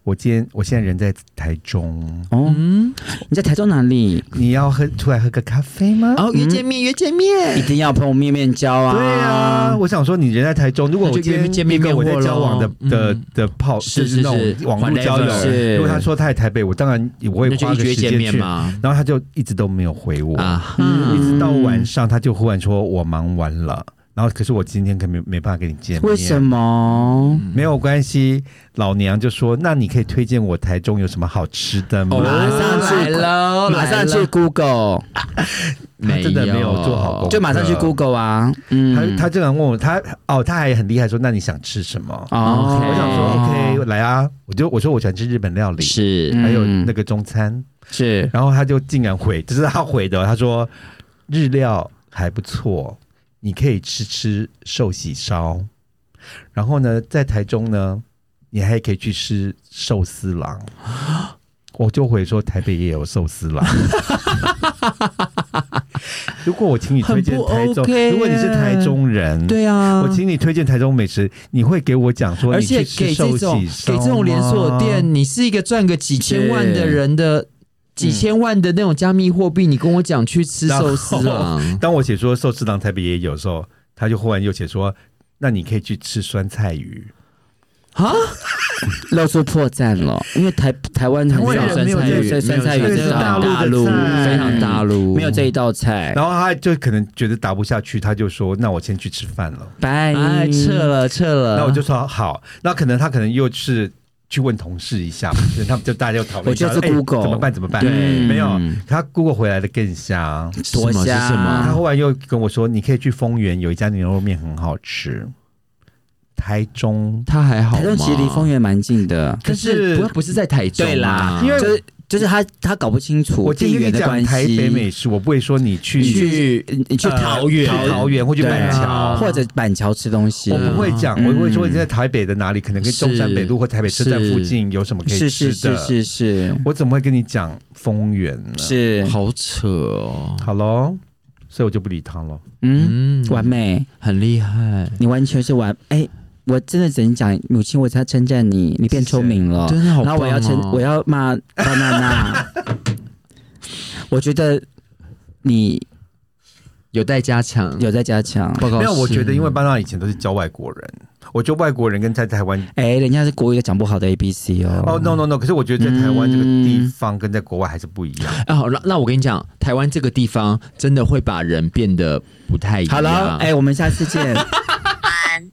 [SPEAKER 1] 我今天我现在人在台中，
[SPEAKER 3] 哦，
[SPEAKER 2] 嗯，
[SPEAKER 3] 你在台中哪 里？
[SPEAKER 1] 你要喝出来喝个咖啡吗？
[SPEAKER 2] 然后哦约见面，约见
[SPEAKER 3] 一
[SPEAKER 2] 面，
[SPEAKER 3] 定要碰面面交啊！
[SPEAKER 1] 对啊，，我想说你人在台中，如果
[SPEAKER 2] 那
[SPEAKER 1] 我
[SPEAKER 2] 就
[SPEAKER 1] 今
[SPEAKER 2] 约
[SPEAKER 1] 天
[SPEAKER 2] 见面
[SPEAKER 1] 一个我
[SPEAKER 2] 面
[SPEAKER 1] 在
[SPEAKER 2] 或
[SPEAKER 1] 交往的
[SPEAKER 2] 咯
[SPEAKER 1] 的
[SPEAKER 2] 嗯
[SPEAKER 1] 的炮，
[SPEAKER 2] 是
[SPEAKER 1] 就是
[SPEAKER 2] 是
[SPEAKER 1] 那
[SPEAKER 2] 是
[SPEAKER 1] 种网络
[SPEAKER 2] whatever
[SPEAKER 1] 交友。
[SPEAKER 3] 是
[SPEAKER 1] 如果他说他在台北，我当然也我
[SPEAKER 2] 那
[SPEAKER 1] 会
[SPEAKER 2] 就
[SPEAKER 1] 花个
[SPEAKER 2] 约
[SPEAKER 1] 时
[SPEAKER 2] 见
[SPEAKER 1] 间
[SPEAKER 2] 面
[SPEAKER 1] 去。
[SPEAKER 2] 嘛。
[SPEAKER 1] 然后他就一直都没有回我，
[SPEAKER 2] 啊
[SPEAKER 3] 嗯
[SPEAKER 2] 哈，
[SPEAKER 1] 一直到晚上他就忽然说我忙完了，然后可是我今天可没没办法跟你见面。
[SPEAKER 3] 为什？么？
[SPEAKER 1] 没有关系，老娘就说那你可以推荐我台中有什么好吃的
[SPEAKER 2] 哦
[SPEAKER 1] 吗？
[SPEAKER 3] 马上
[SPEAKER 2] 来
[SPEAKER 3] 去
[SPEAKER 2] 了，
[SPEAKER 3] 马上
[SPEAKER 2] 来
[SPEAKER 3] 去
[SPEAKER 2] 了，
[SPEAKER 3] Google，
[SPEAKER 1] 他真的没有做好功课
[SPEAKER 3] 就马上去 Google 啊！
[SPEAKER 1] 他
[SPEAKER 3] 嗯，
[SPEAKER 1] 他竟然问我他哦，他还很厉害说那你想吃什么？
[SPEAKER 3] 哦，
[SPEAKER 1] 我想说 OK 来啊，我就我说我喜欢吃日本料理，
[SPEAKER 2] 是
[SPEAKER 3] 嗯
[SPEAKER 1] 还有那个中餐，
[SPEAKER 3] 是
[SPEAKER 1] 然后他就竟然回，这、是他回的，他说日料还不错，你可以吃吃寿喜烧，然后呢，在台中呢，你还可以去吃寿司郎。我就回说台北也有寿司郎。 如果我请你推荐
[SPEAKER 2] 很不
[SPEAKER 1] 台中，
[SPEAKER 2] OK 耶
[SPEAKER 1] 如果你是台中人，
[SPEAKER 2] 对啊
[SPEAKER 1] 我，请你推荐台中美食，你会给我讲说
[SPEAKER 2] 而
[SPEAKER 1] 你
[SPEAKER 2] 且
[SPEAKER 1] 去吃
[SPEAKER 2] 给
[SPEAKER 1] 寿
[SPEAKER 2] 这种
[SPEAKER 1] 喜
[SPEAKER 2] 给
[SPEAKER 1] 烧
[SPEAKER 2] 这种连锁
[SPEAKER 1] 吗
[SPEAKER 2] 店，你是一个赚个几千万的人的。几千万的那种加密货币，你跟我讲去吃寿司啊？
[SPEAKER 1] 当我写说寿司郎台北也有时候，他就忽然又写说，那你可以去吃酸菜鱼。
[SPEAKER 2] 啊，
[SPEAKER 3] 露出破绽了，因为台台湾很
[SPEAKER 1] 台湾
[SPEAKER 3] 少
[SPEAKER 1] 人
[SPEAKER 3] 酸
[SPEAKER 1] 没有
[SPEAKER 3] 菜
[SPEAKER 1] 这
[SPEAKER 3] 鱼，
[SPEAKER 1] 个
[SPEAKER 3] 酸菜鱼
[SPEAKER 1] 这个是
[SPEAKER 3] 很少
[SPEAKER 1] 大陆的菜
[SPEAKER 3] 非
[SPEAKER 2] 非
[SPEAKER 3] 常
[SPEAKER 2] 常
[SPEAKER 3] 大
[SPEAKER 2] 大
[SPEAKER 3] 陆，
[SPEAKER 2] 陆，
[SPEAKER 3] 没有这一道
[SPEAKER 2] 哎
[SPEAKER 3] 菜。
[SPEAKER 1] 然后他就可能觉得打不下去，他就说，那我先去吃饭了。
[SPEAKER 3] 拜，
[SPEAKER 2] 哎，撤了撤了。
[SPEAKER 1] 那我就说好，那可能他可能又是去问同事一下，可能他们就大家又讨论一下，
[SPEAKER 3] 我觉得是
[SPEAKER 1] 哎
[SPEAKER 3] Google
[SPEAKER 1] 怎么办？怎么办？
[SPEAKER 3] 对
[SPEAKER 1] 没有他 Google 回来的更香。
[SPEAKER 3] 多
[SPEAKER 2] 什么是
[SPEAKER 3] 香
[SPEAKER 2] 什么
[SPEAKER 1] 他
[SPEAKER 2] 啊
[SPEAKER 1] 忽然又跟我说，你可以去丰原有一家牛肉面很好吃，台中。
[SPEAKER 2] 他还好吗，
[SPEAKER 3] 台中其实离丰原蛮近的，
[SPEAKER 1] 可
[SPEAKER 2] 可
[SPEAKER 1] 是
[SPEAKER 2] 是不不是在台中啊，
[SPEAKER 3] 对啦
[SPEAKER 1] 因为
[SPEAKER 3] 就是就是他他搞不清楚
[SPEAKER 1] 我
[SPEAKER 3] 地
[SPEAKER 1] 今天
[SPEAKER 3] 缘
[SPEAKER 1] 跟你
[SPEAKER 3] 的
[SPEAKER 1] 讲
[SPEAKER 3] 关系。
[SPEAKER 1] 台北美食，我不会说你去
[SPEAKER 3] 你去你去
[SPEAKER 1] 呃
[SPEAKER 3] 桃
[SPEAKER 4] 园
[SPEAKER 1] 桃园或去
[SPEAKER 3] 对啊
[SPEAKER 1] 板桥，
[SPEAKER 3] 或者板桥吃东西，
[SPEAKER 1] 我不会讲，
[SPEAKER 3] 嗯
[SPEAKER 1] 我不会说你在台北的哪里，可能跟中山北路或台北车站附近有什么可以
[SPEAKER 3] 是
[SPEAKER 1] 吃
[SPEAKER 3] 是
[SPEAKER 1] 的。嗯
[SPEAKER 3] 是是是
[SPEAKER 1] 我怎么会跟你讲丰原呢？
[SPEAKER 3] 是
[SPEAKER 2] 好扯哦，
[SPEAKER 1] 好喽，所以我就不理他了。
[SPEAKER 3] 嗯
[SPEAKER 2] 嗯，
[SPEAKER 3] 完美，
[SPEAKER 2] 很厉害，
[SPEAKER 3] 你完全是完哎、我真的只能讲母亲，我才称赞你，你变聪明了。
[SPEAKER 2] 真的好棒
[SPEAKER 3] 然后
[SPEAKER 2] 哦。
[SPEAKER 3] 我要称我要骂巴娜娜， 我觉得你
[SPEAKER 2] 有待加强，
[SPEAKER 3] 有在加强。
[SPEAKER 2] 报告
[SPEAKER 1] 没有，我
[SPEAKER 2] 是
[SPEAKER 1] 觉得因为班纳以前都是教外国人，我觉得外国人跟在台湾
[SPEAKER 3] 哎、人家是国语都讲不好的 A B C 哦。嗯
[SPEAKER 1] 哦、no no no，可是我觉得在台湾这个地方跟在国外还是不一样。
[SPEAKER 2] 啊，好那那我跟你讲，台湾这个地方真的会把人变得不太一样。
[SPEAKER 3] 好了，哎、我们下次见。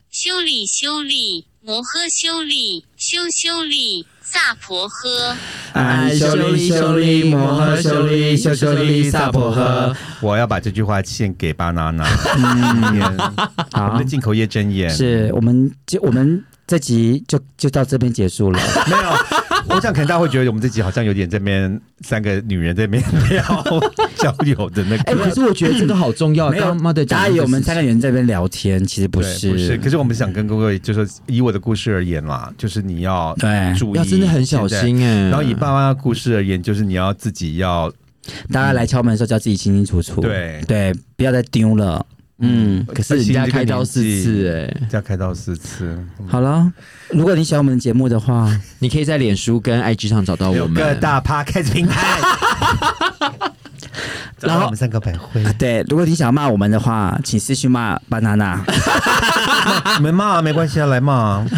[SPEAKER 5] 修理修理，摩诃修理，修修理，萨婆诃。
[SPEAKER 3] 哎修理修理摩诃修理修修理萨婆诃。
[SPEAKER 1] 我要把这句话献给巴娜娜，嗯，
[SPEAKER 2] 啊
[SPEAKER 1] 我们
[SPEAKER 3] 好
[SPEAKER 1] 的，进口业真言。
[SPEAKER 3] 是我们就我们这集就就到这边结束了。
[SPEAKER 1] 没有，我想可能大家会觉得我们这集好像有点这边三个女人这边聊 交友的那
[SPEAKER 2] 哎、
[SPEAKER 1] 个，
[SPEAKER 2] 可是我觉得这个好重要。
[SPEAKER 3] 没有
[SPEAKER 2] 哦刚刚妈的讲
[SPEAKER 3] 大家
[SPEAKER 2] 的
[SPEAKER 3] 以
[SPEAKER 2] 这个
[SPEAKER 3] 为我们
[SPEAKER 2] 事情
[SPEAKER 3] 三个人在那边聊天，其实不
[SPEAKER 1] 对
[SPEAKER 3] 是，
[SPEAKER 1] 不是。可是我们想跟各位，就是说以我的故事而言啦，就是你要
[SPEAKER 3] 对，
[SPEAKER 1] 注意，
[SPEAKER 2] 要真的很小心哎、
[SPEAKER 1] 然后以爸妈的故事而言，就是你要自己要
[SPEAKER 3] 大家来敲门的时候，就要自己清清楚楚，
[SPEAKER 1] 对
[SPEAKER 3] 对，不要再丢了。嗯，
[SPEAKER 2] 可是人家开刀四次哎、
[SPEAKER 1] 要开到四次，
[SPEAKER 2] 嗯
[SPEAKER 3] 好了，如果你喜欢我们的节目 的话，
[SPEAKER 2] 你可以在脸书跟 IG 上找到
[SPEAKER 1] 有
[SPEAKER 2] 我
[SPEAKER 1] 各
[SPEAKER 2] 们。
[SPEAKER 1] 大 podcast 平 台。
[SPEAKER 3] 然后
[SPEAKER 1] 找到我们三个百惠，
[SPEAKER 3] 对，如果你想骂我们的话，请私信骂 banana。
[SPEAKER 1] 你们骂啊没关系啊，来骂啊。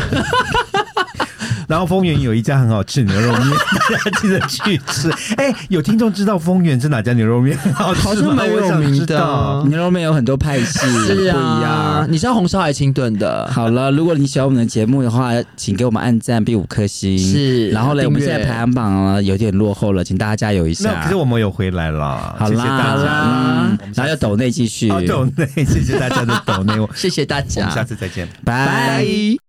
[SPEAKER 1] 然后丰原有一家很好吃牛肉面， 大家记得去吃。哎、有听众知道丰原是哪家牛肉面很好吃吗？
[SPEAKER 2] 好像蛮有
[SPEAKER 1] 我想
[SPEAKER 2] 名的
[SPEAKER 1] 知道
[SPEAKER 3] 牛肉面有很多派系，
[SPEAKER 2] 是
[SPEAKER 3] 不一
[SPEAKER 2] 啊，
[SPEAKER 3] 样。
[SPEAKER 2] 你知道红烧海清炖的，
[SPEAKER 3] 好了，如果你喜欢我们的节目的话，请给我们按赞，并五颗星。
[SPEAKER 2] 是
[SPEAKER 3] 然后呢，
[SPEAKER 2] 订阅
[SPEAKER 3] 我们现在排行榜啊有点落后了，请大家加油一
[SPEAKER 1] 那
[SPEAKER 3] 下。
[SPEAKER 1] 可是我们有回来了，
[SPEAKER 3] 好啦，
[SPEAKER 1] 谢谢大
[SPEAKER 3] 好啦
[SPEAKER 1] 家。
[SPEAKER 3] 然后要抖内继续，
[SPEAKER 1] 好抖内，谢谢大家的抖内，我
[SPEAKER 2] 谢谢大
[SPEAKER 1] 我们下
[SPEAKER 2] 家，
[SPEAKER 1] 次再见。
[SPEAKER 3] 拜。
[SPEAKER 2] 拜。